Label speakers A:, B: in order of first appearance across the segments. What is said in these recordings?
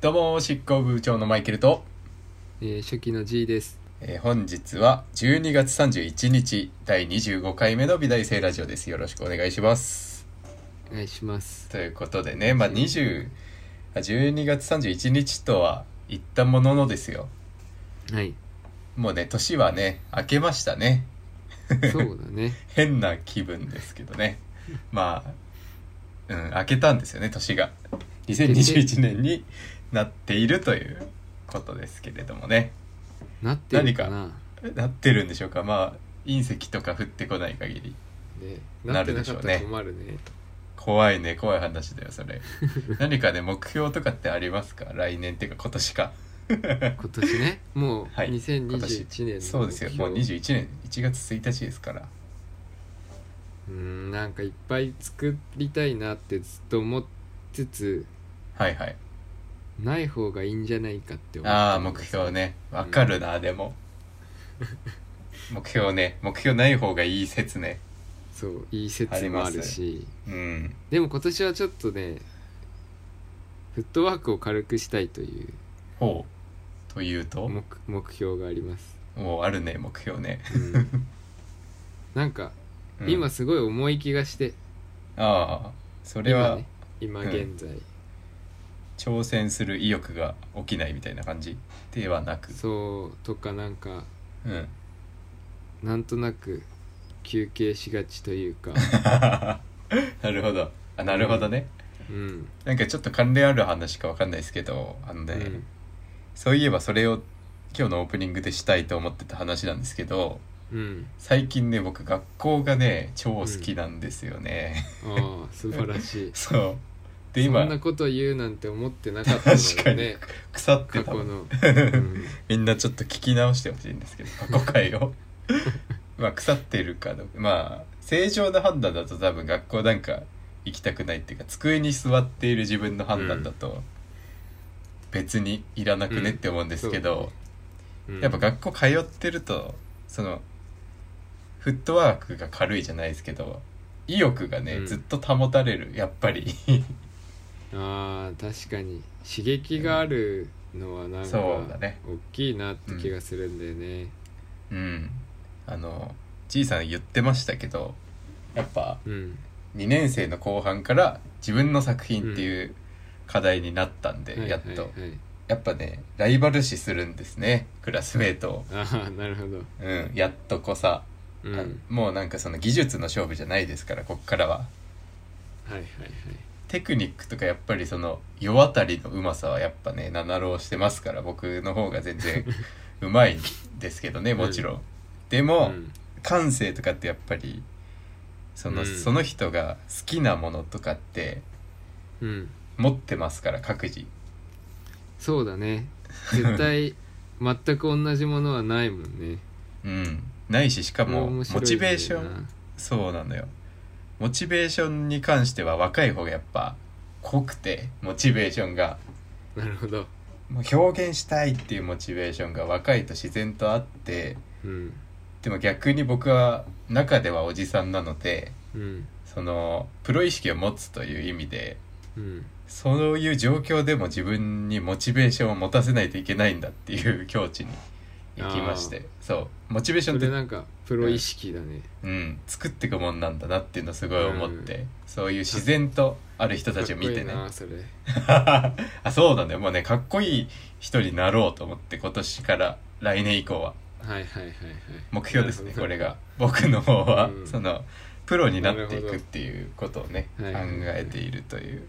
A: どうも執行部長のマイケルと、
B: えー初期の G です。
A: えー本日は12月31日第25回目の美大生ラジオですよろしくお願いします
B: お願いします。
A: ということでねまあ20あ12月31日とは言ったもののですよ
B: はい。
A: もうね年はね明けましたね
B: そうだね。
A: 変な気分ですけどねまあうん明けたんですよね年が2021年になっているということですけれどもね
B: なってるかな。
A: なってるんでしょうかまあ隕石とか降ってこない限り
B: ね、
A: な
B: なっ
A: る
B: て
A: で
B: な
A: し
B: か
A: ょう
B: っ
A: ね
B: たら困るね。
A: 怖いね怖い話だよそ れ何かね目標とかってありますか来年っていうか今年か
B: 今年 ね、もう
A: はい今年
B: 2021年の
A: そうですよもう
B: 目標
A: 21年1月1日ですから
B: うーん、なんかいっぱい作りたいなってずっと思いつつ、
A: はいはい
B: ない方がいいんじゃないかって思って
A: ああ
B: ます
A: 目標。ねわかるな、で も目標ね目標ない方がいい説ね
B: そう、いい説もあるし、
A: うん
B: でも今年はちょっとね、フットワークを軽くしたいという
A: ほうというと
B: 目目標があります。
A: もうあるね目標ね、
B: うん、なんか
A: うん
B: 今すごい重い気がして、
A: ああそれは
B: 今,、ね、今現在、
A: 挑戦する意欲が起きないみたいな感じではなく
B: そうとかなんか
A: うん
B: なんとなく休憩しがちという か、
A: なるほどあなるほどね、
B: うん
A: なんかちょっと関連ある話かわかんないですけどあのね、
B: うん
A: そういえばそれを今日のオープニングでしたいと思ってた話なんですけど
B: うん、
A: 最近ね僕学校がね超好きなんですよね、
B: ああ素晴らしい
A: そうで
B: そ
A: 今
B: んなこと言うなんて思ってなかった
A: 確か
B: の
A: に
B: ね
A: 腐って
B: 過
A: た
B: 去
A: もん
B: の、うん、
A: みんなちょっと聞き直してほしいんですけど過去回を まあ腐ってるかどうかまあ正常な判断だと多分学校なんか行きたくないっていうか机に座っている自分の判断だと別にいらなくねって思うんですけど、
B: うん
A: やっぱ学校通ってるとそのフットワークが軽いじゃないですけど意欲がね、
B: うん
A: ずっと保たれるやっぱり
B: ああ確かに刺激があるのはなんか
A: そうだ
B: 大
A: ね
B: きいなって気がするんだよね
A: うんあのじいさん言ってましたけどやっぱ
B: うん、
A: 2年生の後半から自分の作品っていう課題になったんで、
B: はい
A: やっと、
B: はいはい、
A: やっぱねライバル視するんですねクラスメートを、
B: ああなるほ
A: う
B: ど
A: ん、やっとこさ、
B: うん
A: あ
B: はい
A: もうなんかその技術の勝負じゃないですからこっからは
B: はいはい
A: テクニックとかやっぱりその世渡りのうまさはやっぱね七郎してますから僕の方が全然うまいんですけどねもちろん、でも、
B: うん
A: 感性とかってやっぱりその,、
B: うん
A: その人が好きなものとかって
B: うん
A: 持ってますから各自
B: そうだね絶対全く同じものはないもんね
A: うんないししかもモチベーションそうなのよモチベーションに関しては若い方がやっぱ濃くてモチベーションが
B: ンなるほど
A: もう表現したいっていうモチベーションが若いと自然とあって
B: うん
A: でも逆に僕は中ではおじさんなので
B: うん
A: そのプロ意識を持つという意味で
B: うん
A: そういう状況でも自分にモチベーションを持たせないといけないんだっていう境地に行きましてそうモチベーショ
B: そ
A: ンって
B: れなんかプロ意識だね
A: うん、作っていくもんなんだなっていうのすごい思って、そういう自然とある人たちを見てね
B: かっこいいなそれ
A: あそうなんだよもうねかっこいい人になろうと思って今年から来年以降は
B: はいはいはいはい
A: 目標ですね
B: なる
A: こ
B: ほど
A: れが僕の方は、
B: うん
A: そのプロになってい
B: なるほ
A: く
B: ど
A: っていうことをね考
B: はいはいはい
A: えているという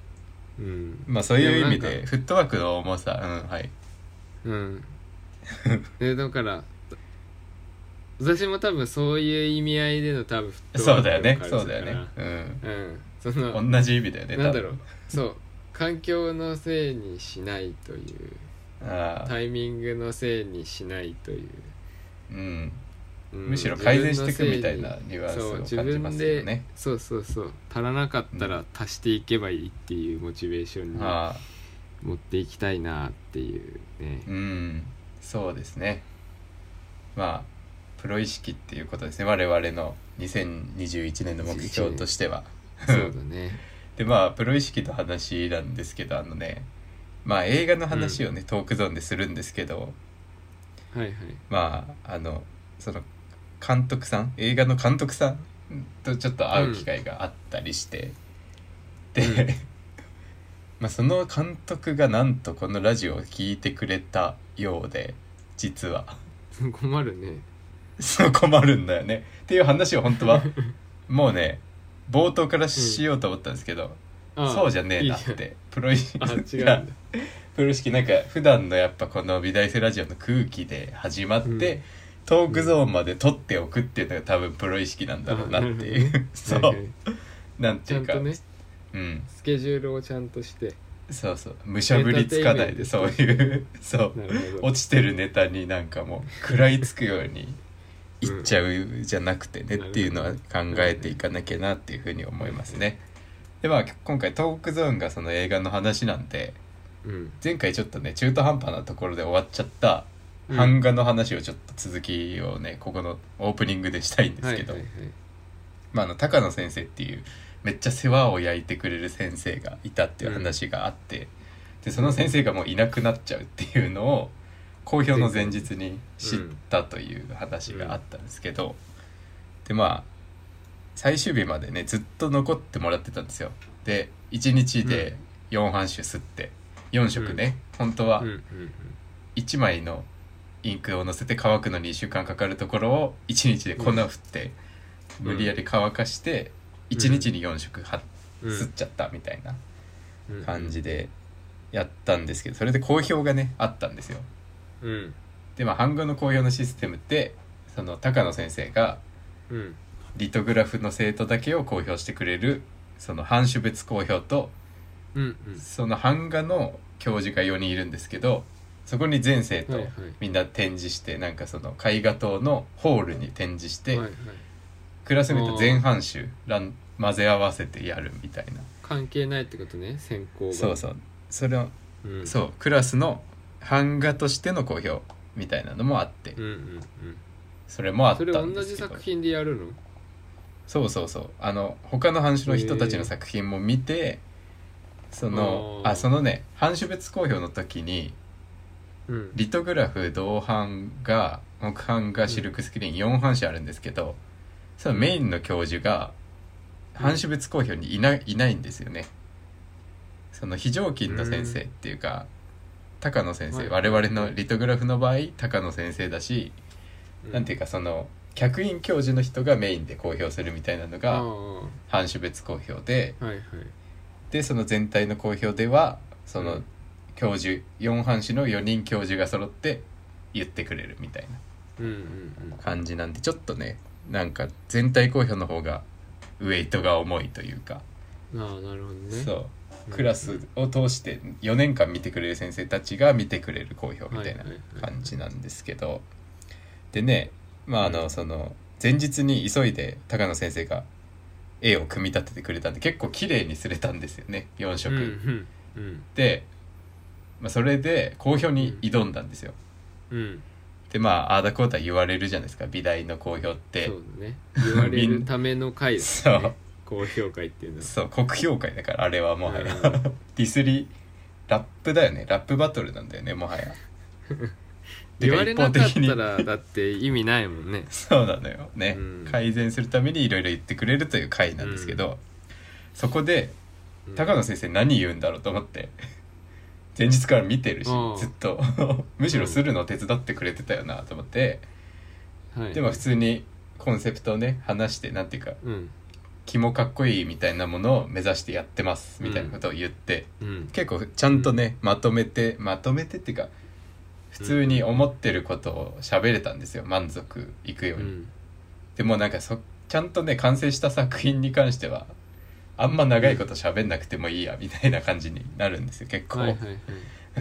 B: うん
A: まあそういう意味
B: でもなん
A: で
B: か
A: フットワークの重さうんはい
B: うんでだから私も多分そういう意味合いでの多分フット
A: そ
B: ワー
A: う
B: ク
A: だよね
B: の軽
A: そう
B: さ
A: だよね
B: うんそ
A: うん、
B: の
A: 同じ意味だよね
B: なんだろ
A: 多
B: うそう環境のせいにしないという
A: 分ああ
B: タイミングのせいにしないという、
A: うん
B: うん
A: むしろ改善していくみたいなニュアンスを
B: 自
A: 感じ
B: 分の
A: ます
B: せいに
A: よね
B: そう自分でそうそうそう足らなかったら足していけばいいっていうモチベーションに
A: ああ
B: 持っていきたいなっていう ね
A: うんそうですねまあプロ意識っていうことですね我々の2021年の目標としては
B: そうだね
A: でまあプロ意識の話なんですけどあのねまあ映画の話をね、トークゾーンでするんですけど
B: はいはい
A: まああのその監督さん映画の監督さんとちょっと会う機会があったりして、
B: う
A: で まあその監督がなんとこのラジオを聞いてくれたようで実は
B: 困るね
A: そう困るんだよねっていう話を本当 はもうね冒頭からしようと思ったんですけど、
B: ああ
A: そうじゃねえなっ
B: いいじゃん
A: てプロ意識
B: あ違う
A: が
B: んだ
A: プロ意識なんか普段のやっぱこの美大生ラジオの空気で始まって、
B: うん
A: トークゾーンまで取っておくっていうのが多分プロ意識なんだろうなってい
B: あなるほ
A: う そ
B: はいうはい
A: なんて
B: ち
A: い
B: ゃ
A: うんか、
B: とね
A: うん
B: スケジュールをちゃんとして
A: そうそうむしゃぶりつかないで
B: エンタ
A: そう
B: ーテインメント
A: いう そう
B: なるほど
A: 落ちてるネタになんかもう食らいつくようにいっちゃうじゃなくてね、
B: うん
A: っていうのは考えていかなきゃなっていうふうに思いますね。でまあ今回トークゾーンがその映画の話なんで
B: うん
A: 前回ちょっとね中途半端なところで終わっちゃった
B: うん
A: 版画の話をちょっと続きをねここのオープニングでしたいんですけど、
B: はいはいはい
A: まあ、あの高野先生っていうめっちゃ世話を焼いてくれる先生がいたっていう話があって、でその先生がもういなくなっちゃうっていうのを公表の前日に知ったという話があったんですけど、でまあ最終日までねずっと残ってもらってたんですよ。で1日で4半種吸って4色ね、本当は
B: うんうん
A: 1枚のインクを乗せて乾くのに1週間かかるところを1日で粉を振って、
B: うん
A: 無理やり乾かして
B: うん
A: 1日に4色は、
B: うん
A: 吸っちゃったみたいな
B: うん
A: 感じでやったんですけどそれで好評がねあったんですよ。
B: うん
A: でまあ版画の好評のシステムってその高野先生が
B: うん
A: リトグラフの生徒だけを公表してくれるその版種別公表と
B: うんうん
A: その版画の教授が4人いるんですけどそこに全生徒、
B: はいはい
A: みんな展示してなんかその絵画棟のホールに展示して、
B: はいはい
A: クラスメート全半集らん混ぜ合わせてやるみたいな
B: 関係ないってことね選考が
A: そうそうそれを、
B: うん
A: そうクラスの版画としての好評みたいなのもあって、
B: うんうんうん
A: それもあった
B: そ
A: ん
B: れ
A: ですけど
B: 同じ作品でやるの
A: そうそうそうあの他の版種の人たちの作品も見てその
B: あー
A: あそのね版種別公表の時に
B: うん
A: リトグラフ銅版が木版がシルクスクリーン4版種あるんですけどそのメインの教授が
B: うん
A: 版種別公表にいないいないんですよね。その非常勤の先生っていうか高野先
B: は
A: 生
B: い
A: 我々のリトグラフの場合高野先生だしなんていうかその客員教授の人がメインで公表するみたいなの
B: ああ
A: が版種別公表で
B: はいはい
A: でその全体の公表ではそうの
B: ん
A: 教授4班士の4人教授が揃って言ってくれるみたいな
B: うんうん
A: 感じなんでちょっとねなんか全体公表の方がウェイトが重いというか、
B: うんああなるほどね
A: そうクラスを通して4年間見てくれる先生たちが見てくれる公表みたいな
B: はいはいはい
A: 感じなんですけどでねまああのその前日に急いで高野先生が絵を組み立ててくれたんで結構綺麗にすれたんですよね4色。
B: うんうん
A: で、まあ、それで好評に挑んだんですよ。
B: うんうん
A: でまあああだこうだ言われるじゃないですか美大の好評って
B: そうだね言われ
A: みん
B: るための回だ
A: そ
B: ね
A: う
B: 高評価っていうのは
A: そう国評会だからあれはもはや、
B: うん
A: ディスリラップだよねラップバトルなんだよねもはや
B: 言われなかっ
A: で
B: た
A: 一方
B: らだって意味ないもんね
A: そうなのよね、
B: うん
A: 改善するためにいろいろ言ってくれるという会なんですけど、そこで
B: うん
A: 高野先生何言うんだろうと思って前日から見てるし
B: うん
A: ずっと むしろするの手伝ってくれてたよなと思って
B: はい
A: でも普通にコンセプトをね話してなんていうか
B: うん
A: 気もかっこいいみたいなものを目指してやってますみたいなことを言って、
B: うん
A: 結構ちゃんとねまとめてまとめてっていうか普通に思ってることを喋れたんですよ満足いくよ
B: う
A: うに。
B: ん
A: でもなんかそちゃんとね完成した作品に関してはあんま長いこと喋んなくてもいいやみたいな感じになるんですよ結構、
B: はいはい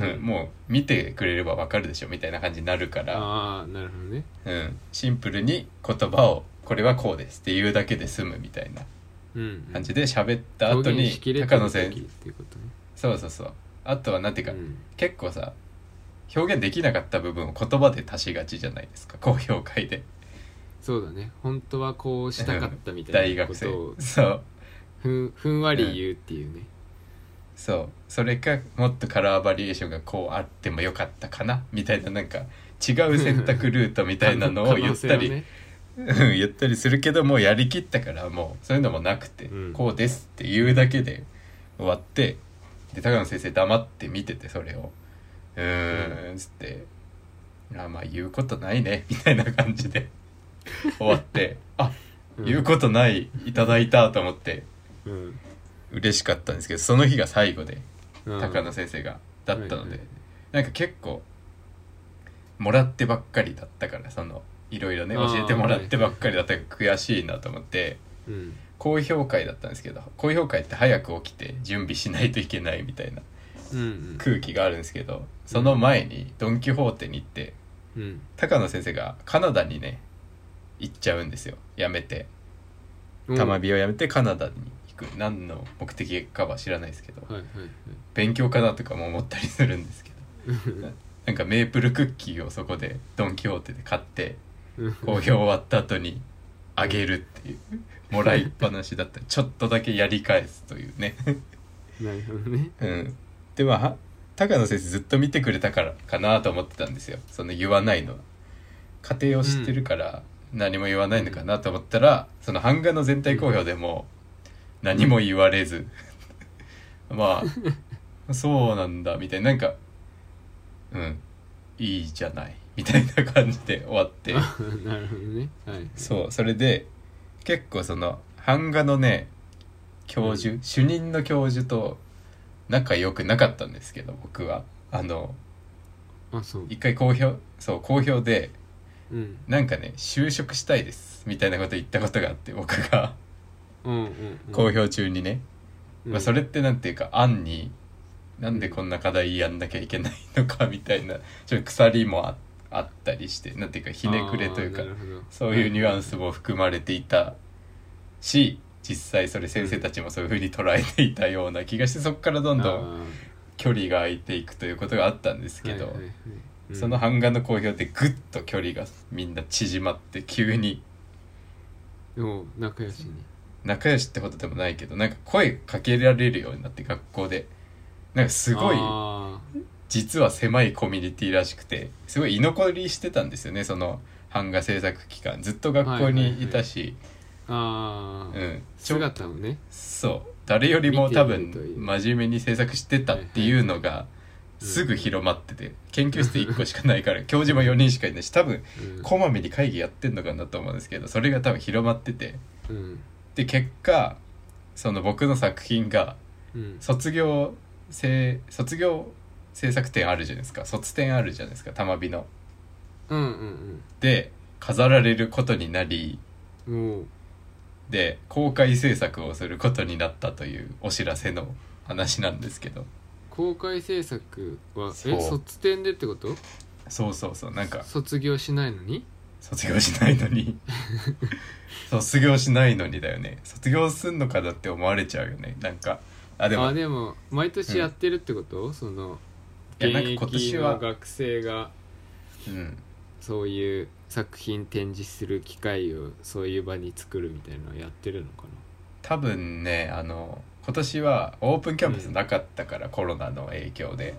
B: はい
A: うんもう見てくれればわかるでしょみたいな感じになるから、
B: ああなるほどね
A: うん、シンプルに言葉を「これはこうです」って言うだけで済むみたいな
B: うん
A: 感じで喋った後
B: 表現
A: に
B: しきれて
A: 高
B: る
A: 野
B: 時
A: 先
B: っていうことね
A: そうそうそうあとはなんていうか、
B: うん
A: 結構さ表現できなかった部分を言葉で足しがちじゃないですか高評価で
B: そうだね本当はこうしたかったみた
A: 大
B: いなこ
A: 学
B: とを
A: 生そう
B: ふんふんわり言うっていうね、
A: そうそれかもっとカラーバリエーションがこうあってもよかったかなみたいななんか違う選択ルートみたいなのを言ったり、
B: 可能性はね
A: うん言ったりするけどもうやりきったからもうそういうのもなくて、
B: うん
A: こうですっていうだけで終わってで高野先生黙って見ててそれをうーんつって「あまあ言うことないね」 みたいな感じで終わって「あ
B: うん
A: 言うことないいただいた」と思って
B: うん
A: 嬉しかったんですけどその日が最後で
B: うん
A: 高野先生がだったの
B: はいは
A: で
B: い
A: なんか結構もらってばっかりだったからそのいろいろね
B: あー
A: 教えてもらってばっかりだったから悔しいなと思って
B: うん
A: 高評会だったんですけど高評会って早く起きて準備しないといけないみたいな
B: うん
A: 空気があるんですけどその前にドン・キホーテに行って
B: うんうん
A: 高野先生がカナダにね行っちゃうんですよやめて
B: うん
A: たま
B: はい
A: びをやめてカナダに行く何の目的かは知らないですけど
B: はいはい
A: 勉強かなとかも思ったりするんですけどなんかメープルクッキーをそこでドン・キホーテで買って
B: うん
A: 好評終わった後にあげるっていうもらいっぱなしだったりちょっとだけやり返すというね、
B: なるほどね
A: うん、でまあ高野先生ずっと見てくれたからかなと思ってたんですよその言わないのは家庭を知ってるから何も言わないのかなと思ったら、その版画の全体好評でも何も言われず まあそうなんだみたいななんかうんいいじゃないみたいな感じで終わって。
B: あなるほどねはい
A: そうそれで結構その版画のね教授、主任の教授と仲良くなかったんですけど僕はあの
B: あそう
A: 一回公表そう公表で
B: うん
A: なんかね就職したいですみたいなこと言ったことがあって僕が
B: うんうんうん
A: 公表中にね、
B: うん
A: まあ、それってなんていうか案になんでこんな課題やんなきゃいけないのかみたいなちょっと鎖もああったりしてなんていうかひねくれというか
B: あーなるほど
A: そういうニュアンスも含まれていたし実際それ先生たちもそういうふうに捉えていたような気がしてそこからどんどん
B: あー
A: 距離が空いていくということがあったんですけど、
B: はいはいはいうん
A: その版画の公表でぐっと距離がみんな縮まって急に
B: おう仲良しに
A: 仲良しってほどでもないけどなんか声かけられるようになって学校でなんかすごい
B: あ
A: 実は狭いコミュニティらしくてすごい居残りしてたんですよねその版画制作期間ずっと学校にいたし、
B: ーあー
A: うんちょ
B: 姿をね
A: そう誰よりも多
B: 見
A: 分
B: ているという
A: 真面目に制作してたっていうのが
B: うん
A: すぐ広まってて研究室1個しかないから 教授も4人しかいないし多分
B: うん
A: こまめに会議やってんのかなと思うんですけどそれが多分広まってて
B: うん
A: で結果その僕の作品が
B: うん
A: 卒業制卒業制作展あるじゃないですか卒展あるじゃないですかたまびの。
B: うんうん
A: で飾られることになり
B: うんおう
A: で公開制作をすることになったというお知らせの話なんですけど。
B: 公開制作は
A: そう
B: え卒展でってこと
A: そうそうそうなんか
B: 卒業しないのに
A: 卒業しないのに 卒業しないのにだよね卒業すんのかだって思われちゃうよねなんかあでも
B: あでも毎年やってるってこと、その
A: いや
B: 現
A: なんか
B: 役
A: 今年は
B: の学生が
A: うん
B: そういう作品展示する機会をそういう場に作るみたいなのをやってるのか
A: 多分ねあの今年はオープンキャンパスなかったから、コロナの影響で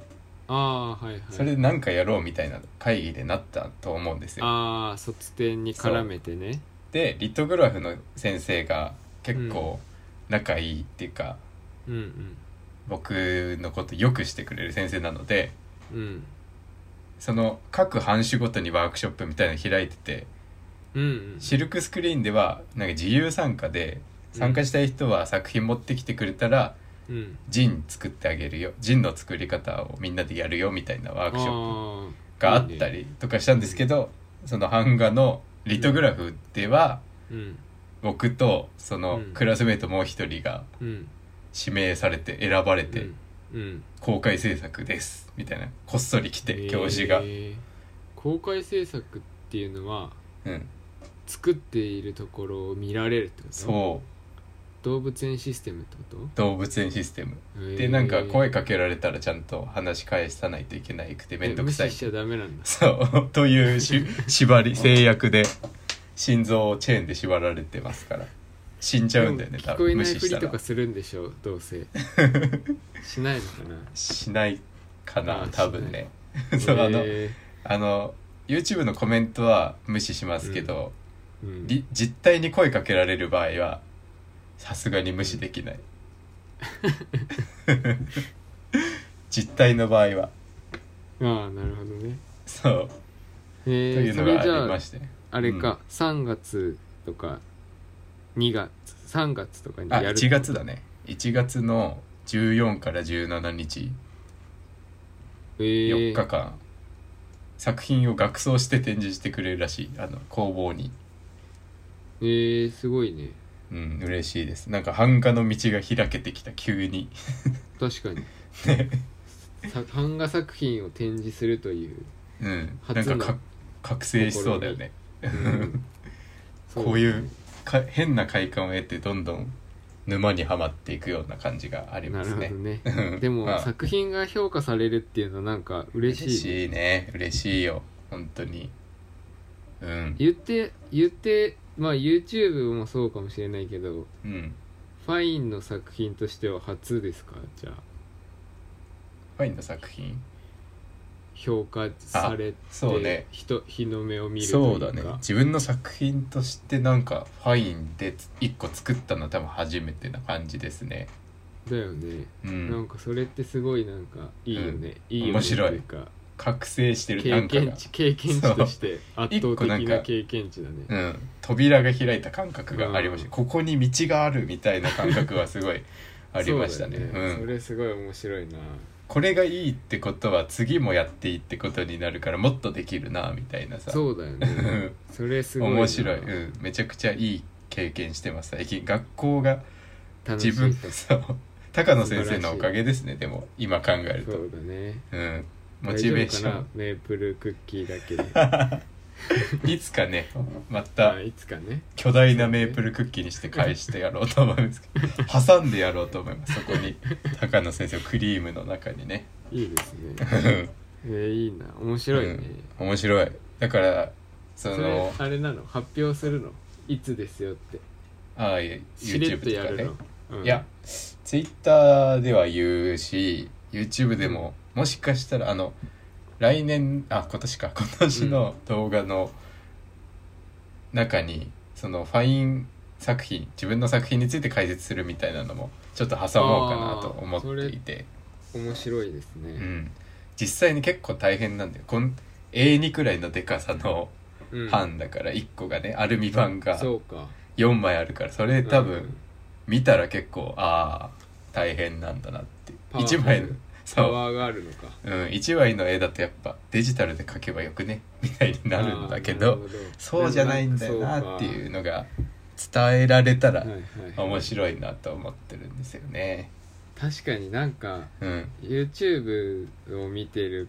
B: なああーはいはい
A: それで何かやろうみたいな会議でなったと思うんですよ
B: ああ卒展に絡めてね
A: でリトグラフの先生が結構仲いいっていうか、
B: うん
A: 僕のことよくしてくれる先生なので
B: うんうん
A: その各班種ごとにワークショップみたいなの開いてて
B: うんうん
A: シルクスクリーンではなんか自由参加で参加したい人は作品持ってきてくれたら
B: うん
A: ジン作ってあげるよジンの作り方をみんなでやるよみたいなワークショッ
B: ョ
A: プがあったりとかしたんですけどその版画のリトグラフでは
B: うん
A: 僕とその
B: うん
A: クラスメートもう一人が
B: うん
A: 指名されて選ばれて
B: うん
A: 公開制作ですみたいなこっそり来て教授が
B: え。ー公開制作っていうのは
A: うん
B: 作っているところを見られるってこと
A: そう
B: 動物園システムってこ
A: 動物園システム
B: と
A: でなんか声
B: か
A: かけられたらちゃんと話し返さないといけないくて面倒くさい
B: 無視しちゃダメなんだ
A: そう、というし縛り、制約で、心臓をチェーンで縛られてますから。死んじゃうんだよね多
B: 聞こえ
A: 分無
B: ない
A: 視
B: ふ
A: し
B: り
A: た
B: と
A: ら
B: かするんでしょうどうせしないのかな
A: しないか
B: あ
A: な
B: ー
A: 多分ね そうあの
B: え
A: あの YouTube のコメントは無視しますけど、
B: ーうん
A: り実態に声かけられる場合はさすがに無視できない 実態の場合は
B: ああなるほどね
A: そう、
B: え
A: とい
B: ー、
A: う
B: そ
A: の
B: れ
A: があ
B: じ
A: り
B: ゃ
A: ま
B: あ
A: して
B: あれか、3月とか2月3月とかに
A: あ
B: やる
A: 1月だね1月の14から17日
B: えー
A: 4日間、作品を額装して展示してくれるらしいあの工房に
B: えー、すごいね
A: うん嬉しいですなんか版画の道が開けてきた急に
B: 確かに
A: ね
B: さ版画作品を展示するという、
A: うんなん
B: 初
A: か
B: の
A: か覚醒しそうだよね
B: うんそ
A: こういうか変な快感を得てどんどん沼にはまっていくような感じがあり
B: な
A: ま
B: る
A: す
B: ほど
A: ね。
B: ね
A: うん
B: でも、
A: まあ
B: 作品が評価されるっていうのはなんか嬉しい
A: 嬉しいね嬉しいよ本当に。うん
B: 言って言ってまあ YouTube もそうかもしれないけど
A: うん。
B: ファインの作品としては初ですかじゃあ
A: ファインの作品
B: 評価されて
A: そうね
B: 人日の目を見るとい
A: そうう
B: か
A: だね自分の作品としてなんかファインで1個作ったのは多分初めてな感じですね。
B: だよね、
A: う
B: なん
A: ん、
B: かそれってすごいなんかいいよね、いいよね
A: 面白い
B: というか
A: 覚醒してるな
B: 経
A: んか
B: 験
A: が、
B: 値経験値として圧倒
A: 一個なん
B: 的な
A: か
B: 経験値だね
A: うん、扉が開いた感覚がありました、
B: うん
A: ここに道があるみたいな感覚はすごいありましたね。
B: そうだよ
A: うん
B: それすごい面白いな
A: これがいいってことは次もやっていいってことになるからもっとできるなみたいなさ
B: そうだよ ねそれすごいな
A: 面白い、うん、めちゃくちゃいい経験してます最近学校が
B: 楽しい
A: 自分そう高野先生
B: 素晴ら
A: の
B: しい
A: おかげですねでも今考える
B: そ
A: と
B: うだね
A: うんモチベーショ
B: 大丈夫かなメープルクッキーだ けで、
A: ンいつか ねま
B: ま
A: た
B: あ、いつかね
A: 巨大なメープルクッキーにして返してやろうと思いますけど挟んでやろうと思いますそこに高野先生をクリームの中にね
B: いいですね
A: うん
B: えー、いいな面白いね、
A: うん面白いだからそ
B: そ
A: の
B: れあれなの発表するのいつですよって
A: ああいえ
B: しれっと
A: YouTube
B: や
A: とか
B: る
A: ね
B: の、うん
A: いや Twitter では言うし YouTube でももしかしたらあの来年あ今年か今年の動画の中に、そのファイン作品自分の作品について解説するみたいなのもちょっと挟もうかなと思っていて、
B: 面白いです
A: う
B: ね、
A: ん、実際に結構大変なんだよこん A2 くらいのでかさの
B: うん
A: 版だから1個がねアルミ版が
B: そうか
A: 4枚あるからそれ多
B: うん
A: 分見たら結構ああ大変なんだなって
B: パワフル
A: 1枚の
B: パ
A: そ
B: ワーがあるのか
A: う、うん、1枚の絵だとやっぱデジタルで描けばよくねみたいになるんだけ
B: あー
A: ど
B: なるほ
A: そうじゃないんだよなっていううのが伝えられたら
B: はいはいはい
A: 面白いなと思ってるんですよね。
B: 確かになんか
A: うん、
B: YouTube を見てる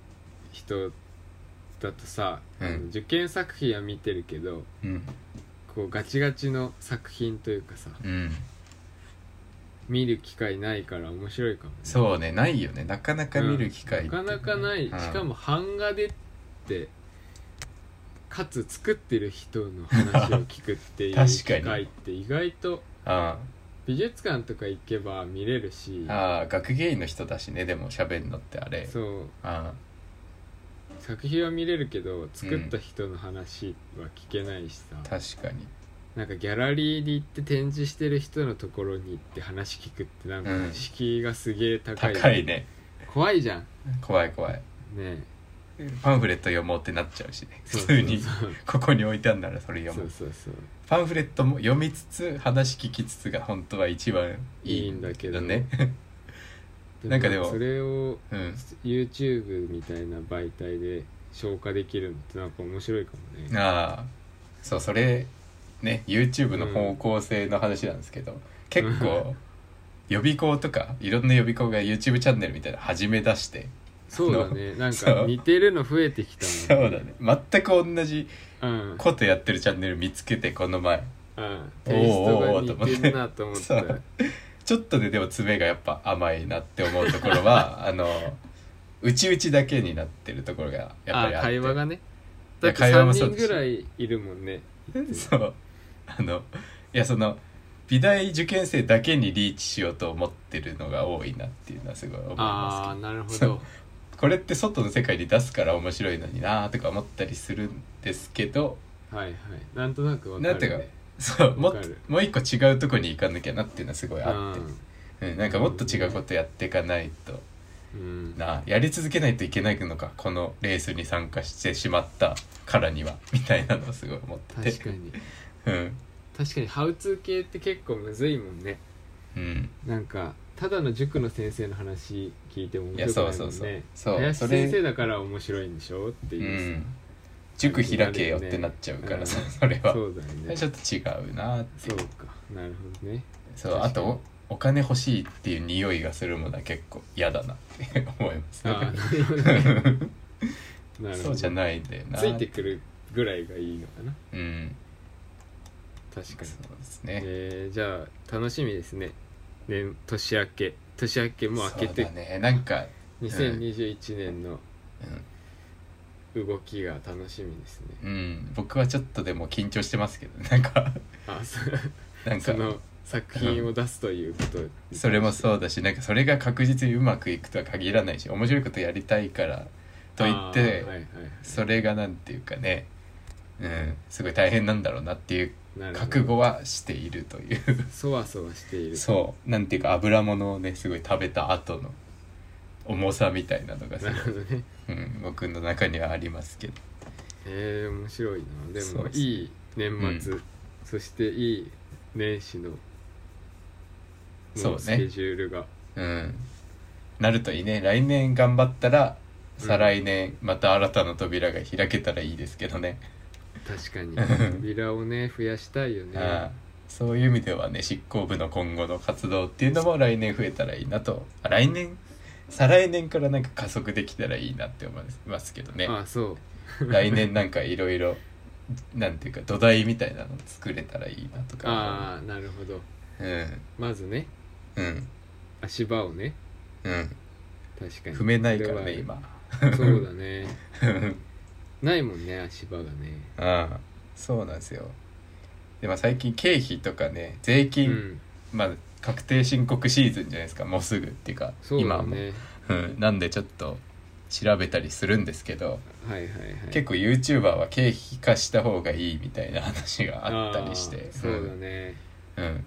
B: 人だとさ、
A: うん
B: 受験作品は見てるけど
A: うん、
B: こうガチガチの作品というかさ
A: うん、
B: 見る機会ないから面白いかもね、
A: そうねないよねなかなか見る機会
B: なかなかない、
A: うん
B: しかも版画でってかつ作ってる人の話を聞くってい う
A: 確
B: 機
A: かに
B: 会って意外と
A: あ
B: 美術館とか行けば見れるし
A: あああ学芸員の人だしねでも喋んのってあれ
B: そう
A: あ
B: 作品は見れるけど作った人の話は聞けないしさ、
A: あ確かに
B: なんかギャラリーに行って展示してる人のところに行って話聞くってなんか
A: うん
B: 敷居がすげえ高い,、
A: 高いね
B: 怖いじゃんね
A: 怖い怖い
B: え
A: パンフレット読もうってなっちゃうしね普
B: そう
A: 通に
B: そう
A: ここに置いてあるならそれ
B: そう
A: 読
B: そ
A: む
B: うそうそう
A: パンフレットも読みつつ話聞きつつが本当は一番い
B: い
A: い
B: いんだけど
A: ねなんかでも
B: それを
A: うん
B: YouTube みたいな媒体で消化できるのってなんか面白いかもね
A: ああそうそれね YouTube の方向性の話なんですけど、結構予備校とかいろんな予備校が YouTube チャンネルみたいなの始め出して
B: そうだねなん
A: そ
B: か
A: う
B: 似てるの増えてきた
A: そう
B: もん
A: だね全く同じ
B: うん
A: ことやってるチャンネル見つけてこの前
B: うんテイストが似てるなと思 っ
A: そ
B: た
A: うちょっとねでも爪がやっぱ甘いなって思うところ はあのうちうちだけになってるところがやっぱ
B: あ
A: りあって
B: 会話がね
A: い
B: だっ
A: や
B: て
A: 会話も
B: 3
A: そう
B: 人
A: だし
B: ぐらいいるもんね
A: そうあのいやその美大受験生だけにリーチしようと思ってるのが多いなっていうのはすごい思いますけ
B: ああ
A: ど
B: なる ほ
A: そう
B: ど
A: これって外の世界に出すから面白いのになーとか思ったりするんですけど
B: はいはいなんとなくわかる、ね、
A: なんていうかそうもっ
B: わか
A: と
B: る
A: もう一個違うとこに行かなきゃなっていうのはすごいあって
B: うん、
A: うん、なんかもっと違うことやっていかないと
B: うん、
A: なやり続けないといけないのかこのレースに参加してしまったからにはみたいなのをすごい思って
B: 確
A: て
B: かに
A: うん
B: 確かにハウツー系って結構むずいもんね
A: うん
B: なんかただの塾の先生の話聞いて
A: い
B: も
A: や
B: 面白く
A: そう
B: ない
A: そ
B: も
A: うんそう
B: ね
A: そう
B: 林
A: そ
B: 先生
A: れ
B: だから面白いんでしょって
A: う
B: いうさ、
A: ん塾開けよってなっちゃうからさ それは
B: そうだよね
A: ちょっと違うなって
B: そうかなるほ どね
A: そう
B: 確か
A: あ
B: に
A: とおお金欲しいっていう匂いがするものは結構嫌だなって思います
B: あ あ
A: ね
B: なるほどねなるほど
A: そうじゃないんだよな
B: ついてくるぐらいがいいのかな
A: うん
B: 確かに
A: そうですね
B: えー、じゃあ楽しみですね年年明け年明けもう明けて、
A: そうだねなんか、
B: 2021年の
A: うん、
B: 動きが楽しみですね
A: うん、僕はちょっとでも緊張してますけどなんか
B: あそ
A: なん
B: そ
A: か
B: の作品を出すということに
A: それも
B: う
A: そうだしなんかそれが確実にうまくいくとは限らないし面白いことやりたいからと言って、
B: はいはい
A: それがなんていうかねうんすごい大変なんだろうなっていう
B: なるほど
A: 覚悟はしているという
B: そわそわしている
A: そうなんていうか油物をねすごい食べた後の重さみたいなのがす
B: なるほ
A: ごい、
B: どね
A: うん、僕の中にはありますけど
B: えー、面白いなで
A: そう
B: も
A: です
B: いい年末、
A: う
B: そしていい年始のもう
A: そうね
B: スケジュールが
A: うんなるといいね来年頑張ったら再来年また新たな扉が開けたらいいですけどね、
B: 確かに
A: うん
B: 扉をね増やしたいよね
A: ああそういう意味ではね執行部の今後の活動っていうのも来年増えたらいいなとあ来年再来年からなんか加速できたらいいなって思いますけどね
B: あそう
A: 来年なんかいろいろなんていうか土台みたいなの作れたらいいなとか
B: ああなるほど
A: うん
B: まずね
A: うん
B: 足場をね
A: うん
B: 確かに
A: 踏めないから
B: それ
A: ね
B: は
A: 今
B: そうだ ね
A: うん
B: ないもんね足場がね
A: ああそうなんですよでも最近経費とかね税
B: う
A: 金、
B: ん
A: まあ確定申告シーズンじゃないですかもうすぐっていうか
B: そう
A: 今
B: だ
A: はもう
B: ね
A: うん、なんでちょっと調べたりするんですけど、
B: はいはいはい
A: 結構 YouTuber は経費化した方がいいみたいな話があったりして
B: ーそうだね
A: うんうん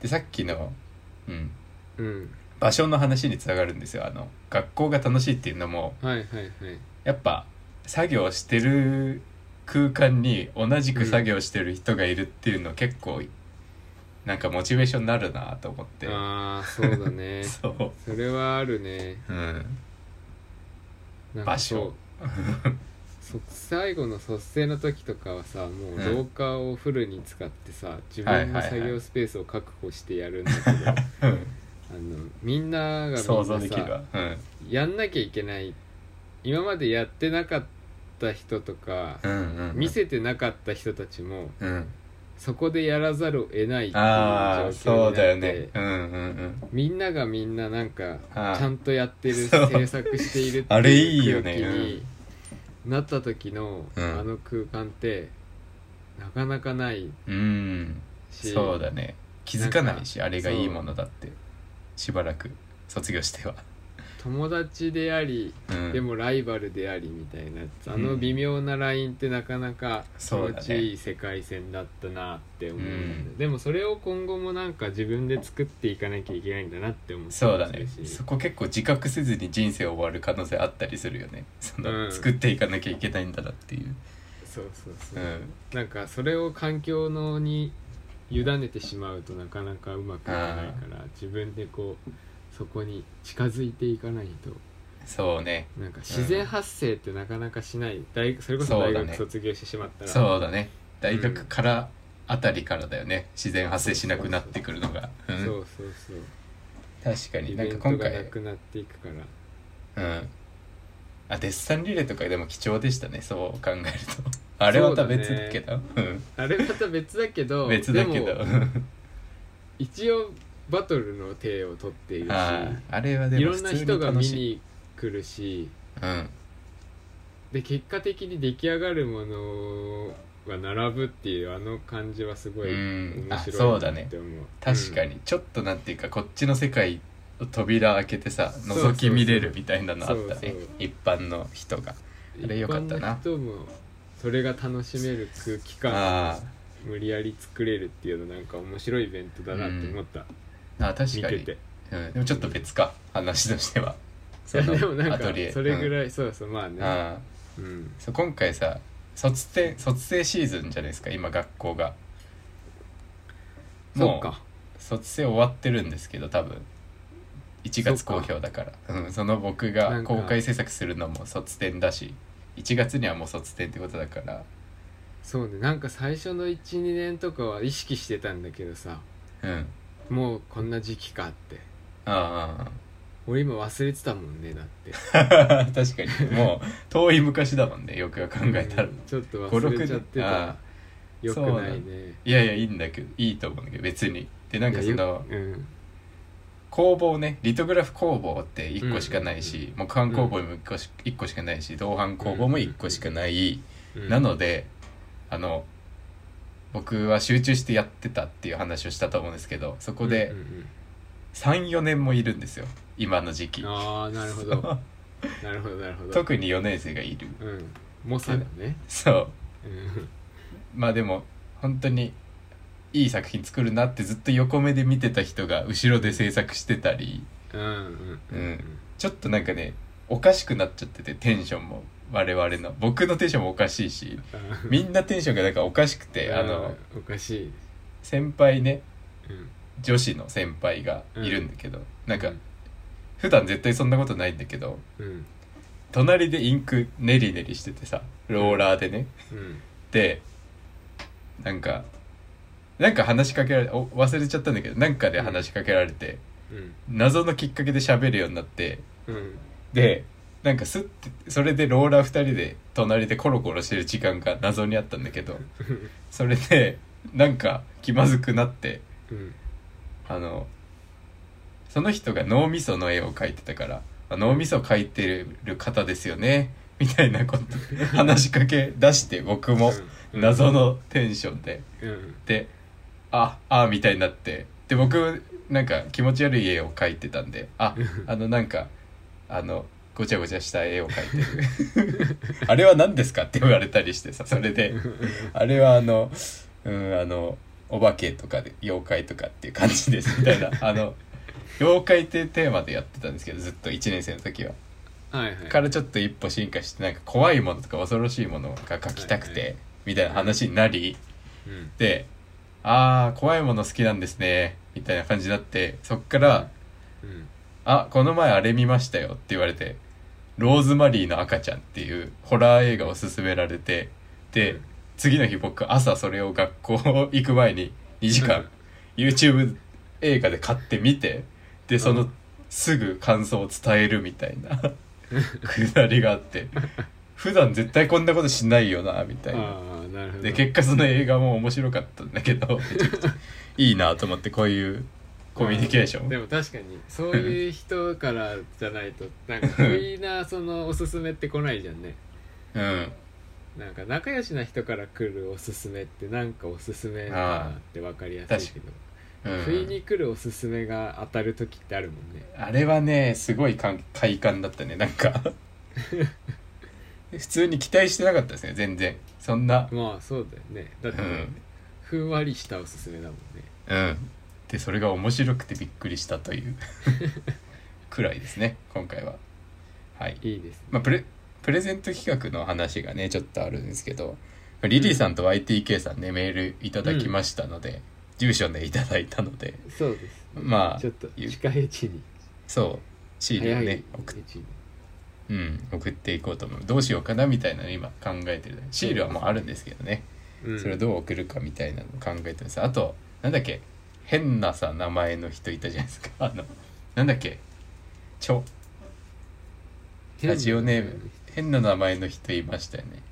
A: でさっきの、うん、
B: うん
A: 場所の話につながるんですよあの学校が楽しいっていうのも
B: はいはいはい
A: やっぱ作業してる空間に同じく作業してる人がいるっていうの結構、なんかモチベーションになるなと思って
B: ああそう だね
A: そ
B: それはあるね
A: う、うん、
B: な
A: 場
B: んか
A: 所
B: そうそ最後の卒生の時とかはさもう廊下をフルに使ってさ自分の作業スペースを確保してやるんだけど、 あのみんなが
A: 想
B: みん
A: 像
B: な
A: できる
B: さ
A: わ、うん
B: やんなきゃいけない今までやってなかった人とか、
A: うんうんうん、
B: 見せてなかった人たちも
A: うん
B: そこでやらざるを得ないっていう状
A: ああ
B: 況
A: そう
B: に
A: だ
B: な
A: よ
B: っ
A: ね
B: て
A: うんうん
B: みんながみんななんかち
A: ああ
B: ゃんとやってる
A: そう
B: 制作しているって
A: あれいい
B: い
A: よ
B: う
A: ね
B: 空気になった時の
A: うん
B: あの空間ってなかなかない
A: うんうん
B: し
A: そうだね気づかないし
B: なん
A: あ
B: か
A: れがいいものだってしばらく卒業しては、
B: 友達であり
A: うん、
B: でもライバルでありみたいなやつあの
A: うん
B: 微妙なラインってなかなか気
A: そう
B: 持
A: だね
B: ちいい世界線だったなって思うので
A: うん
B: でもそれを今後もなんか自分で作っていかなきゃいけないんだなって思って
A: そうだね
B: し
A: そこ結構自覚せずに人生終わる可能性あったりするよねその、
B: うん
A: 作っていかなきゃいけないんだなっていう
B: そうそうそううんなんかそれを環境のに委ねてしまうとなかなかうまくいかないから自分でこうそこに近づいていかないと
A: そうね
B: なんか自然発生ってなかなかしない、大それこそ
A: そう
B: 大
A: だね
B: 学卒業してしまったら
A: そうだね大学からあたりからだよね自然発生しなくなってくるのが、う
B: そ
A: ん、
B: うそうそう
A: 確か
B: イ
A: にな
B: ベ
A: ん
B: ン
A: か
B: ト
A: 今
B: がな
A: 回
B: くなっていくから
A: うんあデッサンリレーとかでも貴重でしたねそう考えるとあれはまた別だけど
B: あれまた別だけ
A: う
B: ど
A: ん 別だけ
B: で
A: ど
B: も一応バトルの手を取っている
A: あーあれは
B: し
A: で
B: い
A: も
B: ろ
A: 普
B: んな
A: 通
B: 人
A: に
B: が見
A: 楽しい
B: に来るし
A: うん
B: で結果的に出来上がるものが並ぶっていうあの感じはすごい
A: うん
B: 面
A: あそ
B: 白
A: う
B: い
A: だ
B: な
A: ね
B: って思う,、
A: 確かにちょっとなんていうかこっちの世界の扉開けてさ覗き見れるみたいなのあった
B: そう
A: ね
B: そう
A: 一般の人が
B: うん
A: あれ良かったな
B: 一般の人もそれが楽しめる空気感
A: あ
B: を無理やり作れるっていうのなんか面白いイベントだなって思った、
A: ーあ確
B: 見
A: か
B: て
A: に
B: て
A: うん、でもちょっと別か話としては
B: それ でもなんかそれぐ
A: い、
B: らい、そうそうまあ
A: う
B: ね
A: んあー
B: うん
A: そう今回さ卒生卒生シーズンじゃないですか今学校が
B: そっ
A: もう
B: か
A: 卒生終わってるんですけど多分1月公表だからそ,、うん、その僕
B: な
A: が
B: んか
A: 公開制作するのも卒展だし1月にはもう卒展ってことだから
B: そうねなんか最初の12年とかは意識してたんだけどさ
A: うん
B: もうこんな時期かって
A: あ
B: 俺今忘れてたもんねだって
A: あ 確かにもう遠い昔だもんねよくよく考えたら
B: うんちょっと忘れちゃっ
A: 56
B: て
A: 年あ
B: た
A: あ
B: よくないね
A: いやいやいいんだけどいいと思うんだけど別にでなんか
B: い
A: そ
B: や
A: の
B: ようん
A: 工房ねリトグラフ工房って1個しかないし、木版工房も 1, 個し1個しかないし銅版工房も1個しかない、
B: うん
A: なのであの僕は集中してやってたっていう話をしたと思うんですけどそこで
B: うんうんうん
A: 34年もいるんですよ今の時期
B: ああなるほ どなるほどなるほど
A: 特に4年生がいる
B: うん猛者だね
A: そう
B: うん
A: まあでも本当にいい作品作るなってずっと横目で見てた人が後ろで制作してたり
B: うんうんうんうん
A: ちょっとなんかねおかしくなっちゃっててテンションも我々の僕のテンションもおかしいしみんなテンションがなんかおかしくてあの
B: おかしい
A: 先輩ね
B: うん
A: 女子の先輩がいるんだけど、なんか
B: うん
A: 普段絶対そんなことないんだけど
B: うん
A: 隣でインクネリネリしててさローラーでね、
B: うん
A: でなんかなんか話しかけられお忘れちゃったんだけどなんかで話しかけられて、
B: うん
A: 謎のきっかけで喋るようになって
B: うん
A: でなんかすってそれでローラー2人で隣でコロコロしてる時間が謎にあったんだけどそれでなんか気まずくなって
B: うん
A: あのその人が脳みその絵を描いてたからあ脳みそ描いてる方ですよねみたいな こと話しかけ出して僕も
B: うん
A: 謎のテンションで
B: うん
A: でああみたいになってで僕なんか気持ち悪い絵を描いてたんでああのなんかあのごちゃごちゃした絵を描いて るあれは何ですかって言われたりしてさそれであれはあのうんあのお化けとかで妖怪とかっていう感じですみたい なあの妖怪っていうテーマでやってたんですけどずっと1年生の時は
B: はいはい
A: からちょっと一歩進化してなんか怖いものとか恐ろしいものが描きたく
B: はいは
A: てみたいな話になり、
B: うん
A: で、あー、怖いもの好きなんですね、みたいな感じになって、そっから、
B: うん
A: あ、この前あれ見ましたよって言われて、ローズマリーの赤ちゃんっていうホラー映画を勧められて、
B: う
A: で
B: ん、
A: 次の日僕朝それを学校行く前に2時間 YouTube 映画で買ってみて、で、そうの
B: ん
A: すぐ感想を伝えるみたい なくだりがあって、普段絶対こんなことしないよな、みたいな。
B: ああなるほど
A: で結果その映画も面白かったんだけ どめちゃくちゃいいなと思ってこういうコミュニケーション
B: でも確かにそういう人からじゃないと なんかみんなそのおすすめって来ないじゃんね
A: うん
B: なんか仲良しな人から来るおすすめってなんかおすすめだなって分かりやすいけど
A: う
B: 不意
A: ん
B: に来るおすすめが当たる時ってあるもんね
A: あれはねすごい感快感だったねなん か普通に期待してなかったですね全然そんな
B: まあそうだよねだって
A: う
B: ね、
A: ん
B: ふんわりしたおすすめだもんね
A: うんでそれが面白くてびっくりしたという くらいですね今回ははい
B: いいですね
A: まあ、プレプレゼント企画の話がねちょっとあるんですけどリリーさんと YTK さんね、メールいただきましたので、住所ねいただいたので
B: そうです
A: まあ
B: ちょっと近いうちに
A: そうシールを
B: 早いう
A: ね送っ,、
B: ちに
A: うん、送っていこうと思うどうしようかなみたいなの今考えてるシールはもうあるんですけどね、
B: うん
A: それをどう送るかみたいなの考えてますあとなんだっけ変なさ名前の人いたじゃないですかあのなんだっけちょラジオネーム変な名前の人いましたよね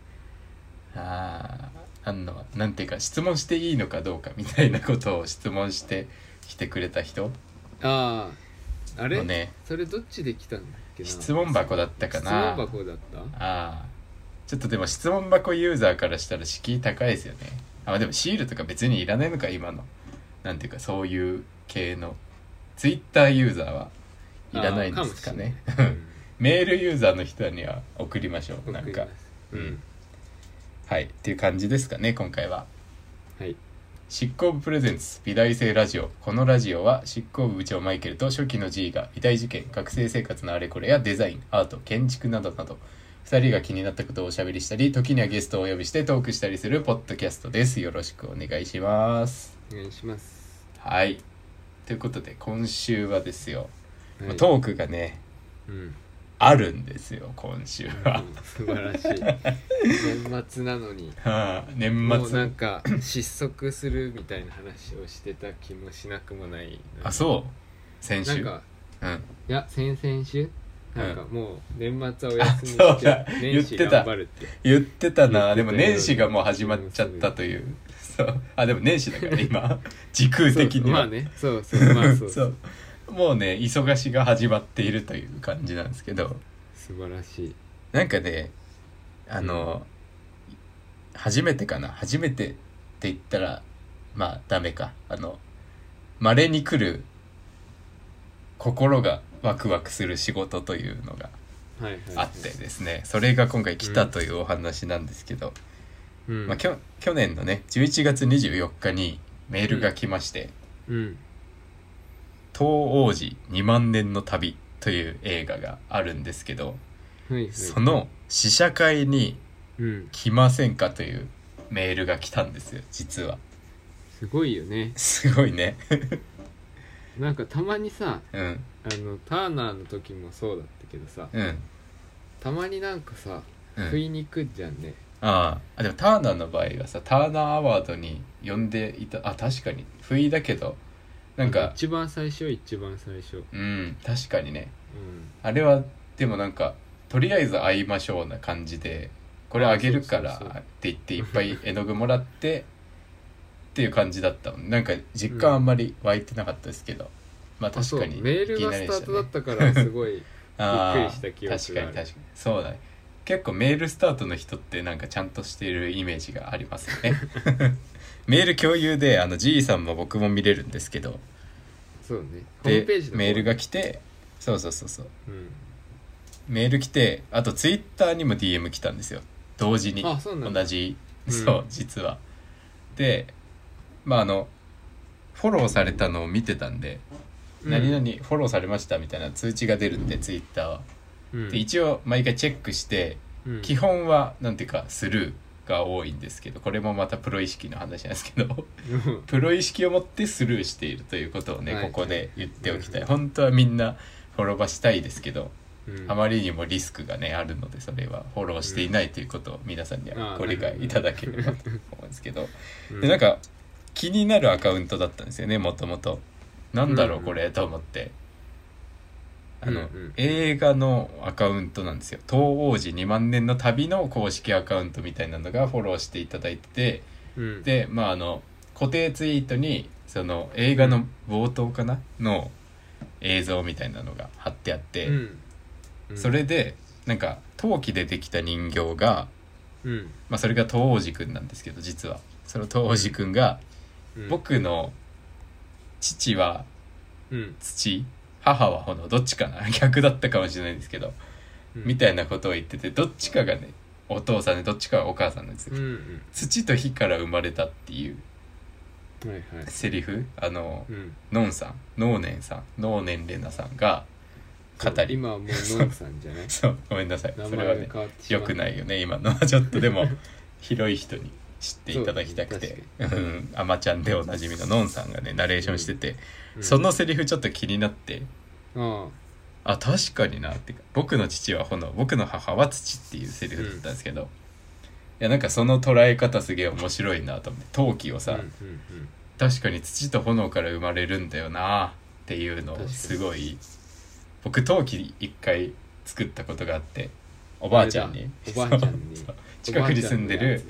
A: あああのなんていうか質問していいのかどうかみたいなことを質問してきてくれた人
B: あああれ、
A: のね
B: それどっちで来たんだっけな
A: 質問箱だったかな
B: 質問箱だった
A: ああちょっとでも質問箱ユーザーからしたら敷居高いですよねあまあでもシールとか別にいらないのか今のなんていうかそういう系のツイッターユーザーはいらないんですかね
B: あーかもしれない
A: メールユーザーの人には送りましょうなんか
B: 送ります
A: うんはいっていう感じですかね今回は
B: はい
A: 執行部プレゼンツ美大生ラジオこのラジオは執行部部長マイケルと初期の G が美大事件学生生活のあれこれやデザインアート建築などなど2人が気になったことをおしゃべりしたり時にはゲストをお呼びしてトークしたりするポッドキャストですよろしくお願いします
B: お願いします、
A: はいということで今週はですよ、
B: はい
A: まあトークがね
B: うん
A: あるんですよ今週は、
B: 素晴らしい年末なのに
A: はあ 年
B: もうな
A: 末
B: んか失速するみたいな話をしてた気もしなくもない
A: あそう先
B: なん
A: 週
B: か
A: うん
B: いや先々週なんか
A: う
B: もう年末はお休み
A: あそう
B: し
A: だ
B: て
A: 言
B: 年
A: って
B: 始
A: た
B: 頑張るって
A: 言ってたなで
B: 言ってたよ
A: も年始がもう始まっちゃったというそうあでも年始だからね 今時空的
B: そう
A: に
B: まあ
A: は
B: ねそうそうまあそ う
A: そうもうね忙しが始まっているという感じなんですけど
B: 素晴らしい
A: なんかねあの、初めてかな初めてって言ったらまあダメかあの稀に来る心がワクワクする仕事というのが
B: はいはいはい
A: あってですねそれが今回来たというお話なんですけど、
B: うん
A: まあ、きょ去年のね11月24日にメールが来まして
B: うん
A: 「東王子2万年の旅」という映画があるんですけど
B: はいはい
A: その試写会に
B: うん
A: 来ませんかというメールが来たんですよ実は
B: すごいよね
A: すごいね
B: なんかたまにさ
A: うん
B: あのターナーの時もそうだったけどさ
A: うん
B: たまになんかさ
A: うん
B: 食いに行くじゃんね
A: あああでもターナーの場合はさターナーアワードに呼んでいたあ確かに不意だけどなんか
B: 一番最初一番最初
A: うん確かにね
B: うん
A: あれはでもなんかとりあえず会いましょうな感じでこれあげるから
B: あそうそうそ
A: っ
B: う
A: て言っていっぱい絵の具もらってっていう感じだったのなんか実感あんまり湧いてなかったですけど、まあ
B: あそ
A: 確
B: う
A: かに
B: メールがスタートだったからすごい
A: あ
B: びっくりした記憶がある
A: ー確かに確かにそうだね結構メールスタートの人ってなんかちゃんとしてるイメージがありますよ ねメール共有であの G さんも僕も見れるんですけど
B: そうねホー
A: で
B: ムページの方
A: メールが来てそうそうそうそう
B: うん
A: メール来てあとツイッターにも DM 来たんですよ同時に
B: あそうなんだ
A: 同じ、
B: うん
A: そう実はでまああのフォローされたのを見てたんで「
B: うん
A: 何々フォローされました」みたいな通知が出るんでツイッターは
B: うん
A: で一応毎回チェックして
B: うん
A: 基本はなんていうかスルーが多いんですけどこれもまたプロ意識の話なんですけど
B: うん
A: プロ意識を持ってスルーしているということをね、
B: はい
A: ここで言っておきたい、
B: うん
A: 本当はみんなフォロバしたいですけど
B: うん
A: あまりにもリスクがねあるのでそれはフォローしていないということを皆さんにはご理解いただければと思うんですけど
B: う
A: でなんか気になるアカウントだったんですよねもともとなんだろうこれと思ってあの
B: うんうん
A: 映画のアカウントなんですよ「東王子2万年の旅」の公式アカウントみたいなのがフォローしていただいて
B: うん
A: てでまああの固定ツイートにその映画の冒頭かなの映像みたいなのが貼ってあって。
B: うんうん
A: それでなんか陶器でできた人形が、
B: うん
A: まあ、それが東王子くんなんですけど実はその東王子くんが、
B: うん
A: 僕の父は
B: うん
A: 土母は炎どっちかな 逆だったかもしれないんですけど、
B: うん
A: みたいなことを言っててどっちかがねお父さんでどっちかはお母さんなんですよ、
B: うんうん
A: 土と火から生まれたっていう
B: はいはい
A: セリフあの、
B: うん
A: のんさんのうねんさんのうねんれなさんが語
B: そう
A: り
B: 今はもうのんさんじゃ ない
A: そうごめんなさい
B: 名
A: それは
B: 前
A: ね
B: が変わってし
A: 良
B: まった
A: くないよね今のはちょ っとで も広い人に知っていただきたくて「うんあまちゃん」でおなじみののんさんがねナレーションしてて、
B: うん
A: そのセリフちょっと気になって
B: あ
A: 「あ確かにな」ってか「僕の父は炎僕の母は土」っていうセリフだったんですけど、いやなんかその捉え方すげえ面白いなと思って陶器を
B: あ
A: さ、
B: うんうんうん
A: 確かに土と炎から生まれるんだよなっていうのをすごい僕陶器一回作ったことがあっておばあちゃんに
B: おばあちゃんに
A: そうそう 近くに住んでる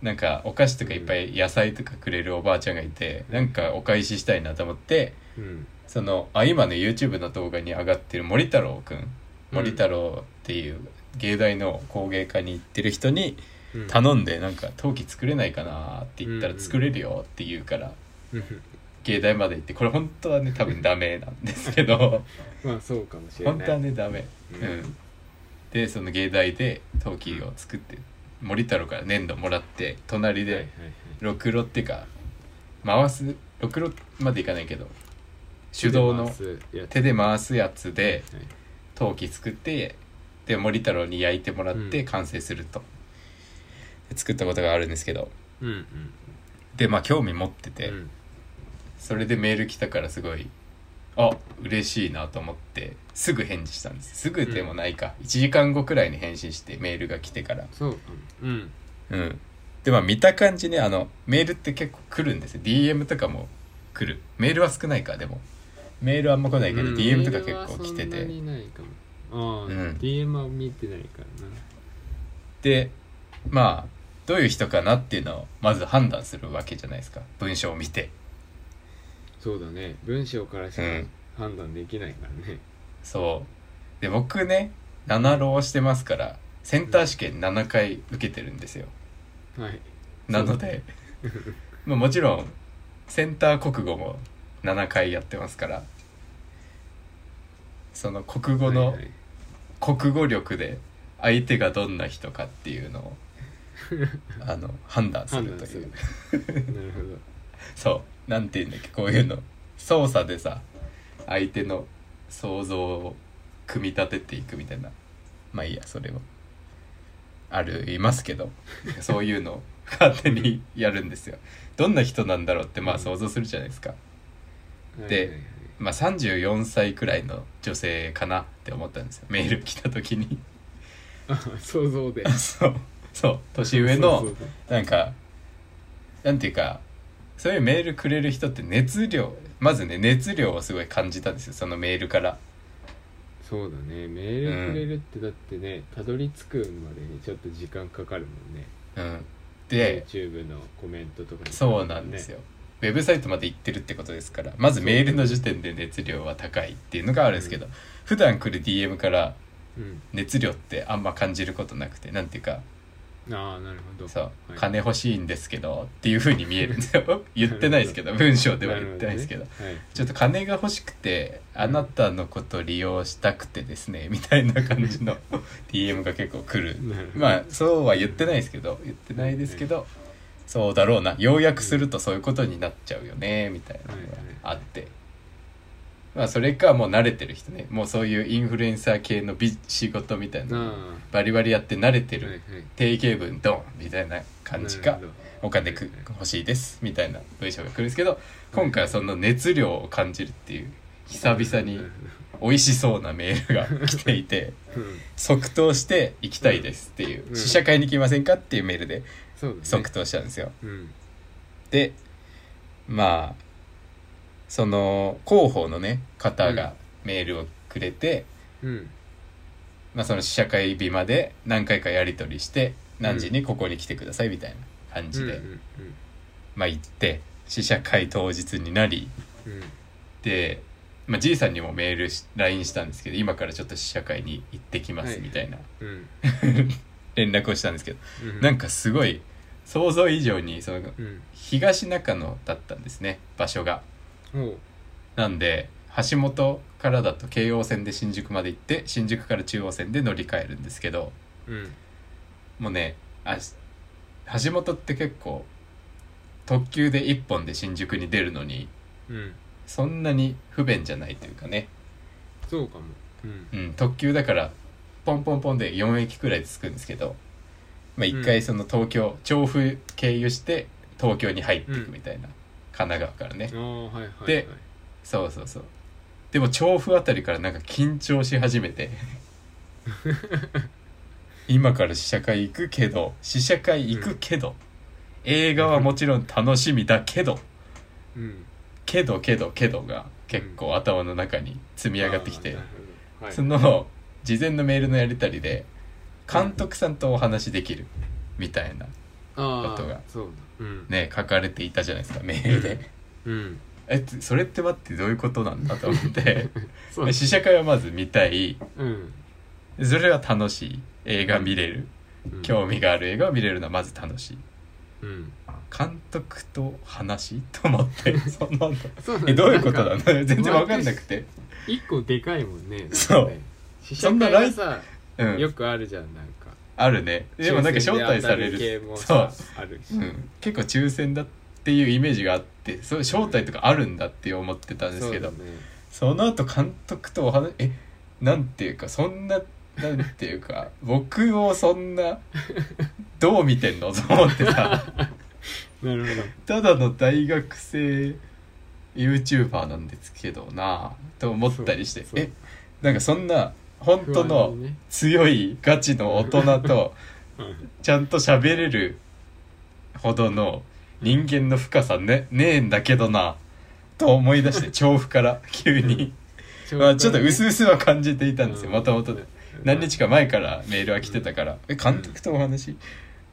A: なんかお菓子とかいっぱい野菜とかくれるおばあちゃんがいてなんかお返ししたいなと思って
B: うん
A: そのあ今の YouTube の動画に上がってる森太郎くん
B: うん
A: 森太郎っていう芸大の工芸科に行ってる人に
B: うん
A: 頼んでなんか陶器作れないかなって言った
B: う
A: ら
B: ん
A: 作れるよって言うから
B: うん
A: 芸大まで行ってこれ本当はね多分ダメなんですけ ど
B: まあそうかもしれない
A: 本当はねダメ。
B: う
A: うんん、でその芸大で陶器を作って森太郎から粘土もらって隣
B: はい
A: で
B: はいはい
A: ろくろっていうか回すろくろまでいかないけど手動の
B: やつ
A: 手で回すやつで
B: はい
A: 陶器作ってで森太郎に焼いてもらって
B: うん
A: 完成すると、で作ったことがあるんですけど
B: うんうん
A: でまあ興味持ってて、
B: うん
A: それでメール来たからすごいあ嬉しいなと思ってすぐ返事したんですすぐでもないか、1時間後くらいに返信してメールが来てから
B: そうかもうん
A: うんでまあ見た感じねあのメールって結構来るんですよ DM とかも来るメールは少ないかでもメールあんま来ないけど、
B: うん
A: DM とか結構来て
B: メールはそんな
A: て
B: にないかもああ、
A: うん
B: DM は見てないからな
A: でまあどういう人かなっていうのをまず判断するわけじゃないですか文章を見て
B: そうだね文章からしか
A: うん
B: 判断できないからね、
A: そうで僕ね7浪してますからセンター試験7回受けてるんですよ
B: はい
A: なのでまあもちろんセンター国語も7回やってますからその国語の
B: はいはい
A: 国語力で相手がどんな人かっていうの をあの判断す
B: 判
A: る
B: 断
A: と
B: す
A: い
B: る
A: う
B: なるほど
A: そうなんていうんだっけこういうの操作でさ相手の想像を組み立てていくみたいなまあいいやそれはありますけどそういうのを勝手にやるんですよどんな人なんだろうってまあ想像するじゃないですかで
B: はいはいはい
A: まあ34歳くらいの女性かなって思ったんですよメール来た時 に
B: あ想像で
A: そうそう年上の
B: 想像で
A: なんかなんていうかそういうメールくれる人って熱量まずね熱量をすごい感じたんですよそのメールから
B: そうだねメールくれるってだってねたどり着くまでにちょっと時間かかるもんね
A: うんで
B: YouTube のコメントとかに
A: そうなんですよ、ウェブサイトまで行ってるってことですからまずメールの時点で熱量は高いっていうのがあるんですけど、普段来る DM から
B: うん
A: 熱量ってあんま感じることなくてなんていうか
B: ああなるほど
A: そう、
B: はい
A: 金欲しいんですけどっていうふうに見えるんですよ言ってないですけど文章では言ってないですけど
B: るほね
A: ちょっと金が欲しくてあなたのこと利用したくてですねみたいな感じ の DM が結構来る
B: はいなるほど
A: まあそうは言ってないですけど言ってないですけどそうだろうな要約するとそういうことになっちゃうよねみたいなのがあってまあそれかもう慣れてる人ねもうそういうインフルエンサー系のビ仕事みたいな
B: な
A: バリバリやって慣れて
B: あはい
A: る
B: はい
A: 定型文ドンみたいな感じ
B: な
A: か
B: るほど
A: お金く欲しいですみたいな文章が来るんですけど今回はその熱量を感じるっていう久々に美味しそうなメールが来ていて
B: うん
A: 即答して「行きたいです」っていううん「試写会に来ませんか?」っていうメールで
B: そうだね
A: 即答したんですよ。
B: うん
A: でまあその広報のね方がメールをくれて、
B: うん
A: まあ、その試写会日まで何回かやり取りして何時にここに来てくださいみたいな感じで、
B: うん
A: まあ行って試写会当日になり
B: うんうん
A: で、まあ、じいさんにもメールし LINE したんですけど今からちょっと試写会に行ってきま
B: は
A: す
B: い
A: みたいな
B: うん
A: 連絡をしたんですけど、
B: うん
A: なんかすごい想像以上にその
B: うん
A: 東中野だったんですね場所が。
B: おう
A: なんで橋本からだと京王線で新宿まで行って新宿から中央線で乗り換えるんですけど
B: うん
A: もうねあ橋本って結構特急で1本で新宿に出るのに
B: うん
A: そんなに不便じゃないというかね
B: そうかもうん
A: うん、特急だからポンポンポンで4駅くらいで着くんですけど、まあ、
B: うん
A: 1回その東京、調布経由して東京に入っていくみたいな、神奈川からね、
B: ああはいはいはい
A: でそうそうそうでも調布あたりからなんか緊張し始め て今から試写会行くけど試写会行くけど、映画はもちろん楽しみだけど
B: うん
A: けどけどけどが結構頭の中に積み上がってきて。
B: あーなるほどはい
A: その事前のメールのやり取りで監督さんとお話しできるみたいな
B: あ
A: ことが
B: ーそうだうん
A: ね書かれていたじゃないですかメールで
B: うん
A: えつそれって待ってどういうことなんだと 思って
B: そうだ
A: 試写会はまず見たい
B: うん
A: それは楽しい映画見れる
B: うん
A: 興味がある映画を見れるのはまず楽しい
B: うん
A: 監督と話と思って そんなの
B: そうなん
A: えどういうこと
B: な
A: なん
B: か
A: の全然わかんなくて
B: 一個でかいもんねなんかね
A: そう
B: 試
A: そ
B: 写
A: んな
B: 会
A: ライ
B: がさ
A: う
B: よ
A: ん
B: くあるじゃんなんか
A: あるねでもなんか招待され
B: 抽選で当た系
A: る
B: も
A: そう
B: さあるし
A: うん、結構抽選だっていうイメージがあってそういう招待とかあるんだって思ってたんですけど
B: そう
A: そ,、
B: だね
A: の後監督とお話えなんていうかそんななんていうか 僕をそんなどう見てんのと思って た
B: なるほど
A: ただの大学生 YouTuber なんですけどなぁと思ったりして
B: そうそう
A: えなんかそんな本当
B: 不
A: の
B: 安にね
A: 強いガチの大人と
B: うん
A: ちゃんと喋れるほどの人間の深さねねえんだけどなと思い出 して調布から急に、まあ、ちょっと薄々は感じていたんですよ
B: うん
A: もともとで何日か前からメールは来てたから「え監督とお話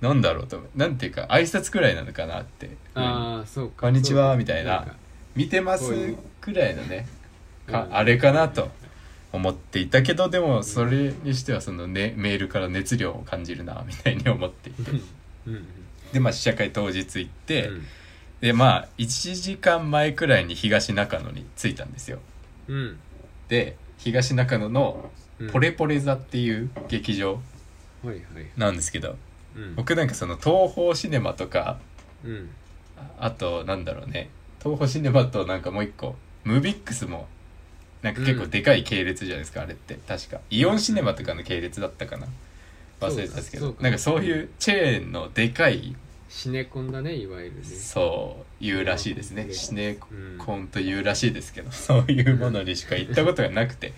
A: なんだろう?」と「なんていうか挨拶くらいなのかな」って「うん
B: ああそうか
A: こんにちは
B: そうか
A: みたいなん
B: か
A: 見てます
B: こういう」
A: くらいのねか
B: うん
A: あれかなと思っていたけどでもそれにしてはその、ね、メールから熱量を感じるなみたいに思っていて
B: うんうん
A: でまあ試写会当日行って、
B: うん
A: でまあ1時間前くらいに東中野に着いたんですよ
B: うん
A: で東中野の
B: うん
A: ポレポレ座っていう劇場
B: はいはい
A: なんですけど
B: うん
A: 僕なんかその東宝シネマとか
B: うん
A: ああとなんだろうね東宝シネマとなんかもう一個ムービックスもなんか結構でかい系列じゃないですか、あれって確かイオンシネマとかの系列だったかな忘れたんですけ
B: そ
A: ど
B: うか
A: なんかそういうチェーンのでかい
B: シネコンだねいわゆるね
A: そういうらしいですねシネ
B: うん
A: コンというらしいですけど そういうものにしか行ったことがなくて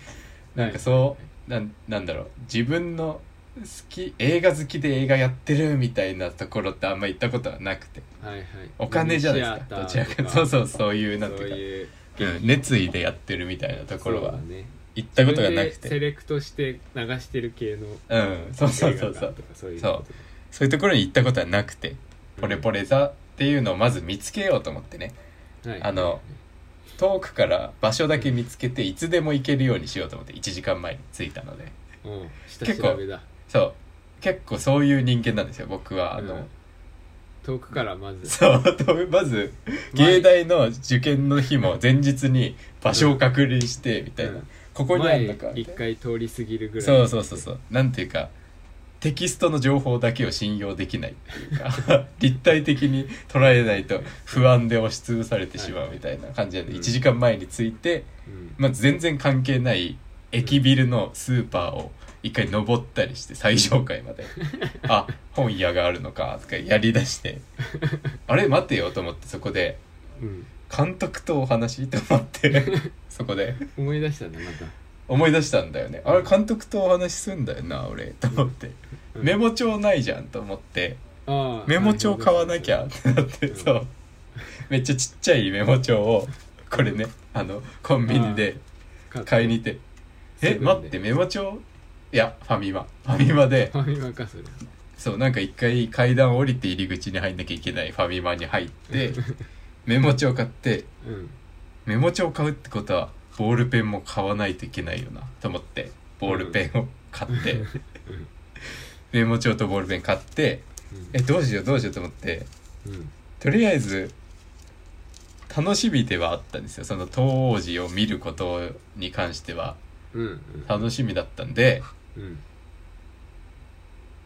A: なんかそうなんなんだろう自分の好き映画好きで映画やってるみたいなところってあんま行ったことはなくて
B: はいはい
A: お金じゃないですかどちらかそうそうそういう
B: う
A: なんていう
B: いう
A: かうん熱意でやってるみたいなところ
B: そ
A: は
B: うだね
A: 行ったことがなく
B: 自分でセ
A: て
B: レクトして流してる系の
A: うんそうそうそう
B: 映
A: そ
B: 画
A: う
B: とかそういう
A: そう
B: こと
A: そういうところに行ったことはなくてポレポレ座っていうのをまず見つけようと思ってね
B: はい
A: あの遠くから場所だけ見つけていつでも行けるようにしようと思って1時間前に着いたので
B: うん下
A: 結構
B: 調べだ
A: そう結構そういう人間なんですよ僕はあの、
B: うん遠くからまず
A: そうとまず 芸大の受験の日も前日に場所を確認してみたいな、
B: うん
A: ここにあるのか
B: 前
A: み
B: 一
A: たいな
B: 回通り過ぎるぐらい
A: そうそうそうそうなんていうかテキストの情報だけを信用できないっていう か立体的に捉えないと不安で押しつぶされてしまうみたいな感じなんで
B: うん
A: 1時間前に着いて、
B: うん
A: まず全然関係ない駅ビルのスーパーを一回登ったりして最上階まであ本屋があるのかとかやりだしてあれ待てよと思ってそこで
B: うん
A: 監督とお話と思って そこで
B: 思い出したねまた
A: 思い出したんだよねあれ監督とお話しすんだよな俺と思って
B: うん
A: メモ帳ないじゃんと思って
B: ああ
A: メモ帳買わなきゃってなって
B: うん
A: そうめっちゃちっちゃいメモ帳をこれねあのコンビニで買いに行って「
B: セ
A: え
B: ブンで
A: 待ってメモ帳いやファミマファミマで
B: ファミマかそれ
A: そうなんか一回階段降りて入り口に入んなきゃいけないファミマに入 ってメモ帳買って
B: うん
A: メモ帳買うってことはボールペンも買わないといけないよなと思ってボールペンを買って、
B: うん
A: メモ帳とボールペン買ってえどうしようどうしようと思って
B: うん
A: とりあえず楽しみではあったんですよその当時を見ることに関しては
B: うんうん
A: 楽しみだったんで
B: うん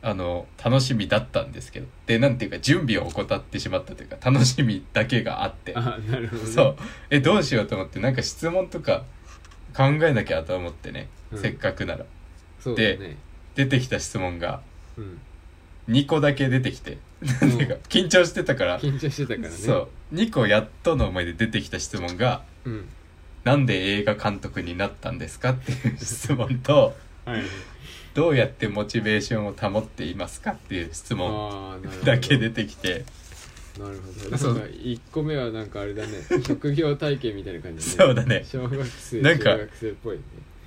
A: あの楽しみだったんですけどでなんていうか準備を怠ってしまったというか楽しみだけがあって
B: ああなるほどね
A: そうえどうしようと思ってなんか質問とか考えなきゃと思ってね、
B: うん
A: せっかくなら
B: そうだね
A: 出てきた質問が
B: うん
A: 2個だけ出てきてなんていうか
B: うん
A: 緊張してたから
B: 緊張してたからね
A: そう2個やっとの思いで出てきた質問が
B: うん
A: 「なんで映画監督になったんですか?」っていう質問と
B: はい
A: 「どうやってモチベーションを保っていますか?」っていう質問
B: ああなるほど
A: だけ出てきて。
B: なるほどな
A: そうん
B: か1個目はなんかあれだね 職業体験みたいな感じ
A: そうだね
B: 小学生
A: なんか
B: 中学生っぽいね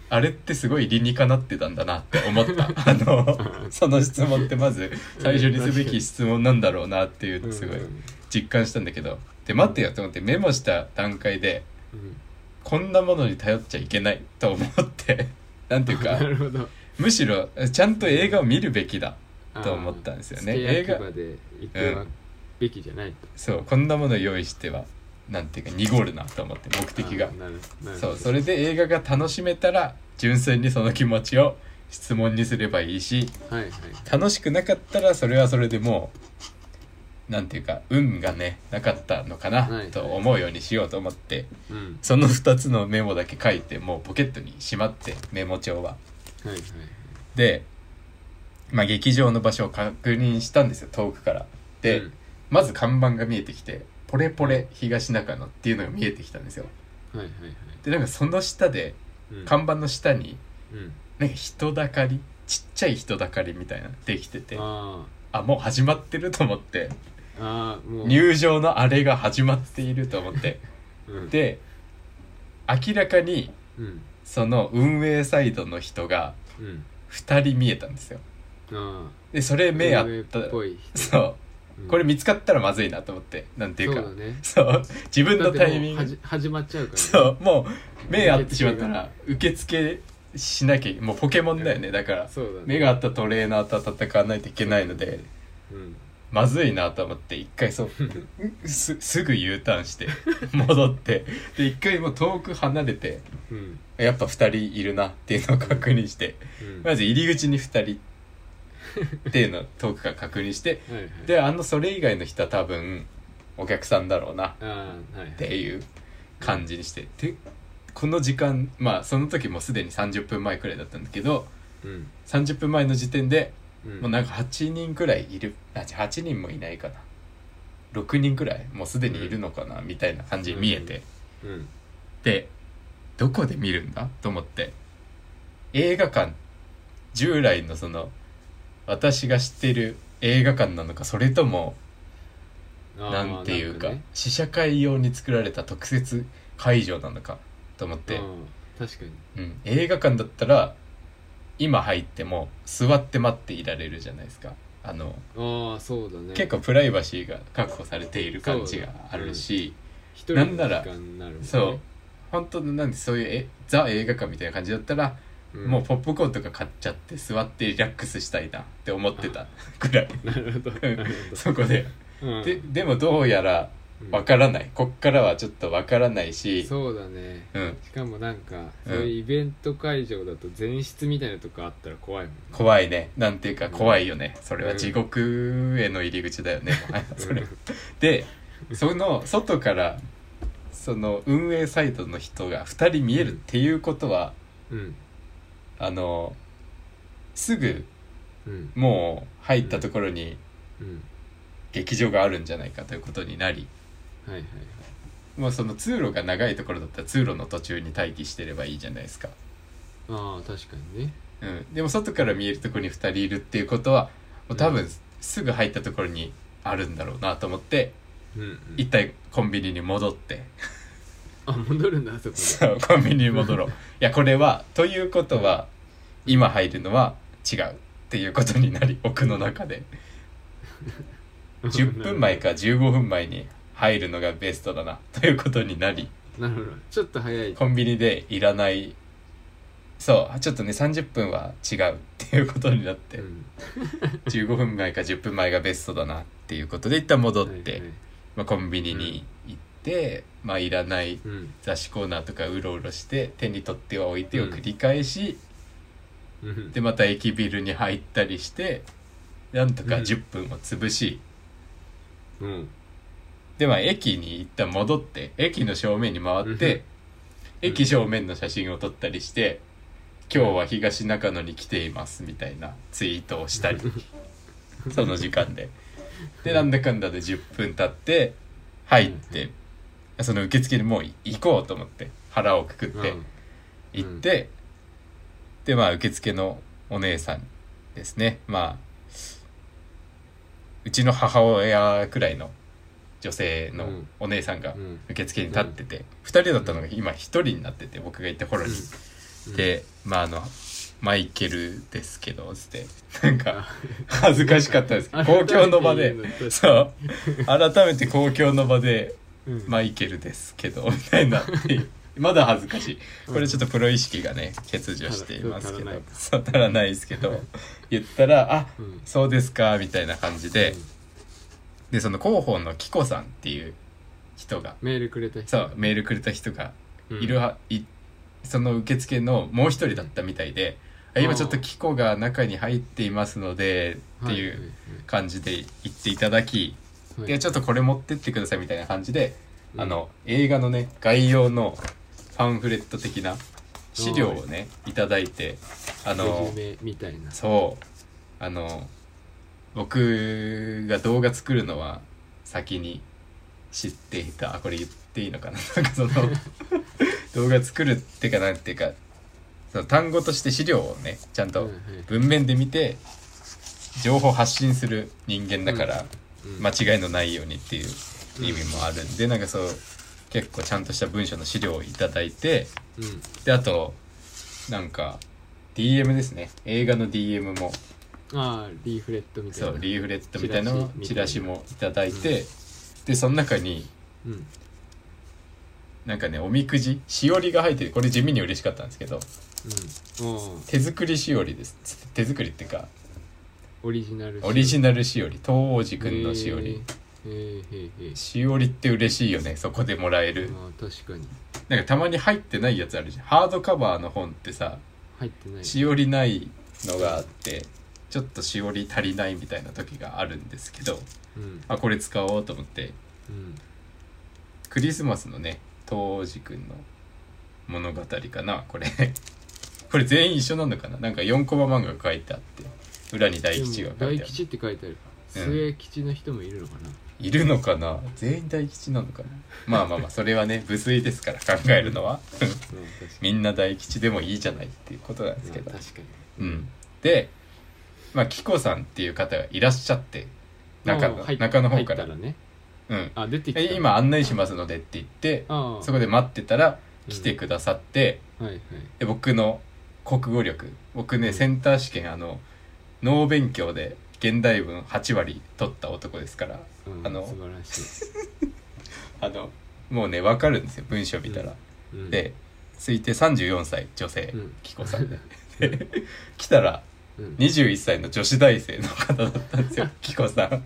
A: あれってすごい理にかなってたんだなって思った あのその質問ってまず最初にすべき質問なんだろうなっていうのすごい
B: うん
A: 実感したんだけどで待ってよと思ってメモした段階で
B: うん
A: こんなものに頼っちゃいけないと思ってなんていうか
B: なるほど
A: むしろちゃんと映画を見るべきだと思ったんですよね
B: あー
A: 映画
B: スケ焼き場で行くわべきじゃないと、
A: そうこんなもの用意してはなんていうか濁るなと思って目的が
B: あーなるなるほ
A: そ
B: ど
A: うそれで映画が楽しめたら純粋にその気持ちを質問にすればいいし
B: はいはい
A: 楽しくなかったらそれはそれでもうなんていうか運がねなかったのか
B: はいは
A: ないと思うようにしようと思って
B: うん
A: その2つのメモだけ書いてもうポケットにしまってメモ帳は。
B: はいはい
A: で、まあ、劇場の場所を確認したんですよ遠くから。で、
B: うん
A: まず看板が見えてきて「ポレポレ東中野」っていうのが見えてきたんですよ。
B: はいはいはい
A: でなんかその下で
B: うん
A: 看板の下に
B: うん
A: なんか人だかりちっちゃい人だかりみたいなのできてて
B: あ
A: あもう始まってると思って
B: ーあーもう
A: 入場のあれが始まっていると思っ て
B: うん
A: で明らかに
B: うん
A: その運営サイドの人が
B: うん
A: 2人見えたんですよ
B: あ
A: でそれ
B: あ
A: 目あった
B: っぽい
A: そううんこれ見つかったらまずいなと思ってなんていうか
B: そうだね
A: そう自分のタイミン
B: だっ
A: グ
B: てもうはじ始まっちゃうからね
A: そうもう目合ってしまったら受付しなきゃもうポケモンだよねだから
B: そうだね
A: 目が合ったトレーナーと戦わないといけないので
B: うん
A: まずいなと思って一回そうすすぐ U ターンして戻ってで一回もう遠く離れて
B: うん
A: やっぱ2人いるなっていうのを確認して
B: うん
A: まず入り口に2人っていうのを遠くから確認して
B: はいはい
A: であのそれ以外の人は多分お客さんだろうな
B: あーはいはい
A: っていう感じにしてでこの時間まあその時もうすでに30分前くらいだったんだけど
B: うん
A: 30分前の時点で
B: うん
A: もうなんか8人くらいいるあ8人もいないかな6人くらいもうすでにいるのかなみたいな感じに見えて、
B: うん
A: でどこで見るんだと思って映画館従来のその私が知ってる映画館なのかそれとも
B: あー
A: なんていうか
B: なんね
A: 試写会用に作られた特設会場なのかと思って、
B: うん確かに
A: うん、映画館だったら今入っても座って待っていられるじゃないですかあの
B: ああそうだね
A: 結構プライバシーが確保されている感じがあるし
B: 一人
A: な
B: の
A: んなら
B: 時間になるもんね
A: そう,、本当のなんでそういうえザ映画館みたいな感じだったら、
B: うん
A: もうポップコーンとか買っちゃって座ってリラックスしたいなって思ってたく らい
B: なるほどなる
A: そこで
B: ほどうん
A: ででもどうやら
B: うん
A: わからないこっからはちょっとわからないし
B: そうだね
A: うん、
B: しかもなんか
A: うん
B: そういうイベント会場だと前室みたいなとこあったら怖いもんね
A: 怖いねなんていうか怖いよねそれは
B: うん
A: 地獄への入り口だよね、もう それ
B: うん
A: でその外からその運営サイトの人が2人見えるっていうことは、
B: うん
A: あのすぐ
B: うん
A: もう入ったところに
B: うん
A: 劇場があるんじゃないかということになり
B: はいはいはい
A: もうその通路が長いところだったら通路の途中に待機してればいいじゃないですか、
B: ああ確かにね
A: うん、でも外から見えるところに2人いるっていうことはもう多分すぐ入ったところにあるんだろうなと思って。
B: うんうん
A: 一体コンビニに戻って
B: あ戻るんだあそこで
A: そうコンビニに戻ろういやこれはということは今入るのは違うっていうことになり奥の中で10分 前か15分前に入るのがベストだなということになり
B: なるほどちょっと早い
A: コンビニでいらないそうちょっとね30分は違うっていうことになって
B: うん
A: 15分前か10分前がベストだなっていうことで一旦戻っ
B: はい
A: て
B: は、い
A: まあ、コンビニに行って、まあいらない
B: うん
A: 雑誌コーナーとかうろうろして手に取っては置いてを繰り返し、
B: うん
A: でまた駅ビルに入ったりしてなんとか
B: うん
A: 10分を潰し、
B: うん
A: でまあ駅に一旦戻って駅の正面に回って、
B: うん
A: 駅正面の写真を撮ったりして「今日は東中野に来ています」みたいなツイートをしたりその時間で。でなんだかんだで10分経って入って、その受付にもう行こうと思って腹をくくって。行って、でまあ受付のお姉さんですねまあうちの母親くらいの女性の
B: うん
A: お姉さんが
B: うん
A: 受付に立ってて、2人だったのが今1人になってて僕が行った頃に、
B: うん
A: でまああのマイケルですけどつってなんか恥ずかしかったですけど公共の場でそう改めて公共の場で
B: うん
A: マイケルですけどみたいな でまだ恥ずかしいこれちょっとプロ意識がね欠如していますけどそう足らないですけど言ったら「あ
B: うん
A: そうですか」みたいな感じで
B: うん
A: でその広報のキコさんっていう人が
B: メールくれた人
A: そうメールくれた人が
B: うん
A: いるはいその受付のもう一人だったみたいで「あ今ちょっとキコが中に入っていますので」ってい
B: は
A: う感じで言っていただき
B: はいはい
A: でちょっとこれ持ってってくださいみたいな感じで、あの映画のね概要のパンフレット的な資料をねいただいてあの
B: レジュメみたいな
A: そうあの僕が動画作るのは先に知っていたあこれ言っていいのかな なんかその動画作るってかなんていうかその単語として資料をねちゃん
B: う
A: と
B: んはい
A: 文面で見て情報発信する人間だから。
B: うん
A: 間違いのないようにっていう意味もあるんで、なんかそう結構ちゃんとした文章の資料をいただいて
B: うん
A: であとなんか DM ですね映画の DM も
B: ああリーフレットみたい
A: そ
B: な
A: うリーフレットみたいなのをチ
B: チ
A: ラ
B: ラ
A: シ
B: シみたいな
A: もいただいて、でその中に
B: うん
A: なんかねおみくじしおりが入っててこれ地味に嬉しかったんですけど
B: うんおー
A: 手作りしおりですつって手作りっていうか
B: オリジナル
A: オリジ
B: ナ
A: ナルしおり東王子くんのしおり、
B: えー、えー、えー、えー
A: しおりって嬉しいよねそこでもらえる、
B: あー確かに
A: なんかたまに入ってないやつあるじゃんハードカバーの本ってさ
B: 入ってない
A: しおりないのがあってちょっとしおり足りないみたいな時があるんですけど
B: うん
A: あこれ使おうと思って
B: うん
A: クリスマスのね当時くんの物語かなこれ これ全員一緒なのかななんか4コマ漫画が書いてあって裏に大吉が
B: で
A: 書
B: も
A: い
B: 大
A: てある
B: 吉って書いてある末吉の人もいるのかな、
A: いるのかな全員大吉なのかなまあまあまあそれはね無粋ですから考えるのは
B: うん確かに
A: みんな大吉でもいいじゃないっていうことなんですけど
B: まあ確かに
A: うん、で、まあ、キコさんっていう方がいらっしゃって中
B: あー
A: の
B: 入っ
A: 中の方から
B: 入ったらね
A: うん
B: あ出てきた
A: え今案内しますので」って言って
B: あー
A: そこで待ってたら
B: うん
A: 来てくださって、
B: はいはい
A: で僕の国語力僕ね、
B: うん
A: センター試験あの脳勉強で現代文8割取った男ですから
B: うん
A: あの
B: 素晴らし
A: あのもうね分かるんですよ文章見たら。
B: い、うん、
A: で推定34歳女性、
B: うん
A: キコさ んでで来たら
B: うん
A: 21歳の女子大生の方だったんですよ キコさん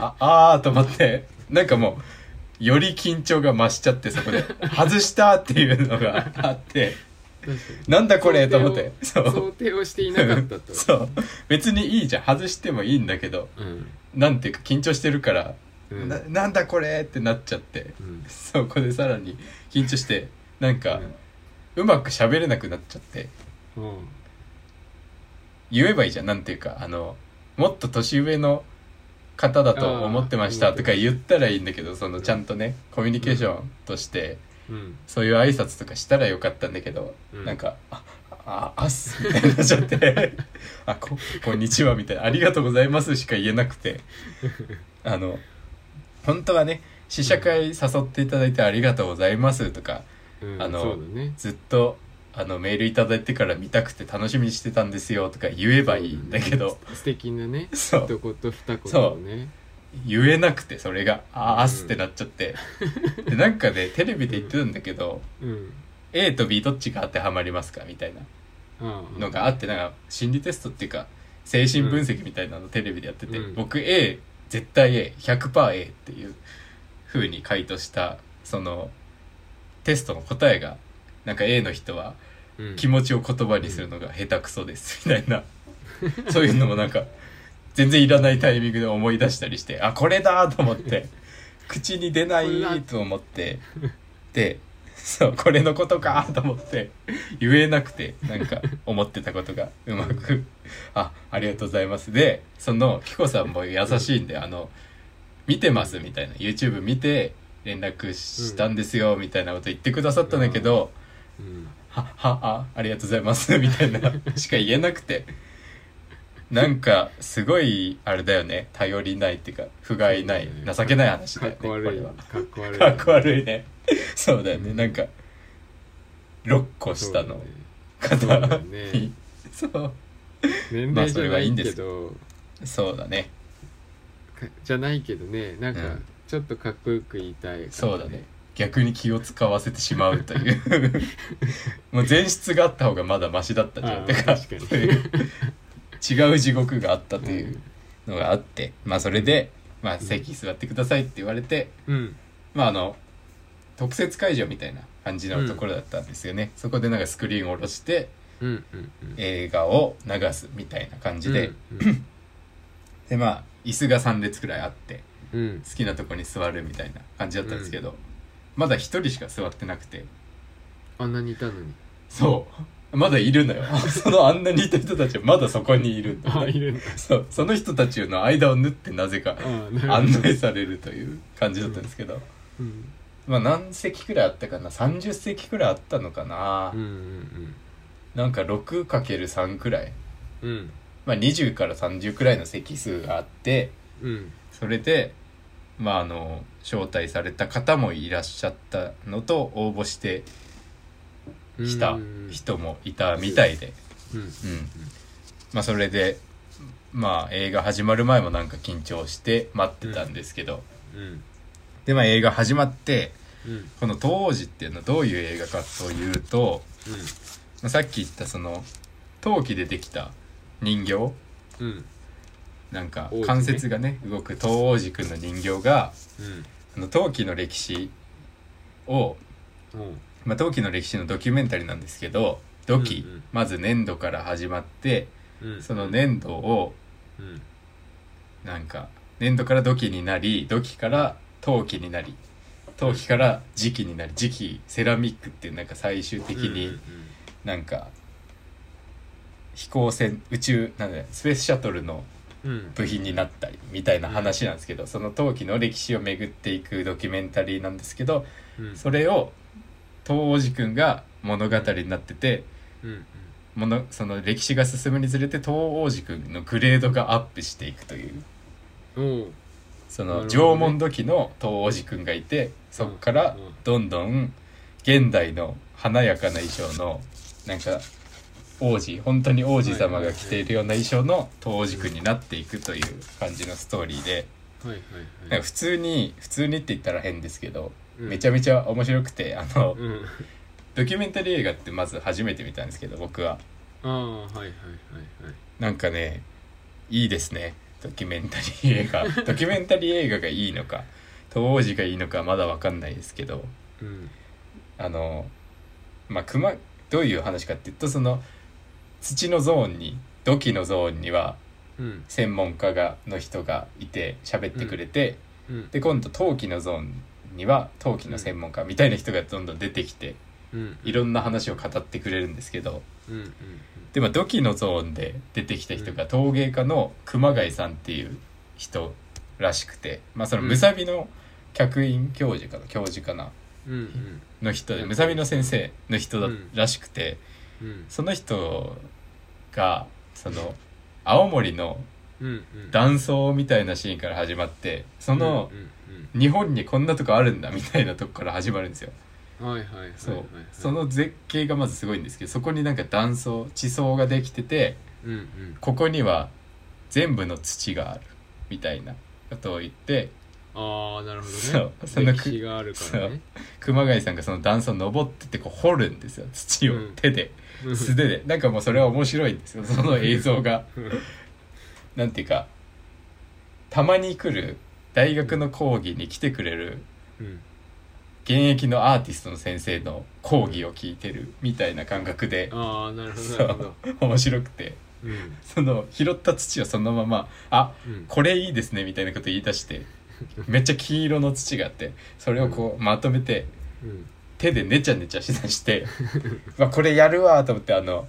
A: ああーと思ってなんかもうより緊張が増しちゃってそこで「外した!」っていうのがあって
B: 確か
A: なんだこれと思ってそ
B: に
A: う
B: 想定をしていなかった と
A: そう別にいいじゃん外してもいいんだけど
B: うん
A: なんていうか緊張してるから、
B: うん
A: ななんだこれってなっちゃって
B: うん
A: そこでさらに緊張してなんか
B: う
A: う
B: ん
A: まく喋れなくなっちゃって
B: うん
A: 言えばいいじゃんなんていうかあのもっと年上の方だと思ってまし
B: あ
A: た
B: ー
A: とか言ったらいいんだけどその
B: うん
A: ちゃんとねコミュニケーションとして
B: うん
A: そういう挨拶とかしたらよかったんだけど、
B: うん
A: なんか「あああっす」みたいになっちゃって 「あここんにちは」みたいな「ありがとうございます」しか言えなく てあの本当はね試写会誘っていただいて「ありがとうございます」とか
B: うん
A: あの
B: そうだね
A: ずっとあのメールいただいてから見たくて楽しみにしてたんですよとか言えばいいんだけど。
B: 素敵なね
A: そう
B: 一言二言をね
A: 言えなくてそれが「あ
B: うん
A: あっす」ってなっちゃって、でなんかねテレビで言ってたんだけど、
B: うん
A: A と B どっちが当てはまりますかみたいな
B: うん
A: のがあってなんか心理テストっていうか精神分析みたいなのテレビでやってて、
B: うん
A: 僕 A 絶対 A100%A っていう風に回答したそのテストの答えがなんか A の人は
B: うん
A: 気持ちを言葉にするのが下手くそですみたいな、 そういうのもなんか全然いらないタイミングで思い出したりしてあこれだと思って口に出ないと思ってでそうこれのことかと思って言えなくてなんか思ってたことがうまくあありがとうございますでそのキコさんも優しいんであの見てますみたいな YouTube 見て連絡したんですよみたいなこと言ってくださったんだけど、
B: うん
A: は、は、あ、ありがとうございます、 みたいな、しか言えなくて。なんか、すごい、あれだよね、頼りないっていうか、不甲斐ない、情けない話だ
B: か
A: よ
B: っ
A: ね、
B: こ
A: こ
B: 悪
A: れ
B: い
A: は。
B: かっこ悪い
A: かっこ悪いね。そうだよね、
B: うん
A: なんか、6個下の方
B: そうだ
A: に
B: ね。
A: そう。
B: 年
A: まあ
B: 齢
A: そ
B: じゃ
A: れ
B: な
A: はいい
B: い
A: んで
B: け
A: す
B: ど
A: そうだね。
B: かじゃないけどねなんか
A: うん
B: ちょっとかっこよく言いたい、
A: そうだね。逆に気を使わせてしまうという もう前室があった方がまだマシだったじゃん
B: あー
A: てか
B: 確かに
A: そういう違う地獄があったというのがあってまあそれで、まあ、席座ってくださいって言われて、
B: うん
A: まああの特設会場みたいな感じのところだったんですよね、そこでなんかスクリーンを下ろして
B: うんうんうん
A: 映画を流すみたいな感じで、
B: うん
A: でまあ椅子が3列くらいあって
B: うんうん
A: 好きなとこに座るみたいな感じだったんですけど、まだ1人しか座ってなくて
B: あんなにいたの に
A: そうまだいるのよ そのあんなにいた人たちはまだそこにいるんだよね、
B: るんだ
A: そうその人たちの間を縫ってなぜか
B: あなるほど
A: 案内されるという感じだったんですけど、
B: うん
A: まあ何席くらいあったかな30席くらいあったのかな、
B: うんうん
A: なんか 6×3 くらい、
B: うんうん
A: まあ、20から30くらいの席数があって
B: うん
A: それでまああの招待された方もいらっしゃったのと応募して
B: うん
A: きた人もいたみたいで、
B: うん
A: うんまあ、それでまあ映画始まる前もなんか緊張して待ってたんですけど、
B: うん
A: でまあ映画始まって
B: うんうん
A: この当時っていうのはどういう映画かというと、まあさっき言ったその陶器でできた人形
B: うん
A: なんか
B: 王子ね
A: 関節がね動く東王子くんの人形が
B: うん
A: あの陶器の歴史を、
B: おう
A: まあ、陶器の歴史のドキュメンタリーなんですけど土器、
B: うんうん
A: まず粘土から始まって
B: うん
A: その粘土を
B: うん
A: なんか粘土から土器になり土器から陶器になり陶器から磁器になり磁器セラミックっていうなんか最終的
B: うん
A: になんか飛行船宇宙なんだよスペースシャトルの
B: うんうん
A: 部品になったりみたいな話なんですけど、その陶器の歴史を巡っていくドキュメンタリーなんですけど
B: うん
A: それを東王子くんが物語になってて
B: うん
A: ものその歴史が進むにつれて東王子くんのグレードがアップしていくという
B: うんおう
A: そ
B: なる
A: の
B: ほどね
A: 縄文土器の東王子くんがいてそっから
B: うんうん
A: どんどん現代の華やかな衣装のなんか王子本当に王子様が着ているような衣装の東王子くんになっていくという感じのストーリーで。
B: はいはいは
A: なん
B: い
A: か普通に普通にって言ったら変ですけど、
B: うん
A: めちゃめちゃ面白くてあの、
B: うん
A: ドキュメンタリー映画ってまず初めて見たんですけど僕は
B: ああはいはいはいはい
A: なんかねいいですねドキュメンタリー 映画ドキュメンタリー映画がいいのか当時がいいのかまだ分かんないですけど
B: うん
A: あのまあ熊どういう話かっていうとその土のゾーンに土器のゾーンには
B: うん
A: 専門家がの人がいて喋ってくれて、
B: うん
A: で今度陶器のゾーンには陶器の専門家みたいな人がどんどん出てきて
B: うん
A: いろんな話を語ってくれるんですけど
B: うんうん
A: でも土器のゾーンで出てきた人が陶芸家の熊谷さんっていう人らしくてまあその
B: うん
A: むさびの客員教授かな教授かな
B: うんうん
A: の人でむさびの先生の人だ
B: うん
A: らしくて
B: うん
A: その人がその青森の
B: うんうん
A: 断層みたいなシーンから始まってその
B: うんうん
A: 日本にこんなとこあるんだみたいなとこから始まるんですよ。
B: うんはいはいはいはいはい
A: そうその絶景がまずすごいんですけどそこになんか断層地層ができてて
B: うんうん
A: ここには全部の土があるみたいなことを言って
B: ああなるほどね
A: そうその
B: 歴史があるからね
A: 熊谷さんがその断層登ってってこう掘るんですよ土を
B: うん
A: 手で
B: うん
A: 素手でなんかもうそれは面白いんですよその映像がなんていうかたまに来る大学の講義に来てくれる
B: うん
A: 現役のアーティストの先生の講義を聞いてるみたいな感覚で
B: ああなるほど
A: そ
B: なるほ
A: う
B: ど
A: 面白くて。
B: うん
A: その拾った土をそのまま「あ
B: うん
A: これいいですね」みたいなこと言い出してめっちゃ黄色の土があってそれをこうまとめて
B: うん
A: 手でねちゃねちゃしだして 「まあこれやるわ」と思ってあの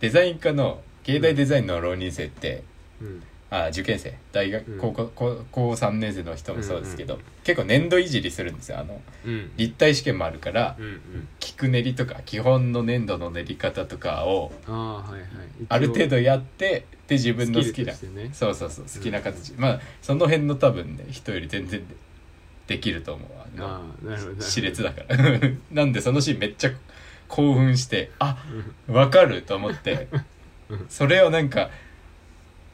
A: デザイン科の芸大デザインの浪人生って
B: うん
A: あ受験生大
B: う
A: 学
B: ん
A: 高校高校3年生の人もそうですけど、
B: うん
A: 結構年度いじりするんですよあの
B: うん
A: 立体試験もあるから
B: うんうん
A: 菊練りとか基本の粘土の練り方とかを
B: ああはいはい
A: ある程
B: 度
A: 度やってで自分の好きな
B: スキルとしてね
A: そうそうそう好きな形、まあその辺の多分ね人より全然できると思うあの
B: ああなるほどなるほど
A: 熾烈だから なんでそのシーンめっちゃ興奮してあ
B: うん
A: わかると思って
B: うん
A: それをなんか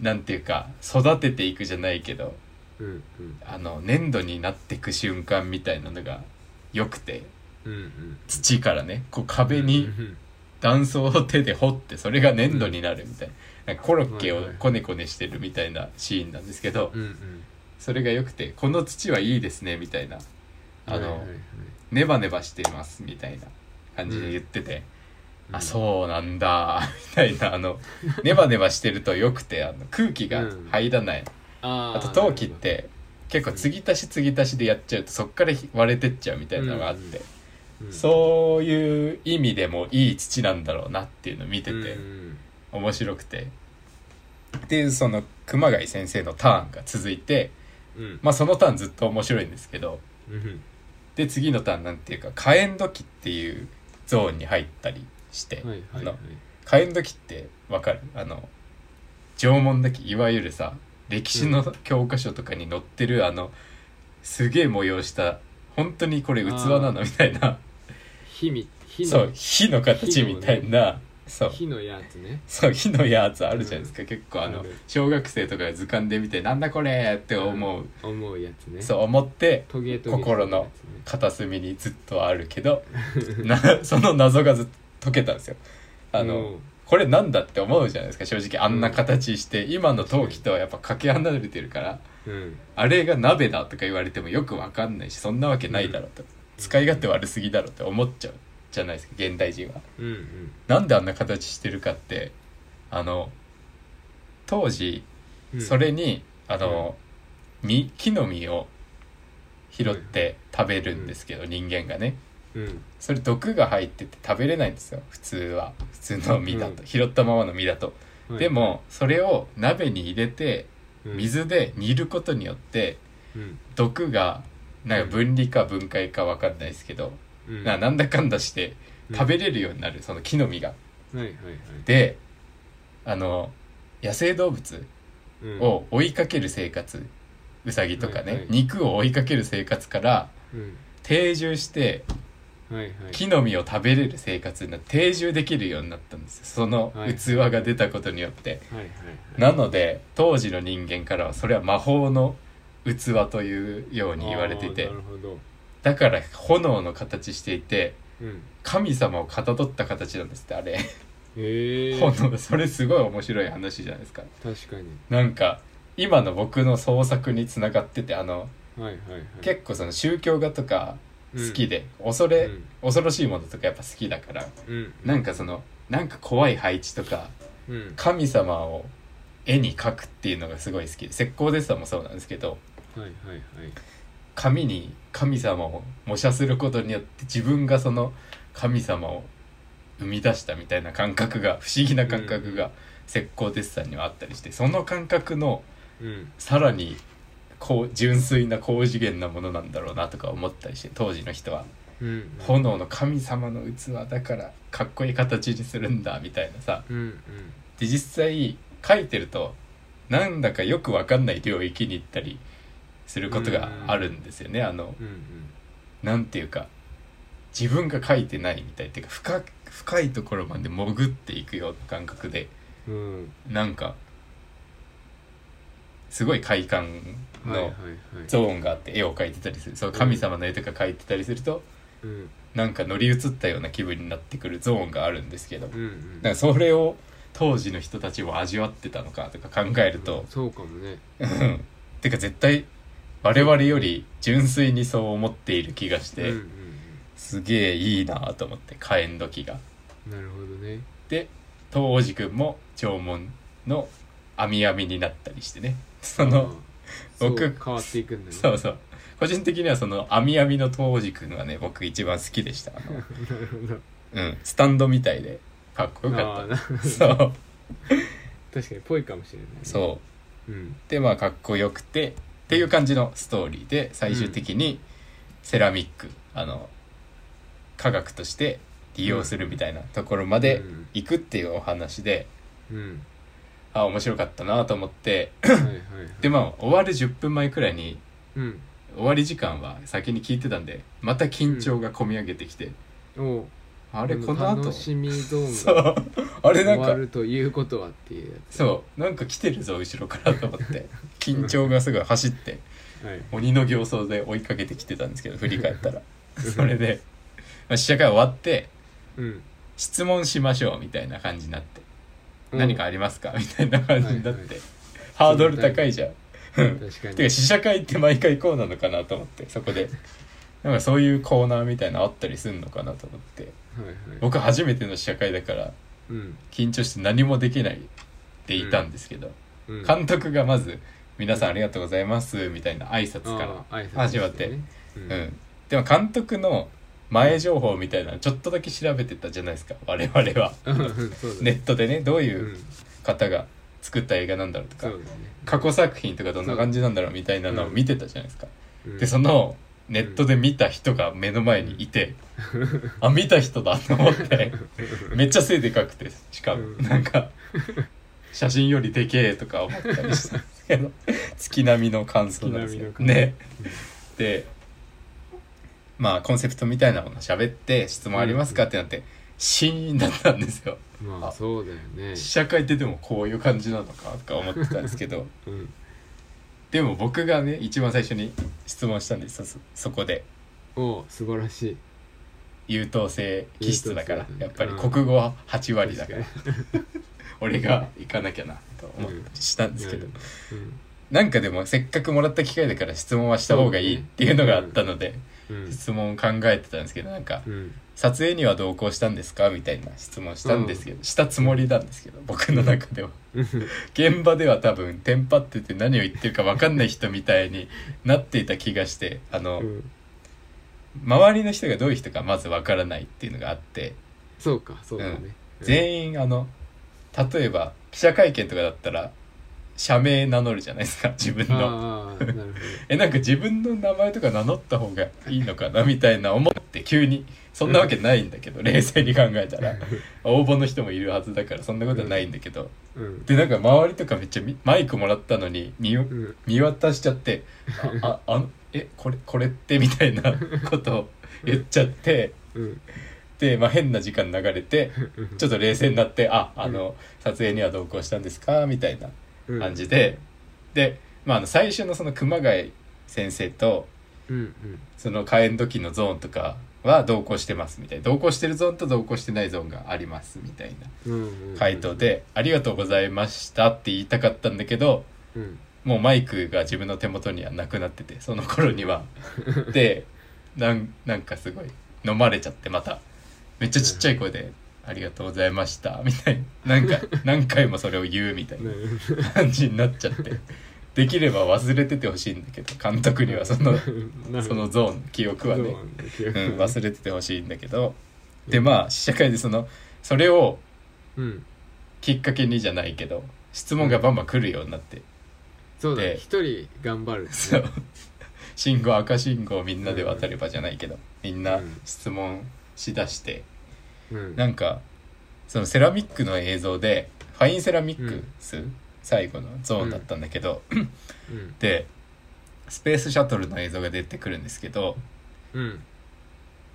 A: なんていうか育てていくじゃないけど
B: うんうん
A: あの粘土になってく瞬間みたいなのが良くて
B: うんうん
A: 土からねこう壁に
B: うん
A: 断層を手で掘ってそれが粘土になるみたいななんかコロッケ
B: は
A: を
B: いはい
A: こねこねしてるみたいなシーンなんですけど
B: うんうん
A: それが良くて「この土はいいですね」みたいな「あ
B: はい
A: の
B: はいはい
A: ネバネバしています」みたいな感じで言ってて「
B: うん
A: あそうなんだ」みたいなあのネバネバしてると良くてあの空気が入らない
B: あ
A: あと陶器って結構継ぎ足し継ぎ足しでやっちゃうとそっから割れてっちゃうみたいなのがあっ
B: うん
A: て
B: う
A: そういう意味でもいい土なんだろうなっていうのを見てて
B: ん
A: 面白くてでその熊谷先生のターンが続いて
B: うん
A: まあそのターンずっと面白いんですけど
B: うん
A: で次のターンなんていうか火炎土器っていうゾーンに入ったりして、
B: はいは
A: あ
B: い
A: の
B: はい
A: 火炎土器ってわかるあの縄文土器いわゆるさ歴史の教科書とかに載ってる、あのすげえ模様した本当にこれ器なのみたいな
B: 火み火
A: そ
B: の
A: う火の形みたいな、そう
B: 火のやつね
A: そう火のやつあるじゃないですか、結構あ
B: あ
A: の
B: る
A: 小学生とかが図鑑で見てなんだこれって思う、
B: 思うやつね
A: そう思って
B: トゲトゲ
A: 心の片隅にずっとあるけど なその謎がずっと解けたんですよあの、これなんだって思うじゃないですか正直あんな形して、今の陶器とはやっぱかけ離れてるから
B: うんうん
A: あれが鍋だとか言われてもよくわかんないしそんなわけないだろうと、使い勝手悪すぎだろうって思っちゃうじゃないですか現代人は。
B: うんうん
A: なんであんな形してるかってあの当時
B: うん
A: それに、あの、実木の実を拾って食べるんですけど、人間がね
B: うん
A: それ毒が入ってて食べれないんですよ普通は普通の実だと、
B: うん
A: 拾ったままの実だと、
B: はい
A: でもそれを鍋に入れて
B: うん
A: 水で煮ることによって
B: うん
A: 毒がなんか分離か分解か分かんないですけど、
B: うん
A: ななんだかんだして
B: うん
A: 食べれるようになる、その木の実が。
B: はいはいはい
A: であの野生動物
B: うん
A: を追いかける生活ウサギとかね、
B: はいはい
A: 肉を追いかける生活から
B: うん
A: 定住して
B: はいはい
A: 木の実を食べれる生活になって定住できるようになったんですよその
B: はい
A: 器が出たことによって、
B: はいはい
A: なので当時の人間からはそれは魔法の器というように言われてい
B: あ
A: て
B: ーなるほど
A: だから炎の形していて
B: うん
A: 神様をかたどった形なんですってあれ、
B: へえ
A: 炎それすごい面白い話じゃないですか
B: 確かに
A: なんか今の僕の創作につながっててあの
B: はいはいはい
A: 結構その宗教画とか好きで、恐
B: 構
A: れ、恐ろしいものとかやっぱ好きだから
B: うん
A: なんかそのなんか怖い配置とか
B: うん
A: 神様を絵に描くっていうのがすごい好きで石膏デッサンもそうなんですけど
B: はいはいはい
A: 紙に神様を模写することによって自分がその神様を生み出したみたいな感覚が不思議な感覚が石膏デッサンにはあったりしてその感覚の
B: うん
A: さらにこう純粋な高次元なものなんだろうなとか思ったりして当時の人は
B: うん
A: 炎の神様の器だからかっこいい形にするんだみたいなさ
B: うんうん
A: で実際書いてるとなんだかよくわかんない領域に行ったりすることがあるんですよねあの
B: うんうん
A: なんていうか自分が書いてないみたいっていうか深深いところまで潜っていくような感覚で
B: うん
A: なんかすごい快感
B: はいはい
A: の
B: はい
A: ゾーンがあって絵を描いてたりするそう神様の絵とか描いてたりすると
B: うん
A: なんか乗り移ったような気分になってくるゾーンがあるんですけど
B: うんうん
A: なんかそれを当時の人たちも味わってたのかとか考えると
B: そうかもね
A: うんてか絶対我々より純粋にそう思っている気がし
B: うんう
A: て
B: ん
A: すげえいいなと思って火炎時が。
B: うんなるほどね
A: で東く君も縄文の網網になったりしてねその
B: あー
A: 僕
B: そう変わっていくんだね
A: そうそう個人的にはその網網の東く君がね僕一番好きでしたあの
B: なるほど
A: う ん、スタンドみたいでかっこよか
B: あー
A: っ
B: な
A: たそう
B: 確かにぽいかもしれないね
A: そう
B: うん
A: うでまあかっこよくてっていう感じのストーリーで最終的にセラミック、あの科学として利用するみたいなところまで
B: うん
A: 行くっていうお話で、
B: うん
A: あ面白かったなと思って
B: はいはいはい
A: でまあ終わる10分前くらいに
B: うん
A: 終わり時間は先に聞いてたんでまた緊張がこみ上げてきて、
B: おう
A: あれこの後
B: 楽しみゾー
A: そ
B: ンが
A: うあれな
B: 終
A: ん
B: わ
A: か
B: るということはっていうやつ
A: そうなんか来てるぞ後ろからと思って緊張がすごい走って
B: はい
A: 鬼の形相で追いかけてきてたんですけど振り返ったら それで、まあ、試写会終わって
B: うん
A: 質問しましょうみたいな感じになって、
B: うん
A: 何かありますか みたいな感じになって、
B: はいはい
A: ハードル高いじゃん。うん
B: 確かに
A: てか試写会って毎回こうなのかなと思ってそこでなんかそういうコーナーみたいなのあったりするのかなと思って
B: はいはい
A: 僕初めての試写会だから
B: うん
A: 緊張して何もできないでいたんですけど、
B: うん
A: 監督がまず「皆さんありがとうございます」みたいな挨拶から、
B: あー挨拶して
A: 始まって
B: ねう
A: うんん、でも監督の前情報みたいなのちょっとだけ調べてたじゃないですか我々は
B: うんそうだ
A: ネットでねどう
B: う
A: いうん方が作った映画なんだろうと
B: そ
A: か
B: うだね
A: 過去作品とかどんな感じなんだろうみたいなのを見てたじゃないですか
B: うん
A: でそのネットで見た人が目の前にいて、あ見た人だと思ってめっちゃ背でかくてしかも、
B: うん
A: なんか写真よりでけえとか思ったりしたんです けど月並みの感想なんですよ
B: 月並みの感想
A: ね。でまあコンセプトみたいなもの喋って質問ありますかってなって、シーンだったんですよ。
B: まあそうだよね
A: 試写会ってでもこういう感じなのかとか思ってたんですけ ど
B: うん
A: でも僕がね一番最初に質問したんですよそそこで。
B: おう素晴らしい
A: 優等生気質だから
B: 優等生
A: やっぱり
B: うん
A: 国語は8割だから、
B: 確
A: 俺が行かなきゃなと思ったりしたんですけど、
B: にうん
A: なんかでもせっかくもらった機会だから質問はした方がいいっていうのがあったので、
B: うん
A: 質問を考えてたんですけどなんか
B: うん
A: 「撮影には同行したんですか?」みたいな質問したんですけど、したつもりなんですけど僕の中では現場では多分テンパってて何を言ってるか分かんない人みたいになっていた気がしてあの、
B: うん
A: 周りの人がどういう人かまず分からないっていうのがあって。
B: そうかそうだね
A: 全員あの例えば記者会見とかだったら社名名乗るじゃないですか自分の
B: ああなるほど
A: えなんか自分の名前とか名乗った方がいいのかなみたいな思って急にそんなわけないんだけど冷静に考えた ら応募の人もいるはずだからそんなことはないんだけど
B: うん
A: でなんか周りとかめっちゃみマイクもらったのに見よ
B: うん
A: 見渡しちゃってあああのえこれこれってみたいなことを言っちゃって
B: うん
A: で、まあ、変な時間流れて
B: うん
A: ちょっと冷静になって「ああの撮影には同行したんですか?」みたいな感じで、で、まあ、あの最初のその熊谷先生と
B: うんうん
A: その火炎時のゾーンとかは同行してますみたいな同行してるゾーンと同行してないゾーンがありますみたいな
B: うんうん
A: 回答で「ありがとうございました」って言いたかったんだけど
B: うん
A: もうマイクが自分の手元にはなくなっててその頃に は。でなんなんかすごい飲まれちゃってまためっちゃちっちゃい声で「ありがとうございました」みたいななんか 何回もそれを言うみたい
B: ね
A: な感じになっちゃってできれば忘れててほしいんだけど監督にはその
B: なる
A: そ
B: ほど
A: のゾーン記憶はね
B: そう、なんだ
A: う
B: 記
A: ん、
B: 憶はね
A: 忘れててほしいんだけどでまあ試写会でそのそれを
B: うん
A: きっかけにじゃないけど質問がバンバン来るようになって
B: そうだね
A: で
B: 一人頑張る
A: そう信号赤信号みんなで渡ればじゃないけどみんな質問しだして
B: うん
A: なんかそのセラミックの映像でファインセラミックス、最後のゾーンだったんだけど、
B: うん
A: でスペースシャトルの映像が出てくるんですけど
B: うん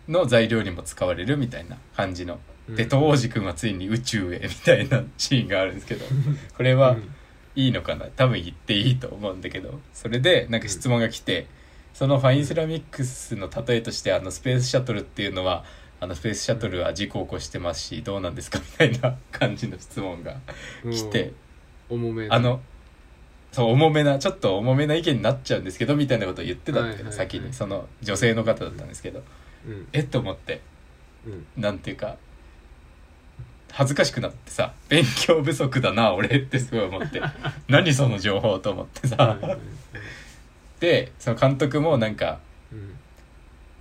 A: の材料にも使われるみたいな感じの、
B: うん
A: で東王子くんはついに宇宙へみたいなシーンがあるんですけどこれは
B: うん
A: いいのかな多分言っていいと思うんだけどそれでなんか質問が来て、そのファインセラミックスの例えとしてあのスペースシャトルっていうのはあのスペースシャトルは事故を起こしてますしどうなんですかみたいな感じの質問が来て
B: 重めだ
A: あのそう重めなちょっと重めな意見になっちゃうんですけどみたいなことを言ってたんだけ
B: はい
A: ど
B: はいはい
A: 先にその女性の方だったんですけど
B: うん
A: えっと思って
B: うん
A: なんていうか恥ずかしくなってさ勉強不足だな俺ってすごい思 って何その情報と思って
B: はいはいは
A: さ
B: い
A: でその監督もなんか
B: うん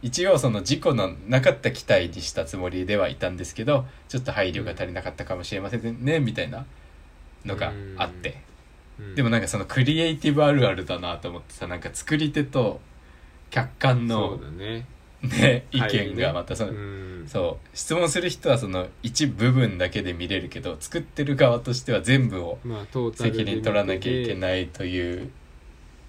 A: 一応その事故のなかった期待にしたつもりではいたんですけどちょっと配慮が足りなかったかもしれませんねみたいなのがあって
B: う ん
A: でもなんかそのクリエイティブあるあるだなと思ってさなんか作り手と客観
B: そう
A: の、
B: だね
A: ね、意
B: はい
A: 見がまたその、
B: うん
A: そう質問する人はその一部分だけで見れるけど作ってる側としては全部を
B: まあトータルで
A: 責任取らなきゃいけ
B: い
A: ないという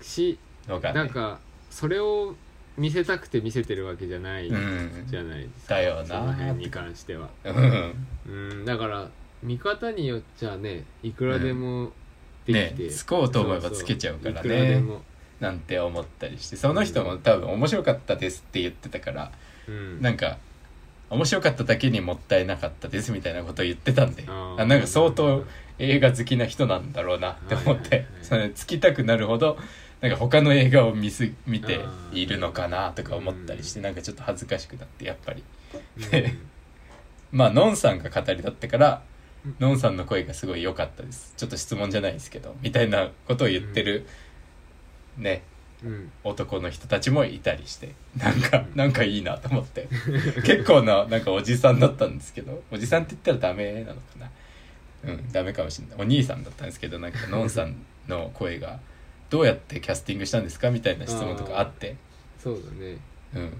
B: し
A: のが、ね、
B: なんかそれを見せたくて見せてるわけじゃない、
A: うん
B: じゃないですか
A: だよな
B: その辺に関しては
A: うん
B: うんだから見方によっちゃねいくらでもできて、
A: ねつこうと思えばつけちゃうからね
B: いくらでも
A: なんて思ったりしてその人も多分面白かったですって言ってたから
B: うん
A: なんか面白かっただけにもったいなかったですみたいなことを言ってたんで
B: あー
A: あなんか相当映画好きな人なんだろうなって思っ
B: はいはいは
A: て
B: い
A: それつきたくなるほどなんか他の映画を見す見て
B: あー
A: いるのかなとか思ったりしてなんかちょっと恥ずかしくなってやっぱり
B: うん
A: まあのんさんが語りだったから
B: うん
A: のんさんの声がすごい良かったですちょっと質問じゃないですけどみたいなことを言ってるね
B: うん
A: 男の人たちもいたりしてなんか
B: うん
A: なんかいいなと思って結構ななんかおじさんだったんですけどおじさんって言ったらダメなのかなうんダメかもしれないお兄さんだったんですけどなんかのんさんの声がどうやってキャスティングしたんですかみたいな質問とかあって
B: そうだね
A: うん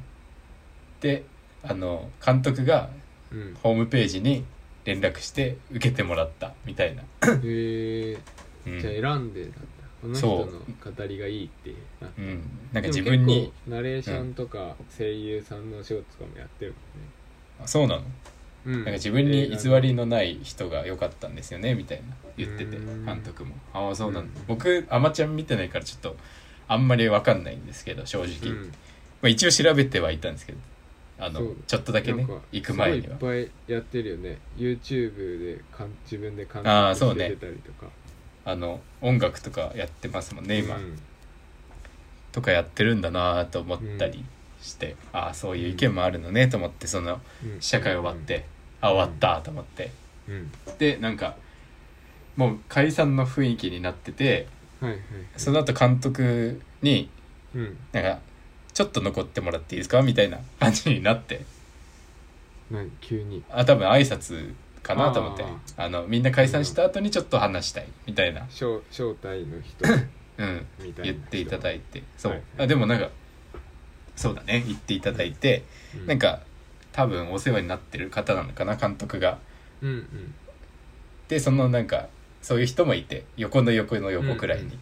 A: であの監督が
B: うん
A: ホームページに連絡して受けてもらったみたいな、
B: へえ
A: うん
B: じゃあ選んでなんだこの人
A: そう
B: の語りがいいってなっ
A: うん、なんか
B: でも
A: 自分に
B: 結構ナレーションとか声優さんのお仕事とかもやってる
A: あそうなの
B: もんね、うん、
A: なんか自分に偽りのない人が良かったんですよねみたいな言ってて
B: うん
A: 監督も「ああそうなんだ
B: うん
A: 僕アマちゃん見てないからちょっとあんまり分かんないんですけど正直、
B: うん
A: まあ、一応調べてはいたんですけどあ
B: そ
A: の
B: う
A: ちょっとだけね
B: なんか
A: 行く前には
B: すごいいっぱいやってるよね YouTube でかん自分で監
A: あー
B: 督
A: そう
B: し
A: ね
B: て出たりとか
A: あの音楽とかやってますもんね今、
B: うん
A: とかやってるんだなと思ったりして、ああそういう意見もあるのねと思ってその
B: うん
A: 社会終わって、あ終わったと思って
B: うん
A: でなんかもう解散の雰囲気になってて
B: はいはい
A: その後監督に
B: うん
A: なんかちょっと残ってもらっていいですかみたいな感じになって
B: 何急に
A: あ多分挨拶かなと思って
B: あ
A: あのみんな解散した後にちょっと話したいみたいな、
B: 招招待 の人
A: うん、
B: みたいな
A: 言っていただ
B: い
A: いてそう、
B: はい
A: あでもなんかそうだね言っていただいて、
B: て、う
A: なんか多分お世話になってる方なのかな監督が。
B: うんうん
A: でそのなんかそういう人もいて横の横の横くらいに、
B: うんうん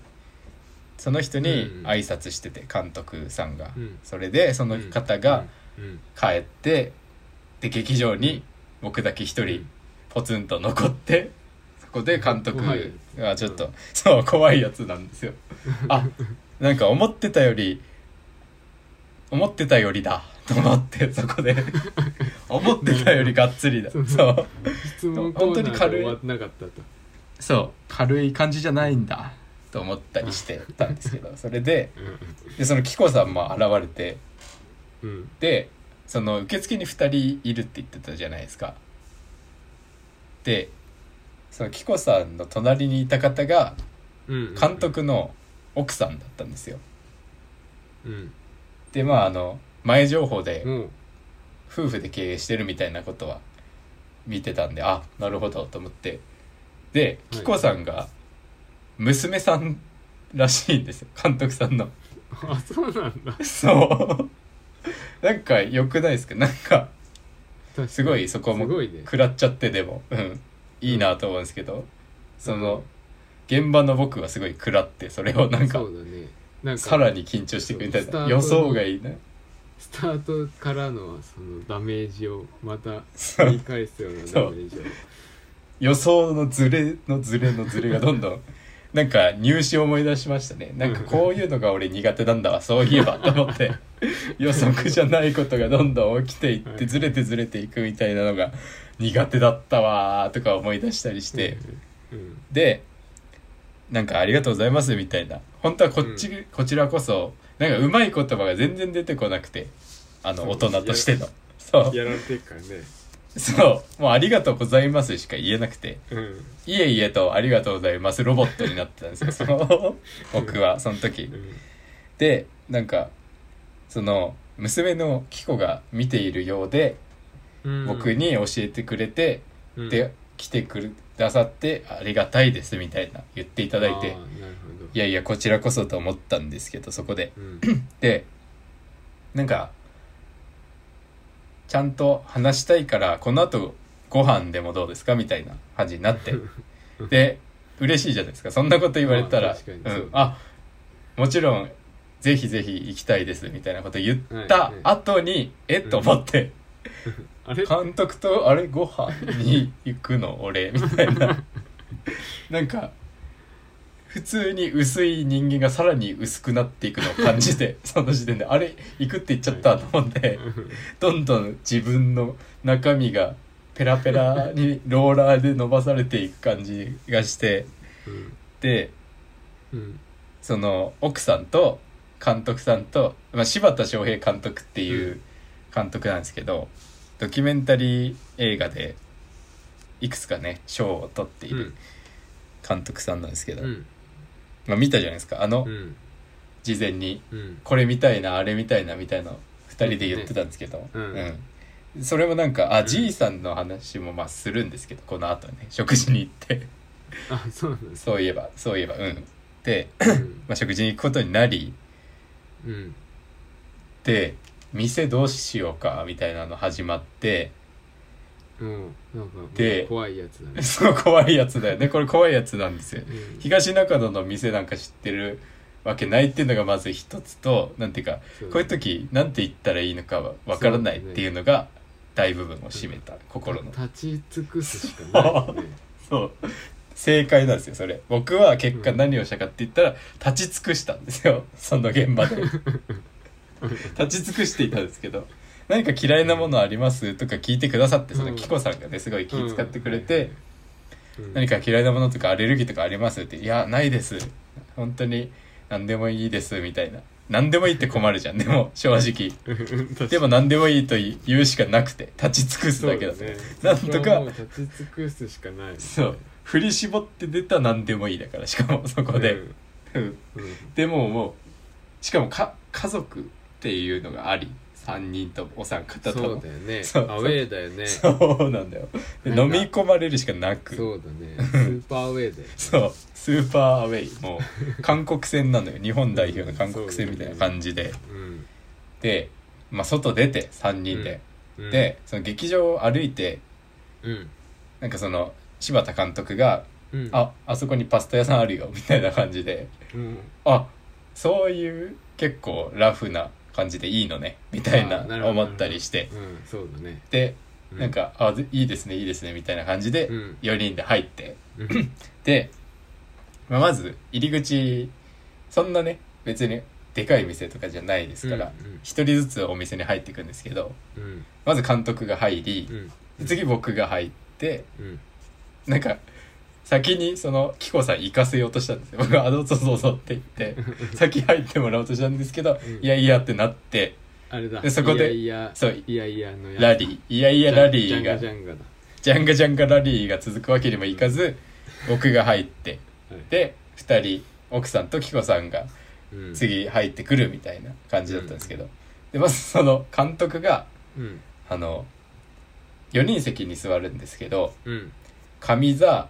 A: その人に
B: うんうん
A: 挨拶してて監督さんが、
B: うん
A: それでその方が
B: うんうん
A: 帰ってで劇場に僕だけ一人ポツンと残ってそこで監督
B: 怖い
A: がちょっと、そう怖いやつなんですよあなんか思ってたより思ってたよりだと思ってそこで思ってたよりがっつりだ
B: そう
A: そう
B: 質問コーナーが終わってなかったと
A: そう軽い感じじゃないんだと思ったりしてたんですけどそれででその紀子さんも現れて
B: うんうん
A: でその受付に2人いるって言ってたじゃないですかでその紀子さんの隣にいた方が
B: うん
A: 監督の奥さんだったんですよ
B: うん
A: でまああの前情報で
B: もう
A: 夫婦で経営してるみたいなことは見てたんであなるほどと思ってで紀子さんが娘さんらしいんですよ監督さんの
B: あそうなんだ
A: そうなんか良くないですかなんかすごいそこも
B: すごいね
A: 食らっちゃってでも、うん、いいなと思うんですけどその現場の僕はすごい食らってそれをなんか
B: そうだねなんか
A: さらに緊張してくれたい
B: そう
A: な予想がいいな
B: スタートからのそのダメージをまた
A: そう
B: 繰り返すようなダメージを
A: 予想のズレのズレのズレがどんどん なんか入試を思い出しましたねなんかこういうのが俺苦手なんだわそういえばと思 って予測じゃないことがどんどん起きていっ
B: は
A: て
B: い
A: ずれてずれていくみたいなのが苦手だったわーとか思い出したりして、
B: うん
A: でなんか「ありがとうございます」みたいな本当はこっち、こちらこそなんかうまい言葉が全然出てこなくてあの
B: そう
A: 大人としてのそう
B: やられてるからね
A: そうもう「ありがとうございます」しか言えなくて。
B: うん
A: いえいえと、ありがとうございます。ロボットになってたんですよ。そ の僕は、その時
B: う。ん
A: で、なんか、その、娘のキコが見ているようで、
B: うん
A: 僕に教えてくれて、
B: うん
A: で、来てくださって、ありがたいです、みたいな言っていただい
B: あ
A: て
B: ー、なるほど
A: いやいや、こちらこそと思ったんですけど、そこで。
B: うん
A: で、なんか、ちゃんと話したいから、この後、ご飯でもどうですかみたいな感じにな って。で嬉しいじゃないですかそんなこと言われた
B: まあ
A: ら
B: 確
A: 「
B: かに
A: う
B: そ
A: ん
B: う
A: あもちろんぜひぜひ行きたいです」みたいなこと言っ
B: は
A: た
B: いはい
A: 後に、えっと思って、
B: あれ
A: 監督と「あれご飯に行くの俺」みたいななんか不普通に薄い人間がさらに薄くなっていくのを感じてその時点であれ行くって言っちゃったと思ってどんどん自分の中身がペラペラにローラーで伸ばされていく感じがしてで
B: うん
A: その奥さんと監督さんと、まあ、柴田翔平監督っていう監督なんですけど、ドキュメンタリー映画でいくつかね賞を取ってい
B: うん
A: る監督さんなんですけど、
B: うん
A: まあ、見たじゃないですかあの
B: うん
A: 事前に
B: うん
A: これ見たいなあれ見たいなみたいな2人で言ってたんですけど、
B: うん
A: うんそれもなんかあ、
B: うん
A: じいさんの話もまあするんですけどこの後ね食事に行って
B: あそうなんです
A: そういえばそういえばうんで、
B: うん
A: まあ、食事に行くことになり
B: うん
A: で店どうしようかみたいなの始まって
B: もうなんかもう
A: で
B: 怖いやつだね
A: その怖いやつだよねこれ怖いやつなんですよ
B: うん
A: 東中野の店なんか知ってるわけないっていうのがまず一つとなんていうか
B: そう
A: こういう時なんて言ったらいいのかはわからないっていうのが大部分を占めた心の
B: 立ち尽くすしかないよね
A: そう正解なんですよそれ僕は結果何をしたかって言ったら立ち尽くしたんですよその現場 で立ち尽くしていたんですけど何か嫌いなものありますとか聞いてくださってその
B: うん
A: キコさんがねすごい気遣ってくれて、
B: うん
A: 何か嫌いなものとかアレルギーとかありますって「いやないです本当に何でもいいです」みたいな何でもいいって困るじゃんでも正直でも何でもいいと言うしかなくて立ち尽くすだけだ
B: そうね
A: なんとか
B: そこはもう立ち尽くすしかない
A: そう振り絞って出た何でもいいだからしかもそこで、うん
B: うんうん
A: でももうしかもか家族っていうのがあり3人ともお三方と
B: そ
A: も
B: うだよね
A: そうそう
B: アウェーだよね
A: そ,、
B: そう
A: なんだよで
B: なん
A: 飲
B: か
A: み込まれるしかなく
B: うだ ねスーパーアウェーだよ
A: そうスーパーアウェイもう韓国戦なのよ日本代表の韓国戦みたいな感じで
B: うん
A: で、まあ、外出て3人で、
B: うん
A: でその劇場を歩いて
B: うん
A: なんかその柴田監督が
B: うん
A: 「ああそこにパスタ屋さんあるよ」みたいな感じで
B: うん
A: 「あそういう結構ラフな感じでいいのね」みたい
B: あ
A: な
B: ーなるほど
A: 思ったりして
B: うんそうだね
A: で
B: う
A: なんか「あでいいですねいいですね」みたいな感じで
B: うん
A: 4人で入って。
B: うん
A: で、まあ、まず入り口そんなね別にでかい店とかじゃないですから
B: うん
A: 一、人ずつお店に入っていくんですけど
B: うん
A: まず監督が入り
B: う、ん
A: 次僕が入って
B: うん
A: なんか先にその紀子さん行かせようとしたんですよ僕は「あどうぞどうぞ」って言って先入ってもらおうとしたんですけど「
B: うん
A: いやいや」ってなって
B: あれだ
A: でそこで
B: いやいや
A: そう
B: いやいやのやつ
A: ラリーいやいやラリーが
B: ジャンガジャンガだ
A: ジャンガジャンガラリーが続くわけにもいかず僕が入って
B: はい
A: で2人奥さんと紀子さんが
B: うん
A: 次入ってくるみたいな感じだったんですけど、でまずその監督が
B: うん
A: あの4人席に座るんですけど
B: うん
A: 上座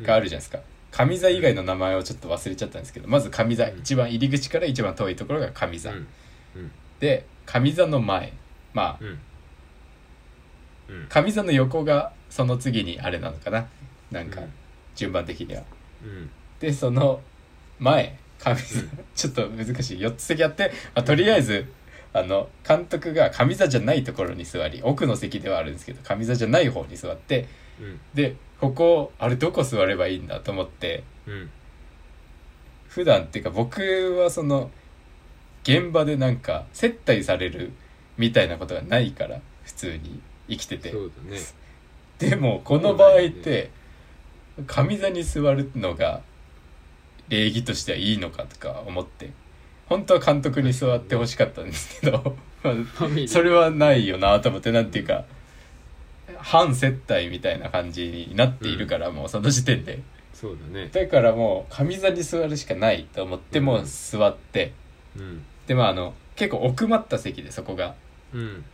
B: うん
A: があるじゃないですか上座以外の名前をちょっと忘れちゃったんですけどまず上座
B: うん
A: 一番入り口から一番遠いところが上座、
B: うんうん
A: で上座の前まあ
B: うんうん
A: 上座の横がその次にあれなのかななんか順番的には
B: うん
A: でその前上座ちょっと難しい4つ席あって、まあ、とりあえずあの監督が上座じゃないところに座り奥の席ではあるんですけど上座じゃない方に座って
B: うん
A: でここあれどこ座ればいいんだと思って
B: うん
A: 普段っていうか僕はその現場でなんか接待されるみたいなことがないから普通に生きてて
B: そうだね
A: でもこの場合って上座に座るのが礼儀としてはいいのかとか思って本当は監督に座ってほしかったんですけどまあ
B: ファミリー
A: それはないよなと思ってなんていうか反接待みたいな感じになっているからもうその時点で
B: そうだね
A: だからもう上座に座るしかないと思ってもう座って
B: うん
A: でまああの結構奥まった席でそこが
B: うん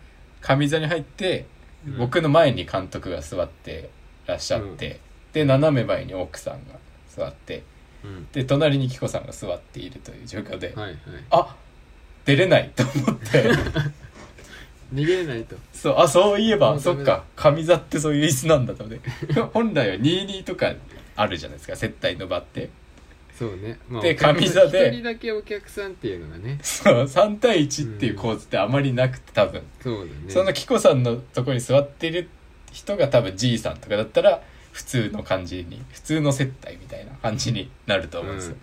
A: 上座に入って
B: うん
A: 僕の前に監督が座ってらっしゃって、で斜め前に奥さんが座って
B: うん
A: で隣に紀子さんが座っているという状況で、
B: はいはい
A: あ出れないと思って
B: 逃げれないと
A: そうあそういえば
B: もう
A: そ
B: ダ
A: っ
B: メ
A: か
B: だ
A: 上座ってそういう椅子なんだと思って 本来は22とかあるじゃないですか接待の場って
B: そうね、ま
A: で
B: お客さん
A: 上座で
B: 一人だけお客さんっていうのがね
A: そう3対1っていう構図ってあまりなくて多分、
B: そうだね
A: その紀子さんのとこに座ってる人が多分じいさんとかだったら普通の感じに普通の接待みたいな感じになると思うんですよ、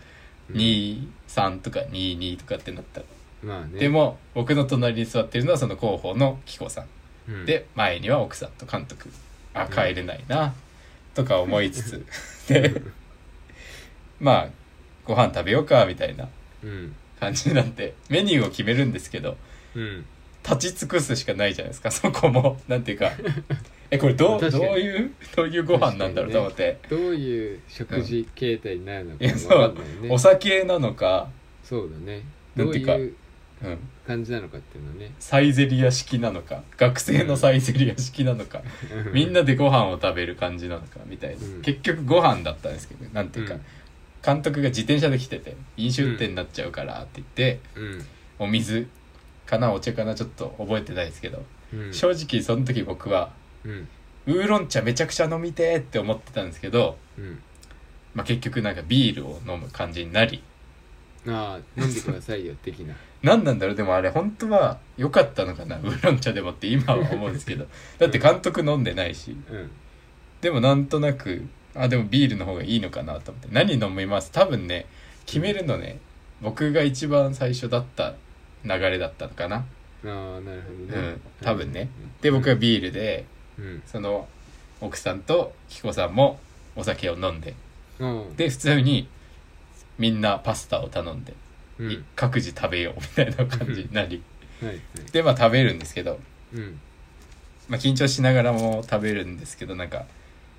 B: う
A: 23とか22とかってなったら、
B: まあね
A: で、も僕の隣に座ってるのはその候補の紀子さん
B: うん、
A: で前には奥さんと監督あ
B: うん
A: 帰れないな、とか思いつつ でまあご飯食べようかみたいな
B: うん
A: 感じになってメニューを決めるんですけど
B: うん
A: 立ち尽くすしかないじゃないですかそこもなんていう かえこれどうどう
B: 確かに
A: いうどういうご飯なんだろうと思って、
B: どういう食事形態になるのか
A: いやそう
B: わかんないね、
A: お酒なのか、
B: そうだね
A: なん
B: どう
A: ていうか
B: いう
A: うん、
B: 感じなのかっていうのね
A: サイゼリヤ式なのか学生のサイゼリヤ式なのかみ んなでご飯を食べる感じなのかみたいな、
B: うん
A: 結局ご飯だったんですけどなんていうか、
B: うん
A: 監督が自転車で来てて飲酒運転になっちゃうからって言って、
B: うん
A: お水かなお茶かなちょっと覚えてないですけど、
B: うん
A: 正直その時僕は
B: うん
A: ウーロン茶めちゃくちゃ飲みてーって思ってたんですけど、
B: うん
A: まあ、結局なんかビールを飲む感じになり
B: ああ飲んでくださいよ的な
A: 何なんだろうでもあれ本当は良かったのかなウ ーロン茶でもって今は思うんですけ どだって監督飲んでないし
B: うん
A: でもなんとなくあでもビールの方がいいのかなと思って何飲みます多分ね決めるのね僕が一番最初だった流れだったのかな
B: ああなるほどね、
A: うん多分ねで僕はビールで
B: うん
A: その奥さんと紀子さんもお酒を飲んで
B: うん
A: で普通にみんなパスタを頼んで、
B: うん
A: い各自食べようみたいな感じになり
B: はいはい
A: でまあ食べるんですけど、
B: うん
A: まあ、緊張しながらも食べるんですけどなんか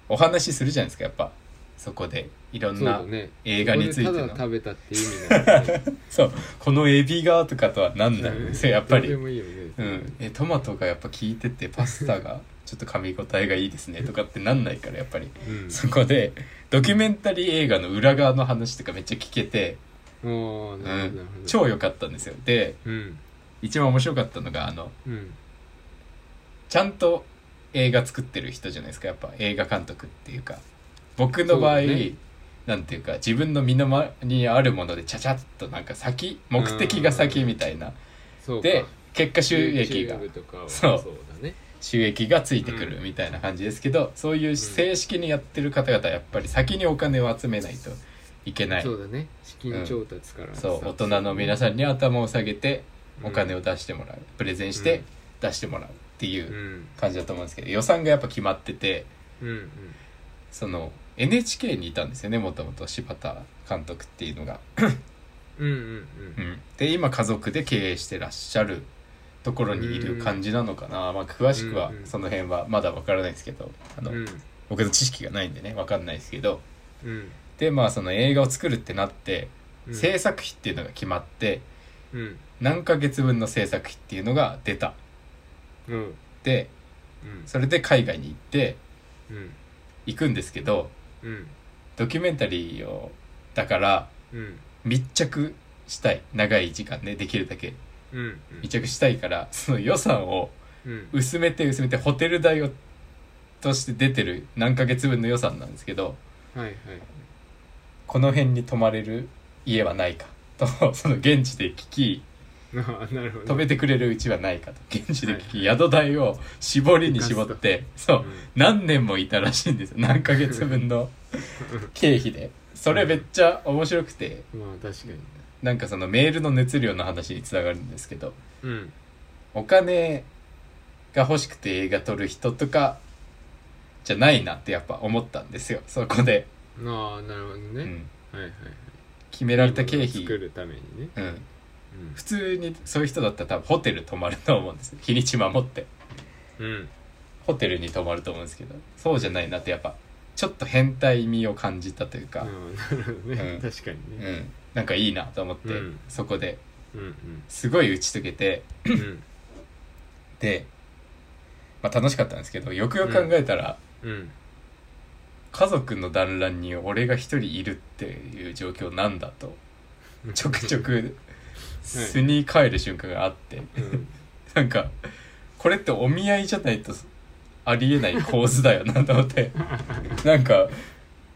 A: お話しするじゃないですかやっぱそこでいろ
B: そ
A: ん
B: う
A: な
B: だね
A: 映画についての
B: そこでただ食べたっていう意味なんだね
A: そうこのエビがとかとはなんだろう
B: う
A: ね
B: ん
A: それやっぱ
B: どうで
A: り、
B: もいいよね
A: うん、えトマトがやっぱ効いててパスタがちょっと噛み応えがいいですねとかってなんないからやっぱり
B: うん
A: そこでドキュメンタリー映画の裏側の話とかめっちゃ聞けて、
B: おー
A: う
B: なるほどなる
A: ん
B: ほど、
A: 超良かったんですよで
B: うん
A: 一番面白かったのがあの
B: うん
A: ちゃんと映画作ってる人じゃないですかやっぱ映画監督っていうか僕の場合、
B: そうだね
A: なんていうか自分の身の回りにあるものでちゃちゃっとなんか先目的が先みたいな
B: そうか
A: で結果収益が
B: YouTube とかは
A: そう
B: そうだね
A: 収益がついてくるみたいな感じですけど、そういう正式にやってる方々はやっぱり先にお金を集めないといけない、
B: そうだね資金調達からさ、
A: そう大人の皆さんに頭を下げて
B: うん
A: お金を出してもらう、プレゼンして出してもらうっていううん感じだと思うんですけど予算がやっぱ決まってて
B: うんうん
A: その NHK にいたんですよねもともと柴田監督っていうのが。
B: うんうん
A: うん、で今家族で経営してらっしゃるところにいる感じなのかな、まあ、詳しくは
B: うんうん
A: その辺はまだわからないですけどあ
B: う
A: の、
B: ん
A: 僕の知識がないんでねわかんないですけど
B: うん
A: でまあその映画を作るってなって、
B: うん
A: 制作費っていうのが決まって
B: うん
A: 何ヶ月分の制作費っていうのが出た
B: うん
A: で
B: うん
A: それで海外に行って
B: うん
A: 行くんですけど
B: うん
A: ドキュメンタリーをだから
B: うん
A: 密着したい長い時間ねできるだけ
B: うん
A: 密着したいからその予算を
B: うん
A: 薄めて薄めてホテル代をとして出てる何ヶ月分の予算なんですけど
B: はいはい
A: この辺に泊まれる家はないかとその現地で聞き
B: ああなるほど
A: 泊めてくれるうちはないかと現地で聞き宿代を絞りに絞ってそう何年もいたらしいんですよ何ヶ月分の経費でそれめっちゃ面白くて
B: うんまあ確かに
A: なんかそのメールの熱量の話につながるんですけど
B: うん
A: お金が欲しくて映画撮る人とかじゃないなってやっぱ思ったんですよそこで、
B: ああなるほど
A: う
B: ね
A: ん、
B: はいはいはい
A: 決められた経
B: いいものを
A: 費、
B: 作るためにね
A: うん、
B: うん
A: 普通にそういう人だったら多分ホテル泊まると思うんです日にち守って
B: うん
A: ホテルに泊まると思うんですけどそうじゃないなってやっぱちょっと変態味を感じたという
B: あ
A: か、
B: ーなるほど
A: う
B: ね
A: ん
B: 確か
A: う
B: に
A: ん
B: ね
A: なんかいいなと思って、
B: うん
A: そこで
B: うん
A: すごい打ち解けて
B: うんうん
A: で、まあ、楽しかったんですけどよくよく考えたら、
B: うん
A: 家族の団らんに俺が一人いるっていう状況なんだとちょくちょく巣に帰る瞬間があって
B: うん
A: なんかこれってお見合いじゃないとありえない構図だよなと思ってなんか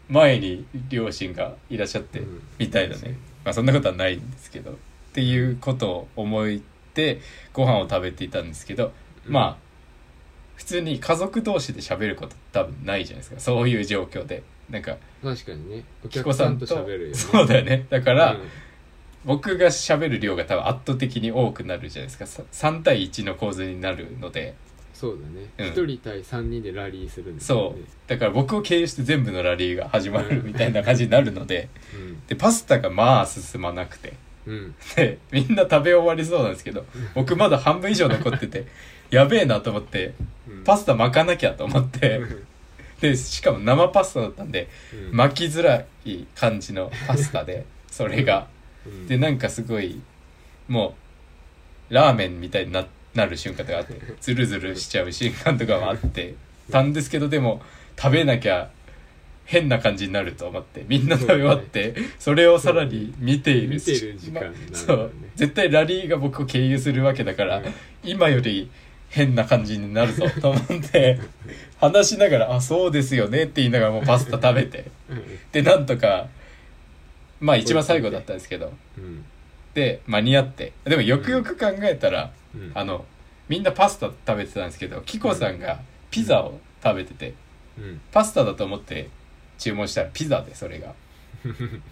A: 前に両親がいらっしゃって
B: うん
A: みたいなねまあそんなことはないんですけどっていうことを思いってご飯を食べていたんですけどまあ普通に家族同士で喋ることって多分ないじゃないですかそういう状況でなんか
B: 確かにねお
A: キ
B: 客
A: コ
B: さ
A: さ
B: ん
A: ん
B: と
A: と
B: 喋るよ、ね、
A: そうだよねだか
B: だ
A: ら、僕が喋る量が多分圧倒的に多くなるじゃないですかさ3対1の構図になるので
B: そうだね
A: うん
B: 一、人対三人でラリーするんだよ
A: そ
B: ね
A: うだから僕を経由して全部のラリーが始まるみたいな感じになるので
B: うん
A: でパスタがまあ進まなくて
B: うん
A: でみんな食べ終わりそうなんですけど僕まだ半分以上残っててやべえなと思って
B: うん
A: パスタ巻かなきゃと思っ
B: う
A: て
B: ん
A: でしかも生パスタだったんで
B: うん
A: 巻きづらい感じのパスタでそれが
B: うん
A: でなんかすごいもうラーメンみたいにななる瞬間とかあってズルズルしちゃう瞬間とかもあってたんですけどでも食べなきゃ変な感じになると思ってみんな食べ終わってそれをさらに見ている
B: 見てる時
A: ま
B: 間なんだよね
A: そう絶対ラリーが僕を経由するわけだから、
B: うん
A: 今より変な感じになるぞと思って話しながら「あそうですよね」って言いながらもうパスタ食べて
B: う
A: でなんとかまあ一番最後だったんですけど
B: ん
A: で間に合ってでもよくよく考えたら、
B: うん
A: あのみんなパスタ食べてたんですけどキコさんがピザを食べてて、
B: うん
A: パスタだと思って注文したらピザでそれ が。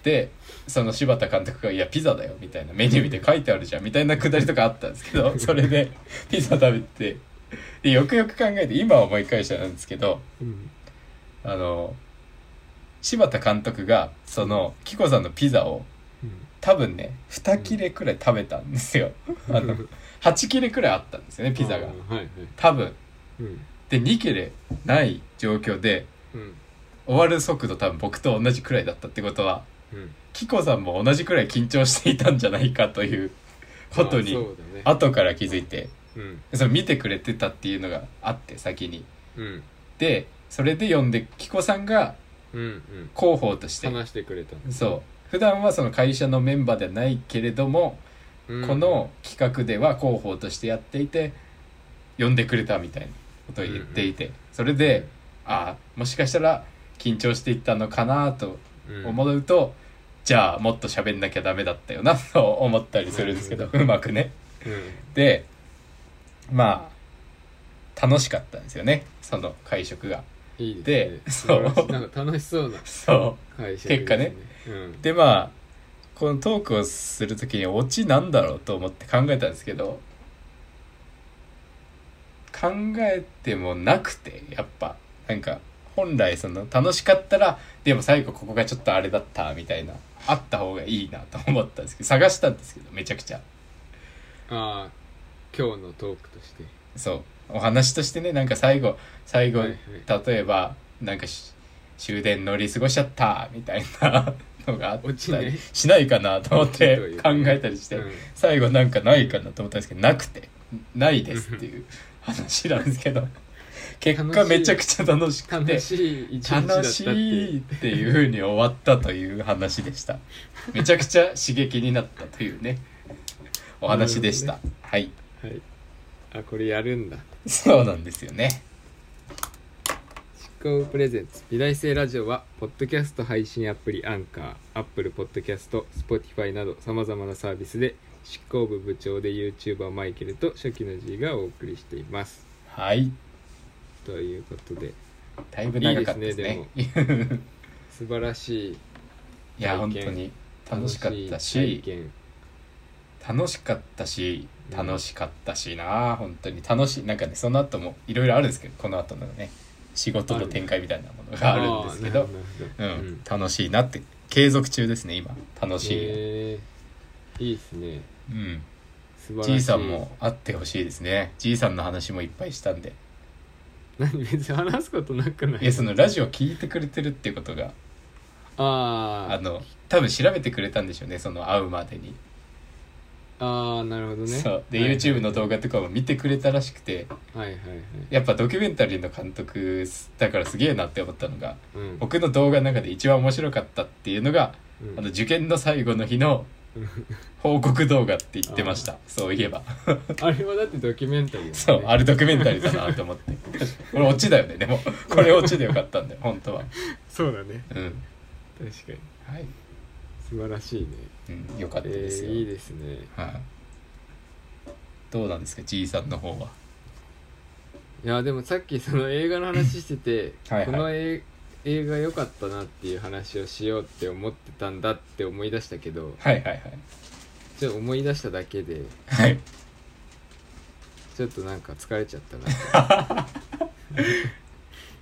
A: でその柴田監督が「いやピザだよ」みたいなメニュー見て書いてあるじゃんみたいなくだりとかあったんですけ どそれでピザ食べてでよくよく考えて今思い返したんですけど
B: うん
A: あの柴田監督がその紀子さんのピザを
B: うん
A: 多分ね2切れくらい食べたんですよあの8切れくらいあったんですよねピザが
B: あーはいはい
A: 多分
B: うん
A: で2切れない状況で
B: うん
A: 終わる速度多分僕と同じくらいだったってことは
B: うん
A: キコさんも同じくらい緊張していたんじゃないかということ
B: あー
A: に
B: そうだね
A: 後から気づいて
B: うん
A: それ見てくれてたっていうのがあって先に
B: うん
A: でそれで読んでキコさんが
B: うんうん
A: 広報として
B: 話してくれたの
A: そう普段はその会社のメンバーではないけれども、
B: うん
A: この企画では広報としてやっていて呼んでくれたみたいなことを言っていて、それでああもしかしたら緊張していったのかなと
B: うん
A: 思うと、じゃあもっと喋んなきゃダメだったよなと思ったりするんですけど、うまくね。
B: うん
A: でまあ楽しかったんですよねその会食が。
B: いいです
A: でそ
B: ね
A: う
B: 素晴らしいなんか楽しそうな
A: そ
B: 会社
A: 結果ね
B: うん
A: うでまあこのトークをする時にオチなんだろうと思って考えたんですけど考えてもなくてやっぱなんか本来その楽しかったらでも最後ここがちょっとあれだったみたいなあった方がいいなと思ったんですけど探したんですけどめちゃくちゃ
B: ああ今日のトークとして
A: そうお話としてねなんか最後最後、
B: はいはい
A: 例えばなんかし終電乗り過ごしちゃったみたいなのがあっ
B: 落ち
A: たり
B: ね
A: しないかなと思っ
B: 落ちとい
A: て
B: う
A: 考
B: かね
A: えたりして、
B: うん
A: 最後なんかないかなと思ったんですけどなくてないですっていう話なんですけど結果めちゃくちゃ楽しくて
B: 楽しい一日だった
A: 楽
B: って
A: し
B: い
A: いうっていうふうに終わったという話でしためちゃくちゃ刺激になったというねお話でし
B: な
A: た、はい
B: はいあこれやるんだ
A: そうなんですよね
B: 執行プレゼンツ美大生ラジオはポッドキャスト配信アプリアンカーアップルポッドキャスト Spotify などさまざまなサービスで執行部部長で YouTuber マイケルと初期の G がお送りしています
A: はい
B: ということで
A: だいぶ長かったですね
B: い素晴らしい
A: いや
B: 体
A: 本
B: 験
A: 当に楽しかったし
B: 楽い体験
A: 楽しかったし
B: うん
A: 楽しかったしな本当に楽しいなんかねその後もいろいろあるんですけどこの後のね仕事の展開みたいなものがあるんですけ
B: あ
A: ど
B: ーなるほ
A: う
B: ど
A: ん、楽しいなって継続中ですね今楽しい、
B: へーいいですね
A: うん
B: 素晴らしい
A: じいさんも会ってほしいですねじいさんの話もいっぱいしたんで
B: 何別に話すことなくない
A: いやそのラジオ聞いてくれてるってことが
B: あー
A: あの多分調べてくれたんでしょうねその会うまでに、
B: あーなるほどね
A: そうで
B: はいはい
A: YouTube の動画とかも見てくれたらしくて
B: はいはいはい
A: やっぱドキュメンタリーの監督だからすげえなって思ったのが
B: うん
A: 僕の動画の中で一番面白かったっていうのが
B: うん
A: あの受験の最後の日の
B: うん
A: 報告動画って言ってましたそういえば
B: あれはだってドキュメンタリーだもんね
A: そうあれドキュメンタリーだなと思ってこれオチだよねでもこれオチでよかったんだよ本当は
B: そうだね
A: うん
B: 確かに
A: はい、
B: 素晴らしいね
A: うん、よかったです
B: え
A: よ、
B: ーいいですね
A: はいどうなんですかじいさんの方はい
B: やでもさっきその映画の話してて
A: はいはい
B: この映映画良かったなっていう話をしようって思ってたんだって思い出したけど
A: はいはい
B: ちょっと思い出しただけで
A: はいはい
B: ちょっとなんか疲れちゃったな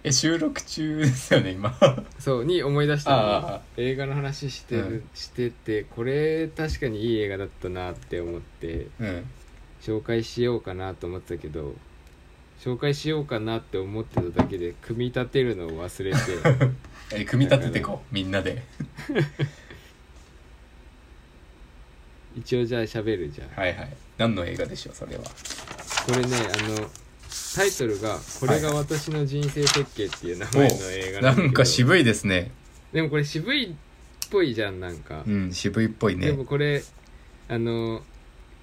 A: え収録中ですよね今
B: そうに思い出した
A: ああ
B: の映画の話してる、
A: うん
B: しててこれ確かにいい映画だったなって思って
A: うん
B: 紹介しようかなと思ってたけど紹介しようかなって思ってただけで組み立てるのを忘れて
A: え組み立ててこうみんなで
B: 一応じゃあ喋るじゃん
A: はいはい何の映画でしょうそれは
B: これねあのタイトルが「これが私の人生設計」っていう名前の映画
A: な
B: だけど
A: んか渋いですね
B: でもこれ渋いっぽいじゃんなんか、
A: うん渋いっぽい
B: で
A: ね
B: もこれあの